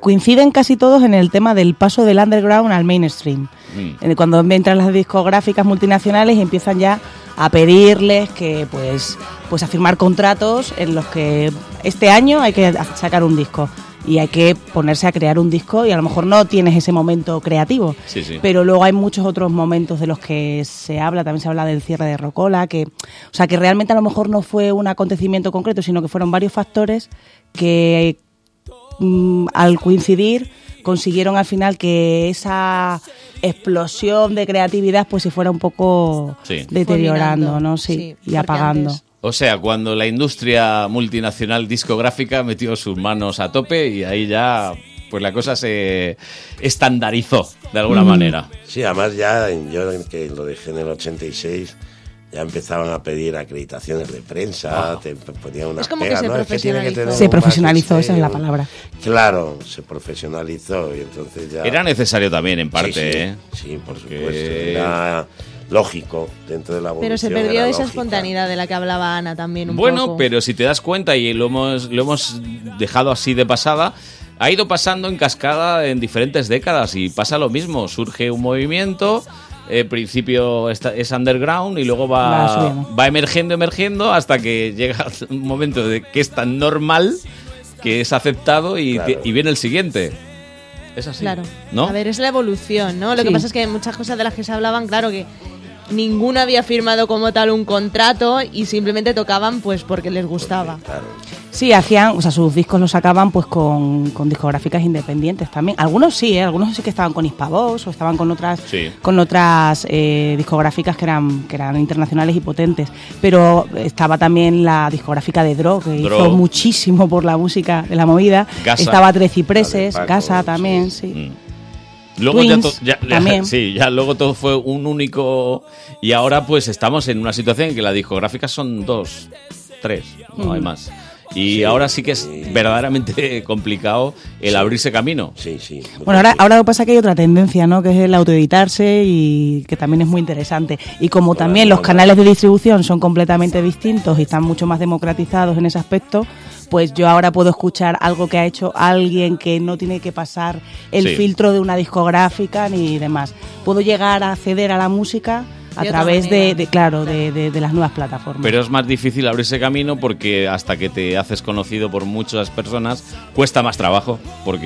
coinciden casi todos en el tema del paso del underground al mainstream.
Mm.
En el- Cuando entran las discográficas multinacionales y empiezan ya a pedirles que, pues, pues a firmar contratos en los que este año hay que a- sacar un disco y hay que ponerse a crear un disco y a lo mejor no tienes ese momento creativo.
Sí, sí.
Pero luego hay muchos otros momentos de los que se habla, también se habla del cierre de Rocola, que, o sea, que realmente a lo mejor no fue un acontecimiento concreto, sino que fueron varios factores que mm, al coincidir consiguieron al final que esa explosión de creatividad pues se fuera un poco
Sí.
deteriorando, ¿no? Sí, y apagando.
O sea, cuando la industria multinacional discográfica metió sus manos a tope y ahí ya pues la cosa se estandarizó de alguna manera.
Sí, además ya en- yo en que lo dejé en el 86 ya empezaban a pedir acreditaciones de prensa,
Ah.
te p- ponían unas
Es como que
pegas,
se
¿no? Es que tiene que tener
Se
un
profesionalizó, esa es la
magisterio.
palabra.
Claro, se profesionalizó y entonces ya...
Era necesario también en parte,
sí,
¿eh?
Sí, por
supuesto.
era lógico dentro de la
Pero se
evolución,
perdió
era
esa
lógico.
espontaneidad de la que hablaba Ana también un
Bueno,
poco.
pero si te das cuenta y lo hemos, lo hemos dejado así de pasada, ha ido pasando en cascada en diferentes décadas y pasa lo mismo. Surge un movimiento, eh, principio esta- es underground y luego
Va
va,
subiendo.
va emergiendo, emergiendo hasta que llega un momento de que es tan normal que es aceptado y,
Claro.
y viene el siguiente. Es así.
Claro.
¿No?
A ver, es la evolución, ¿no? Lo
Sí.
que pasa es que muchas cosas de las que se hablaban, claro que ninguno había firmado como tal un contrato y simplemente tocaban pues porque les gustaba.
Sí, hacían, o sea, sus discos los sacaban pues con, con discográficas independientes también. Algunos sí, ¿eh? algunos sí que estaban con Hispavox o estaban con otras
Sí.
con otras eh, discográficas que eran que eran internacionales y potentes. Pero estaba también la discográfica de Dro, que
Dro.
hizo muchísimo por la música de la movida.
Gasa.
Estaba Tres Cipreses,
La de Paco, Mm.
Casa también, sí.
Luego ya,
Twins,
to- ya-
también.
sí, ya luego todo fue un único y ahora pues estamos en una situación en que las discográficas son dos, tres, no hay
Mm.
más. Y ahora sí que es verdaderamente complicado el abrirse camino.
Sí, sí.
Bueno, ahora, ahora lo que pasa es que hay otra tendencia, ¿no? Que es el autoeditarse y que también es muy interesante. Y como también los canales de distribución son completamente distintos y están mucho más democratizados en ese aspecto, pues yo ahora puedo escuchar algo que ha hecho alguien que no tiene que pasar el
Sí.
filtro de una discográfica ni demás. Puedo llegar a acceder a la música a
De otra
través de,
manera.
de- claro, de, de- de las nuevas plataformas.
Pero es más difícil abrirse camino porque hasta que te haces conocido por muchas personas cuesta más trabajo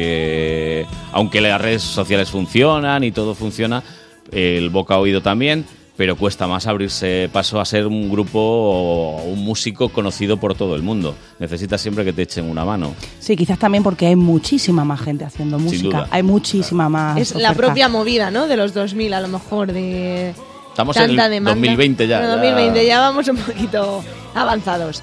porque aunque las redes sociales funcionan y todo funciona, el boca a oído también, pero cuesta más abrirse paso a ser un grupo o un músico conocido por todo el mundo. Necesitas siempre que te echen una mano.
Sí, quizás también porque hay muchísima más gente haciendo música.
duda.
Hay muchísima más.
Es la
oferta.
propia movida, ¿no? De los 2000 a lo mejor de
Estamos en
tanta
el
demanda.
2020 ya,
Bueno,
ya.
2020 ya vamos un poquito avanzados.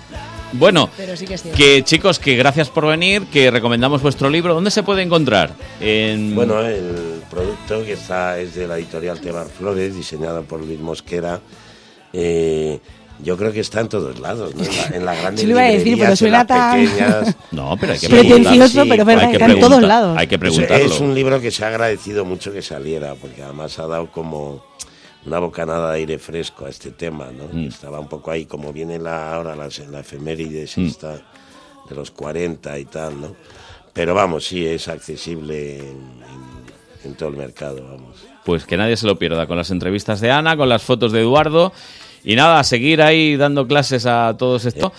Bueno,
Pero sí que es cierto.
que chicos, que gracias por venir, que recomendamos vuestro libro. ¿Dónde se puede encontrar? En...
Bueno, el producto que está es de la editorial Tebar Flores, diseñado por Luis Mosquera. Eh, yo creo que está en todos lados, ¿no? En la, en las grandes
Sí, lo iba a decir,
librerías,
pero suena
en las
tan-
pequeñas.
No, pero hay que
Pretencioso, pero es verdad,
hay
está en
preguntar-
todos lados. hay que preguntarlo.
Es un libro que se ha agradecido mucho que saliera, porque además ha dado como una bocanada de aire fresco a este tema, ¿no?
Mm.
Estaba un poco ahí, como viene la, ahora la, la efeméride
Mm.
esta de los 40 y tal, ¿no? Pero vamos, sí, es accesible en, en- en todo el mercado, vamos.
Pues que nadie se lo pierda con las entrevistas de Ana, con las fotos de Eduardo. Y nada, a seguir ahí dando clases a todos estos.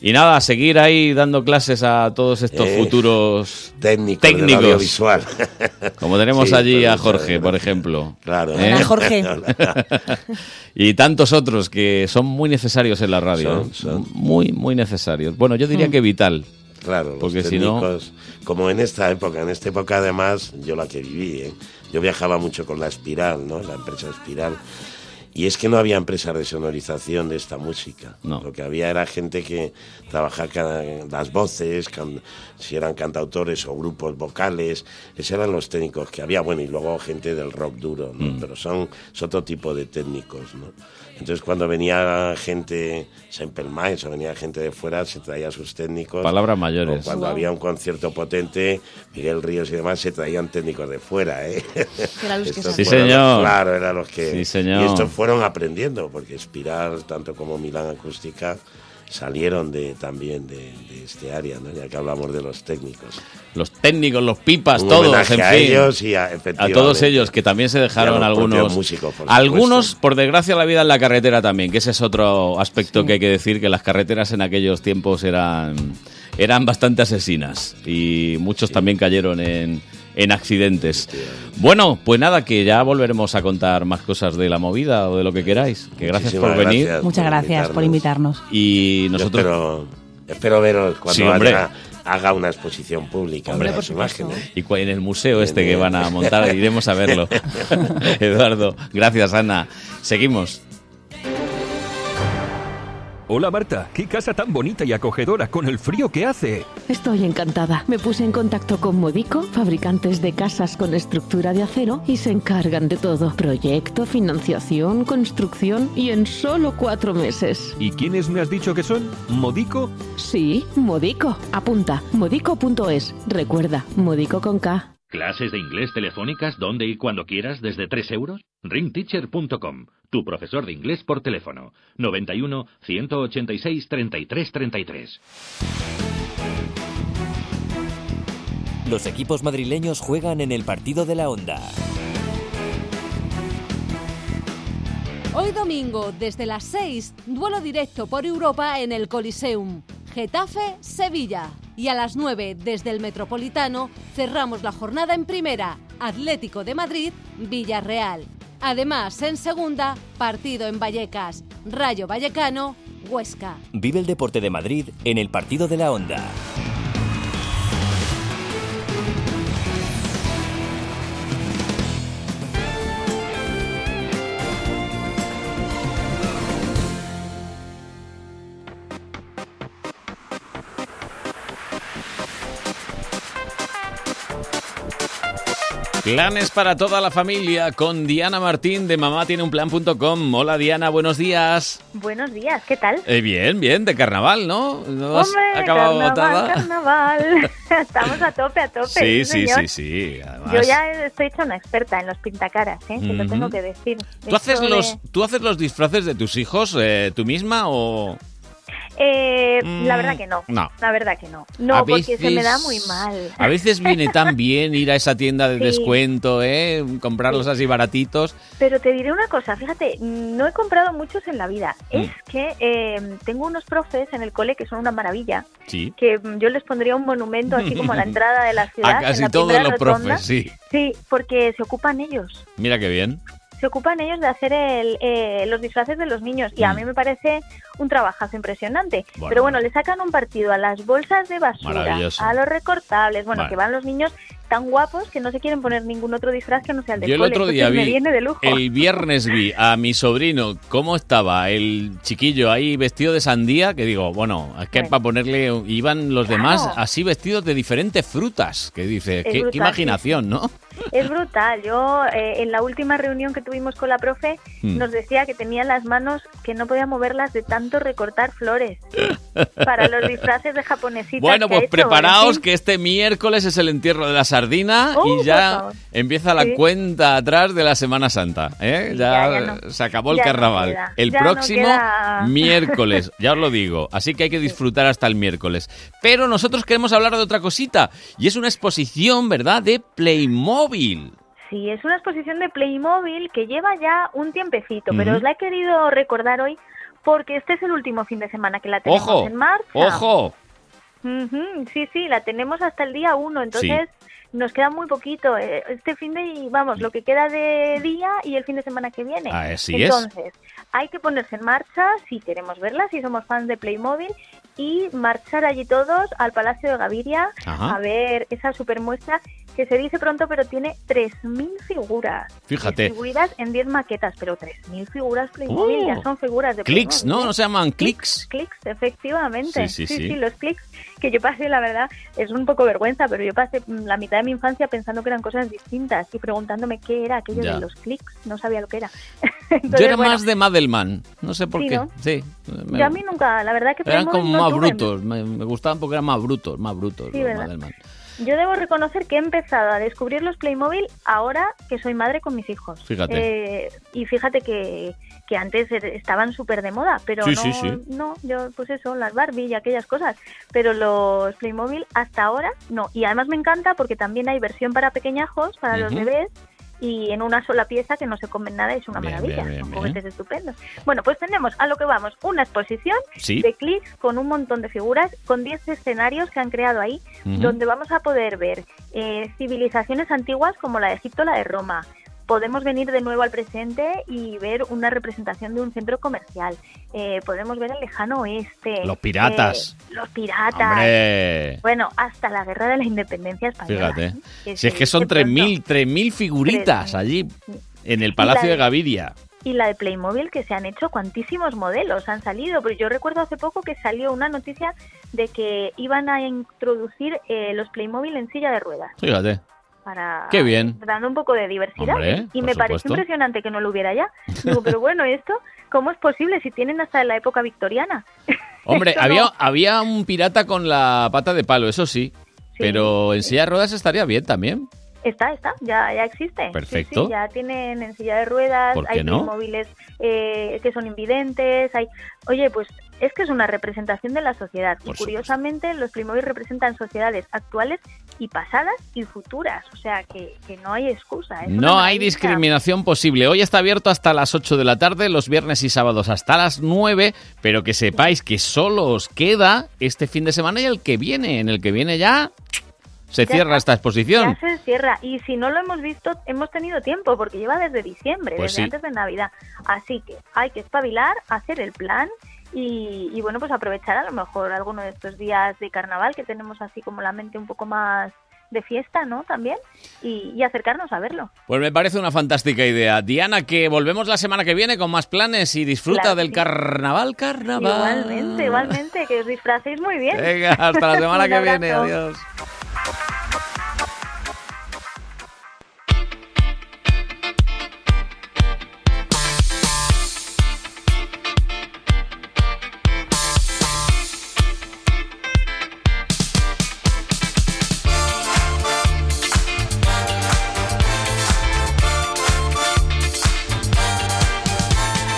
Y nada, a seguir ahí dando clases a todos estos
Eh,
futuros
técnicos. del
técnicos.
audiovisual.
Como tenemos
Sí,
allí a
productores,
Jorge,
¿no?
por ejemplo.
Claro.
¿Eh?
Hola, Jorge.
y tantos otros que son muy necesarios en la radio.
Son,
¿eh? Muy, muy necesarios. Bueno, yo diría
Mm.
que vital.
Claro, los
Porque si no-
técnicos, Pues como en esta época, en esta época además, yo la que viví, ¿eh? yo viajaba mucho con la Espiral, ¿no? La empresa Espiral. Y es que no había empresas de sonorización de esta música. Lo que había era gente que trabajaba ca- las voces, can- si eran cantautores o grupos vocales. Esos eran los técnicos que había. Bueno, y luego gente del rock duro, ¿no?
Mm.
Pero son es otro tipo de técnicos, ¿no? Entonces cuando venía gente, Sempelmaes, o venía gente de fuera, se traía sus técnicos.
Palabras mayores.
O cuando
Wow.
había un concierto potente, Miguel Ríos y demás, se traían técnicos de fuera, ¿eh?
eran los que
Estos
Sí,
fueron-
señor.
Claro, eran los que...
Sí, señor.
Y estos fueron aprendiendo, porque Espiral, tanto como Milán Acústica, salieron de también de, de este área, ¿no? Ya que hablamos de los técnicos.
Los técnicos, los pipas,
Un
todos, en
homenaje
fin.
a ellos y a-
a
efectivamente.
todos ellos que también se dejaron
Y a los propios
algunos
músicos, por
algunos por desgracia la vida en la carretera también que ese es otro aspecto que hay que decir que las carreteras en aquellos tiempos eran eran bastante asesinas y muchos también cayeron en en accidentes. Bueno, pues nada, que ya volveremos a contar más cosas de la movida o de lo que queráis. Que gracias
Muchísimas
por venir.
gracias
Muchas gracias por invitarnos.
Y nosotros.
Espero veros cuando
Sí, hombre.
haya- haga una exposición pública
Hombre,
de
por
las imágenes.
Y cua- en el museo este que van a montar, iremos a verlo. Eduardo, gracias, Ana. Seguimos.
Hola Marta, qué casa tan bonita y acogedora con el frío que hace.
Estoy encantada. Me puse en contacto con Movico, fabricantes de casas con estructura de acero, y se encargan de todo. Proyecto, financiación, construcción y en solo cuatro meses.
¿Y quiénes me has dicho que son? ¿Modico?
Sí, Modico. Apunta, modico.es. Recuerda, Modico con K.
Clases de inglés telefónicas donde y cuando quieras desde 3 euros. Ringteacher.com, tu profesor de inglés por teléfono. 91 186 33 33.
Los equipos madrileños juegan en el partido de la onda.
Hoy domingo, desde las 6, duelo directo por Europa en el Coliseum. Getafe, Sevilla. Y a las 9, desde el Metropolitano, cerramos la jornada en primera. Atlético de Madrid, Villarreal. Además, en segunda, partido en Vallecas. Rayo Vallecano, Huesca.
Vive el deporte de Madrid en el partido de la onda.
Planes para toda la familia con Diana Martín de mamá tiene un plan.com. Hola Diana, buenos días.
Buenos días, ¿qué tal?
Eh, bien, bien, de carnaval, ¿no? ¿No has
Hombre,
acabado
carnaval,
agotada?
carnaval. Estamos a tope, a tope.
Sí, sí,
señor.
sí, sí. Además,
Yo ya estoy hecha una experta en los pintacaras, ¿eh? Que lo
Ujú.
tengo que decir.
¿Tú haces,
Eso de-
los, ¿Tú haces los disfraces de tus hijos eh, tú misma o...?
Eh, La verdad que no.
Mm, no.
La verdad que no.
A
No, porque se me
veces-
da muy mal.
A veces viene tan bien ir a esa tienda de
Sí.
descuento, ¿eh? Comprarlos así baratitos.
Pero te diré una cosa, fíjate, no he comprado muchos en la vida.
Mm.
Es que eh, tengo unos profes en el cole que son una maravilla,
Sí.
que mm, yo les pondría un monumento así como a la entrada de la ciudad.
A
en la
casi todos
primera
los
rotonda.
profes, sí.
Sí, porque se ocupan ellos.
Mira qué bien.
se ocupan ellos de hacer el, eh, los disfraces de los niños y a mí me parece un trabajazo impresionante.
Mm. Bueno.
Pero bueno, le sacan un partido a las bolsas de basura,
Maravilloso.
a los recortables, bueno,
Vale.
que van los niños tan guapos que no se quieren poner ningún otro disfraz que no sea el de
Yo el
cole,
otro día
entonces
vi,
me viene de lujo.
el viernes vi a mi sobrino cómo estaba el chiquillo ahí vestido de sandía, que digo, bueno, es que
Bueno.
para ponerle, iban los
Claro.
demás así vestidos de diferentes frutas, que dice,
Es
qué, qué
brutal, sí.
imaginación, ¿no?
Es brutal. Yo eh, en la última reunión que tuvimos con la profe
Hmm.
nos decía que tenía las manos que no podía moverlas de tanto recortar flores. para los disfraces de japonesitas.
Bueno,
que ha
pues
hecho ¿eh?
preparaos
Valentín.
que este miércoles es el entierro de la sardina
Oh,
y
por
ya
favor.
empieza la
Sí.
cuenta atrás de la Semana Santa. ¿eh? Ya,
ya no.
se acabó el
Ya no
carnaval.
queda.
el
Ya no
próximo
queda.
miércoles, ya os lo digo. Así que hay que disfrutar hasta el miércoles. Pero nosotros queremos hablar de otra cosita y es una exposición, ¿verdad?, de Playmobil.
Sí, es una exposición de Playmobil que lleva ya un tiempecito,
Ujú.
pero os la he querido recordar hoy porque este es el último fin de semana que la tenemos
¡Ojo!
en marcha.
¡Ojo!
Ujú, sí, sí, la tenemos hasta el día 1, entonces nos queda muy poquito. eh, Este fin de, y vamos, lo que queda de día y el fin de semana que viene.
Así es.
entonces, hay que ponerse en marcha si queremos verla, si somos fans de Playmobil, y marchar allí todos al Palacio de Gaviria
Ajá.
a ver esa super muestra que se dice pronto, pero tiene 3.000 figuras.
Fíjate.
Distribuidas en 10 maquetas, pero 3.000 figuras Playmobil
Oh.
ya son figuras de
Clics,
Playmobil,
¿no?
¿eh?
¿No se llaman clics?
Clics, efectivamente.
Sí, sí, sí.
los clics que yo pasé, la verdad, es un poco vergüenza, pero yo pasé mm, la mitad de mi infancia pensando que eran cosas distintas y preguntándome qué era aquello
Ya.
de los clics. No sabía lo que era.
Yo
Entonces,
era
bueno,
más de Madelman, no sé por
Sí,
qué.
¿no?
Sí. me-
yo a mí nunca, la verdad que
Eran
Playmobil
como
no
más
tuve.
brutos, me, me gustaban porque eran más brutos, más brutos
Sí,
los
¿verdad?
Madelman.
Yo debo reconocer que he empezado a descubrir los Playmobil ahora que soy madre con mis hijos.
Fíjate.
Eh, y fíjate que, que antes er- estaban súper de moda, pero
Sí,
no,
sí, sí.
no, yo pues eso, las Barbie y aquellas cosas. Pero los Playmobil hasta ahora no. Y además me encanta porque también hay versión para pequeñajos, para los
Ujú.
bebés. Y en una sola pieza que no se comen nada es una
Bien,
maravilla,
bien, bien,
son
bien.
juguetes estupendos. Bueno, pues tenemos a lo que vamos, una exposición
Sí.
de clics con un montón de figuras, con 10 escenarios que han creado ahí,
Ujú.
donde vamos a poder ver eh, civilizaciones antiguas como la de Egipto, la de Roma. Podemos venir de nuevo al presente y ver una representación de un centro comercial. Eh, podemos ver el lejano oeste.
Los piratas.
eh, los piratas.
¡Hombre!
Bueno, hasta la guerra de la independencia española.
Fíjate.
Que
Si es
se
que son
dice
3.000, 3.000 figuritas allí en el Palacio
la-
de Gaviria.
y la de Playmobil que se han hecho cuantísimos modelos han salido pero yo recuerdo hace poco que salió una noticia de que iban a introducir eh, los Playmobil en silla de ruedas
Fíjate.
para
Qué bien.
dando un poco de diversidad
Hombre,
y
por
me pareció
supuesto.
impresionante que no lo hubiera ya digo pero bueno esto cómo es posible si tienen hasta la época victoriana
Hombre,
Esto
había,
no-
había un pirata con la pata de palo, eso sí. Pero en silla de ruedas estaría bien también.
Está, está, ya, ya existe. Sí,
Perfecto.
sí, ya tienen en silla de ruedas,
¿Por qué
hay
no?
móviles eh, que son invidentes, hay... Oye, pues es que es una representación de la sociedad.
Por
y curiosamente los Playmobil representan sociedades actuales y pasadas y futuras. O sea, que, que no hay excusa. es
No
una
hay
maravilla.
discriminación posible. Hoy está abierto hasta las 8 de la tarde, los viernes y sábados hasta las 9, pero que sepáis que solo os queda este fin de semana y el que viene. En el que viene ya se
Ya
cierra
está.
esta exposición.
Ya se cierra. Y si no lo hemos visto, hemos tenido tiempo, porque lleva desde diciembre,
Pues
desde
sí.
antes de Navidad. Así que hay que espabilar, hacer el plan y, y, bueno, pues aprovechar a lo mejor alguno de estos días de carnaval que tenemos así como la mente un poco más de fiesta, ¿no? También. Y, y acercarnos a verlo.
Pues me parece una fantástica idea. Diana, que volvemos la semana que viene con más planes y disfruta
Claro que
del
sí.
carnaval, carnaval.
Igualmente, igualmente, que os disfracéis muy bien.
Venga, hasta la semana
Un
que viene.
abrazo.
Adiós.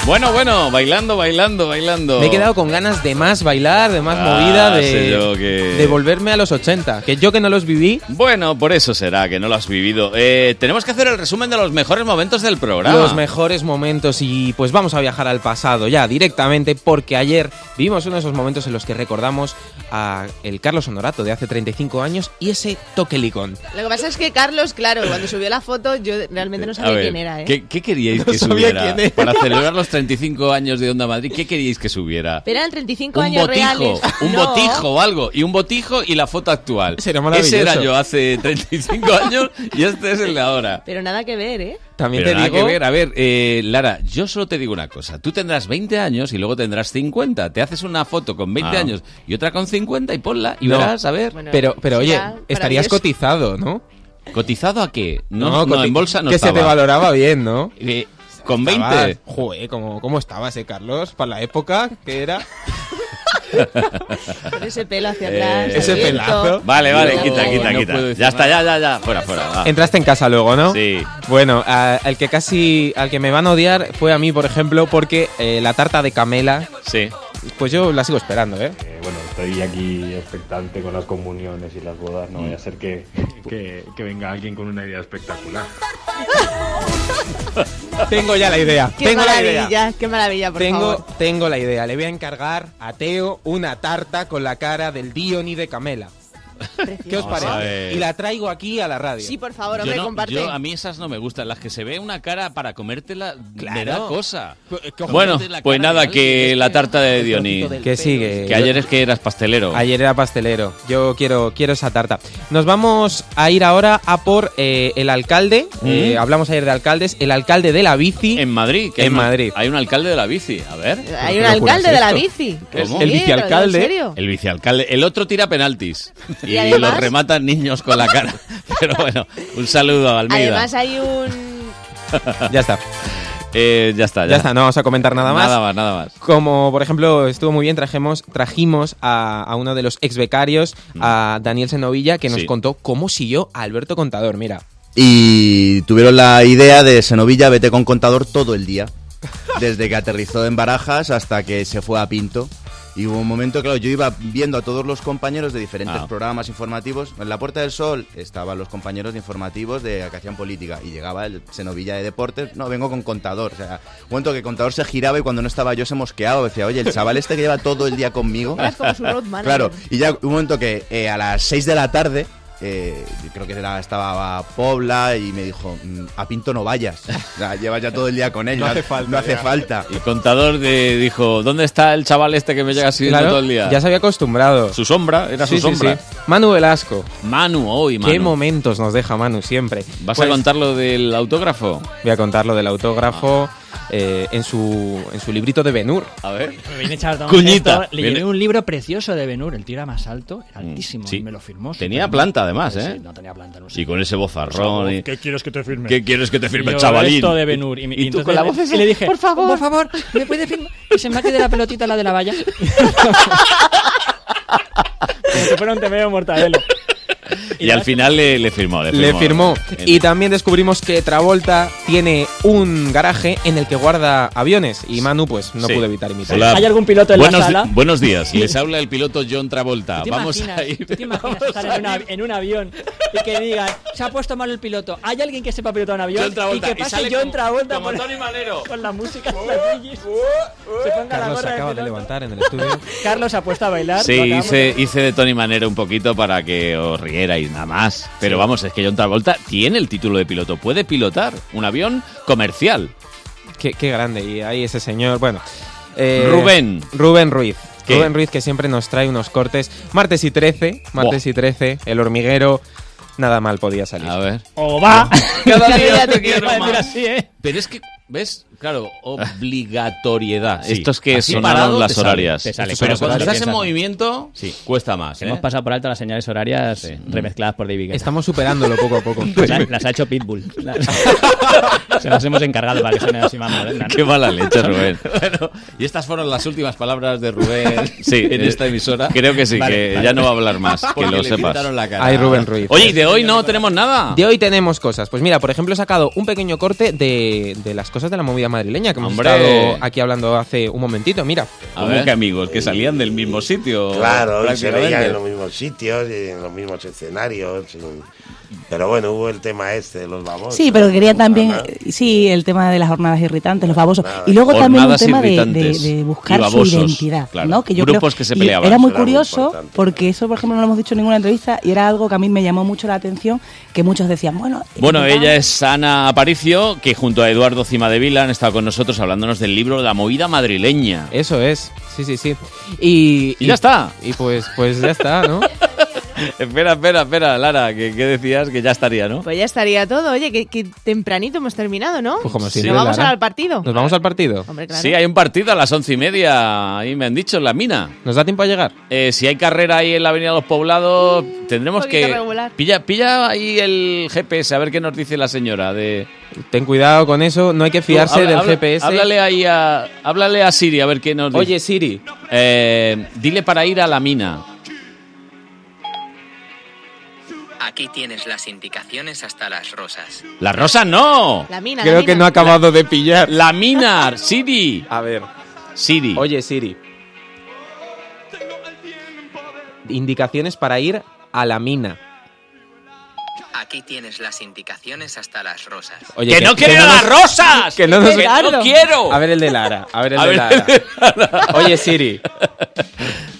Bueno, bueno, bailando, bailando, bailando.
Me he quedado con ganas de más bailar, de más
Ah,
movida,
sé
de,
yo que-
de volverme a los 80. Que yo que no los viví,
Bueno, por eso será que no lo has vivido. Eh, tenemos que hacer el resumen de los mejores momentos del programa.
los mejores momentos y pues vamos a viajar al pasado ya directamente porque ayer vivimos uno de esos momentos en los que recordamos a el Carlos Honorato de hace 35 años y ese toque licón.
Lo que pasa es que Carlos, claro, cuando subió la foto yo realmente no
A
sabía
ver,
quién era, ¿eh?
¿qué, qué queríais que
sabía
subiera?
quién era.
Para celebrar los 35 años de Onda Madrid, ¿qué queríais que subiera?
Pero eran 35
Un
años
botijo,
reales.
un
No.
botijo o algo. Y un botijo y la foto actual.
Sería maravilloso.
Ese era yo hace 35 años y este es el de ahora.
Pero nada que ver, ¿eh?
También
Pero
te
nada
digo-
que ver, a ver, eh, Lara, yo solo te digo una cosa. Tú tendrás 20 años y luego tendrás 50. Te haces una foto con 20
Ah.
años y otra con 50 y ponla y
No.
verás, a ver.
pero pero oye, estarías
cotizado.
cotizado, ¿no?
¿Cotizado a qué? No, no,
coti-
en bolsa no
Que
estaba.
se te valoraba bien, ¿no?
Eh, con 20.
Estabas- Joder, ¿cómo, ¿cómo estabas, eh, Carlos? Para la época que era...
Con ese pelo hacia
Eh,
atrás.
Ese
abierto.
pelazo.
Vale, vale,
No,
quita, quita,
no
quita.
puedo decir Eh,
ya está, ya, ya, ya. Fuera, fuera. va.
Entraste en casa luego, ¿no?
Sí.
Bueno, a- al que casi, al que me van a odiar fue a mí, por ejemplo, porque eh, la tarta de Camela.
Sí.
Pues yo la sigo esperando, ¿eh?
Eh, bueno, estoy aquí expectante con las comuniones y las bodas. No voy a ser que, que- que venga alguien con una idea espectacular.
Tengo ya la idea.
Qué
tengo la
maravilla,
idea.
qué maravilla, por
tengo,
favor.
tengo la idea. Le voy a encargar a Teo una tarta con la cara del Diony de Camela. ¿Qué os
Vamos a
parece?
ver.
Y la traigo aquí a la radio.
Sí, por favor,
yo
hombre,
no-
comparte.
yo- a mí esas no me gustan. Las que se ve una cara para comértela, me da
Claro.
cosa.
cógete
Bueno,
la este
pues
cara
nada,
de
que la tarta de Diony.
Que sigue.
Que ayer es que eras pastelero.
Ayer era pastelero. Yo quiero, quiero esa tarta. Nos vamos a ir ahora a por eh, el alcalde.
Mm.
Eh, hablamos ayer de alcaldes. El alcalde de la bici.
En Madrid. que
En
hay un-
Madrid.
Hay un alcalde de la bici. A ver.
Hay un alcalde de la bici.
¿Cómo?
Sí, ¿En serio?
El vicealcalde. El otro tira penaltis. Y,
Y además-
los rematan niños con la cara. Pero bueno, un saludo a Almeida.
Además hay un...
ya está.
Eh, ya está, ya.
Ya está, no vamos a comentar nada más.
Nada más, nada más.
Como por ejemplo, estuvo muy bien, trajimos, trajimos a, a uno de los ex becarios,
Mm.
a Daniel Senovilla, que nos
Sí.
contó cómo siguió a Alberto Contador. Mira,
Y tuvieron la idea de Senovilla, vete con contador todo el día. Desde que aterrizó en Barajas hasta que se fue a Pinto. Y hubo un momento, claro, yo iba viendo a todos los compañeros de diferentes
Ah.
programas informativos. En la Puerta del Sol estaban los compañeros de informativos de que hacían política. Y llegaba el Senovilla de Deportes. No, vengo con contador. O sea, cuento que contador se giraba y cuando no estaba yo se mosqueaba. Decía, oye, el chaval este que lleva todo el día conmigo.
Eras como su road manager.
Claro, y ya un momento que eh, a las 6 de la tarde, eh, creo que era- estaba Pobla y me dijo, "Mm, a Pinto no vayas, O sea, llevas ya todo el día con él,
No hace
no hace
ya".
falta.
El contador de- dijo, ¿dónde está el chaval este que me llega siguiendo
Claro,
todo el día? Mm,
ya se había acostumbrado.
Su sombra, era
Sí,
su
sí,
sombra.
sí. Manu Velasco.
Manu, hoy, Manu.
Qué momentos nos deja Manu siempre.
¿Vas
Pues-
a contar lo del autógrafo?
Voy a contar lo del autógrafo eh, en, su, en su librito de Benur.
A ver.
Me vine echado un
Cuñita.
gesto, Le
Viene-
llevé un libro precioso de Benur, el tío era más alto, era altísimo,
Sí.
y me lo firmó.
Tenía
Superman.
planta, además,
Sí,
¿eh?
sí, no tenía planta, no sé.
Y con ese bozarrón. y-
¿Qué quieres que te firme?
¿Qué quieres que te firme,
Y yo,
chavalín?
Esto de Benur. Y, me-
Y tú
entonces
con la
le-
voz esa.
y le dije,
Por favor.
Por favor,
¿me puede firmar? Que se marque de la pelotita la de la valla.
como si fuera un temeo mortadelo.
Y, al final le, le firmó. Le
Le
firmó.
firmó.
En-
Y también descubrimos que Travolta tiene un garaje en el que guarda aviones. Y Manu, pues, no
Sí.
pudo evitar imitar.
Hola. Buenos di-
di-
buenos días. Les habla el piloto John Travolta. Vamos a ir.
¿Tú te imaginas estar en, una- en un avión y que digan, se ha puesto mal el piloto? ¿Hay alguien que sepa pilotar un avión?
John Travolta,
Y
y
que pase
sale
John
como-
Travolta
como
por-
Tony Manero. Uh,
con la música, las billis, se ponga la
Carlos se
gorra de
acaba de
piloto.
levantar en el estudio.
Carlos se ha puesto a bailar.
Sí,
lo acabamos
hice, hice de Tony Manero un poquito para que os rierais nada más. Pero vamos, es que John Travolta tiene el título de piloto. Puede pilotar un avión comercial.
Qué, qué grande. Y ahí ese señor, bueno. eh,
Rubén.
Rubén Ruiz.
¿Qué?
Rubén Ruiz que siempre nos trae unos cortes. Martes y 13. Martes y 13. El hormiguero. Nada mal podía salir. A
ver.
O va.
Cada
día
te
quiero
más.
decir así, ¿eh?
Pero es que, ¿ves? Claro, obligatoriedad.
Sí.
Ah, Estos que
Así
sonaron
parado
las
te sale,
horarias.
te sale.
Estos Pero
Son
cuando
las horarias.
estás en
Empiezan.
movimiento, cuesta más.
Hemos
¿eh?
pasado por alto las señales horarias
Mm.
remezcladas por David Guetta.
Estamos superándolo poco a poco.
Las, ha- las ha hecho Pitbull. Las- Se las hemos encargado para que suenen así más modernas.
Qué mala leche, Rubén.
Bueno,
y estas fueron las últimas palabras de Rubén
Sí,
en
eh,
esta emisora. Creo que sí,
Vale,
que
vale.
ya no va a hablar más, que
Porque
lo
le
sepas.
pintaron la
Ay, Rubén Ruiz.
Oye, y de hoy no tenemos nada.
De hoy tenemos cosas. Pues mira, por ejemplo, he sacado un pequeño corte de, de las cosas de la movida madrileña que hemos
Hombre.
estado aquí hablando hace un momentito. Mira.
Como que amigos, que salían del mismo sitio.
Claro,
prácticamente.
y
se veían en los mismos sitios y en los mismos escenarios. y- Pero bueno, hubo el tema este de los babosos.
Sí, pero quería también, eh,
Nada.
sí, el tema de las jornadas irritantes, los babosos.
Nada.
Y luego también un
Jornadas
tema de, de-
irritantes
de
y
buscar
babosos,
su identidad,
claro.
¿no? Que yo
Grupos
creo-
que se
y
peleaban.
Era muy
Eso era muy
curioso
importante.
porque eso, por ejemplo, no lo hemos dicho en ninguna entrevista y era algo que a mí me llamó mucho la atención, que muchos decían, bueno,
Bueno, ella es Ana Aparicio, que junto a Eduardo Cimadevila han estado con nosotros hablándonos del libro La movida madrileña.
Eso es. Sí, sí, sí. Y,
Y ya está.
Y pues, pues ya está, ¿no?
espera, espera, espera, Lara, que, que decías que ya estaría, ¿no?
Pues ya estaría todo. Oye, que, que tempranito hemos terminado, ¿no?
Pues como
Nos
siempre,
vamos
Lara.
al partido.
Nos vamos al partido.
Hombre, claro.
Sí, hay un partido a las once y media, ahí me han dicho, en la mina. Eh,
¿Nos da tiempo a llegar?
si hay carrera ahí en la Avenida Los Poblados, tendremos
poquito
que...
regular.
Pilla, pilla ahí el GPS, a ver qué nos dice la señora de...
Ten cuidado con eso. No hay que fiarse
Habla-
del
habla-
GPS.
Háblale ahí a, háblale a Siri, a ver qué nos dice.
Oye, Siri,
Eh, dile para ir a la mina.
Aquí tienes las indicaciones hasta las rosas.
¡La rosa no!
La mina,
Creo
la
que
mina.
no ha acabado de pillar.
La mina, Siri.
A ver.
Siri.
Oye, Siri. Indicaciones para ir a la mina.
Aquí tienes las indicaciones hasta las rosas.
Oye,
¡Que no quiero ir a
nos-
las rosas!
Que no, nos-
¡Que no quiero!
A ver el de Lara. A ver el,
A
de,
ver
Lara.
el
Oye, Siri.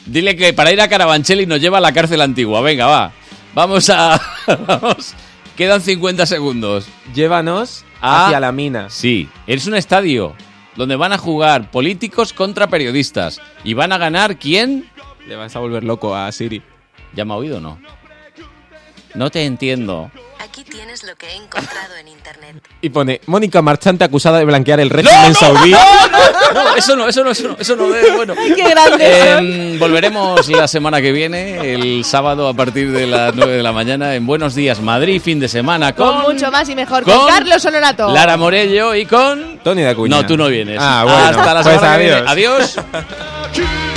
Dile que para ir a Carabanchel y nos lleva a la cárcel antigua. Venga, va. Vamos a. Vamos. Quedan 50 segundos.
Llévanos hacia la mina.
Sí, es un estadio donde van a jugar políticos contra periodistas. ¿Y van a ganar quién?
Le vas a volver loco a Siri.
¿Ya me ha oído o no? No te entiendo.
Aquí tienes lo que he encontrado en internet.
Y pone Mónica Marchante acusada de blanquear el régimen saudí.
No, eso no, eso no, eso no, eso no es bueno.
qué grandes
Em, volveremos la semana que viene, el sábado a partir de las 9 de la mañana en Buenos Días Madrid, fin de semana
Con
con
mucho más y mejor. Con,
con
Carlos Honorato.
Lara Morello y con
Tony de Acuña.
No, tú no vienes.
Ah, bueno.
Hasta la
Pues
semana que
adiós.
viene. Adiós.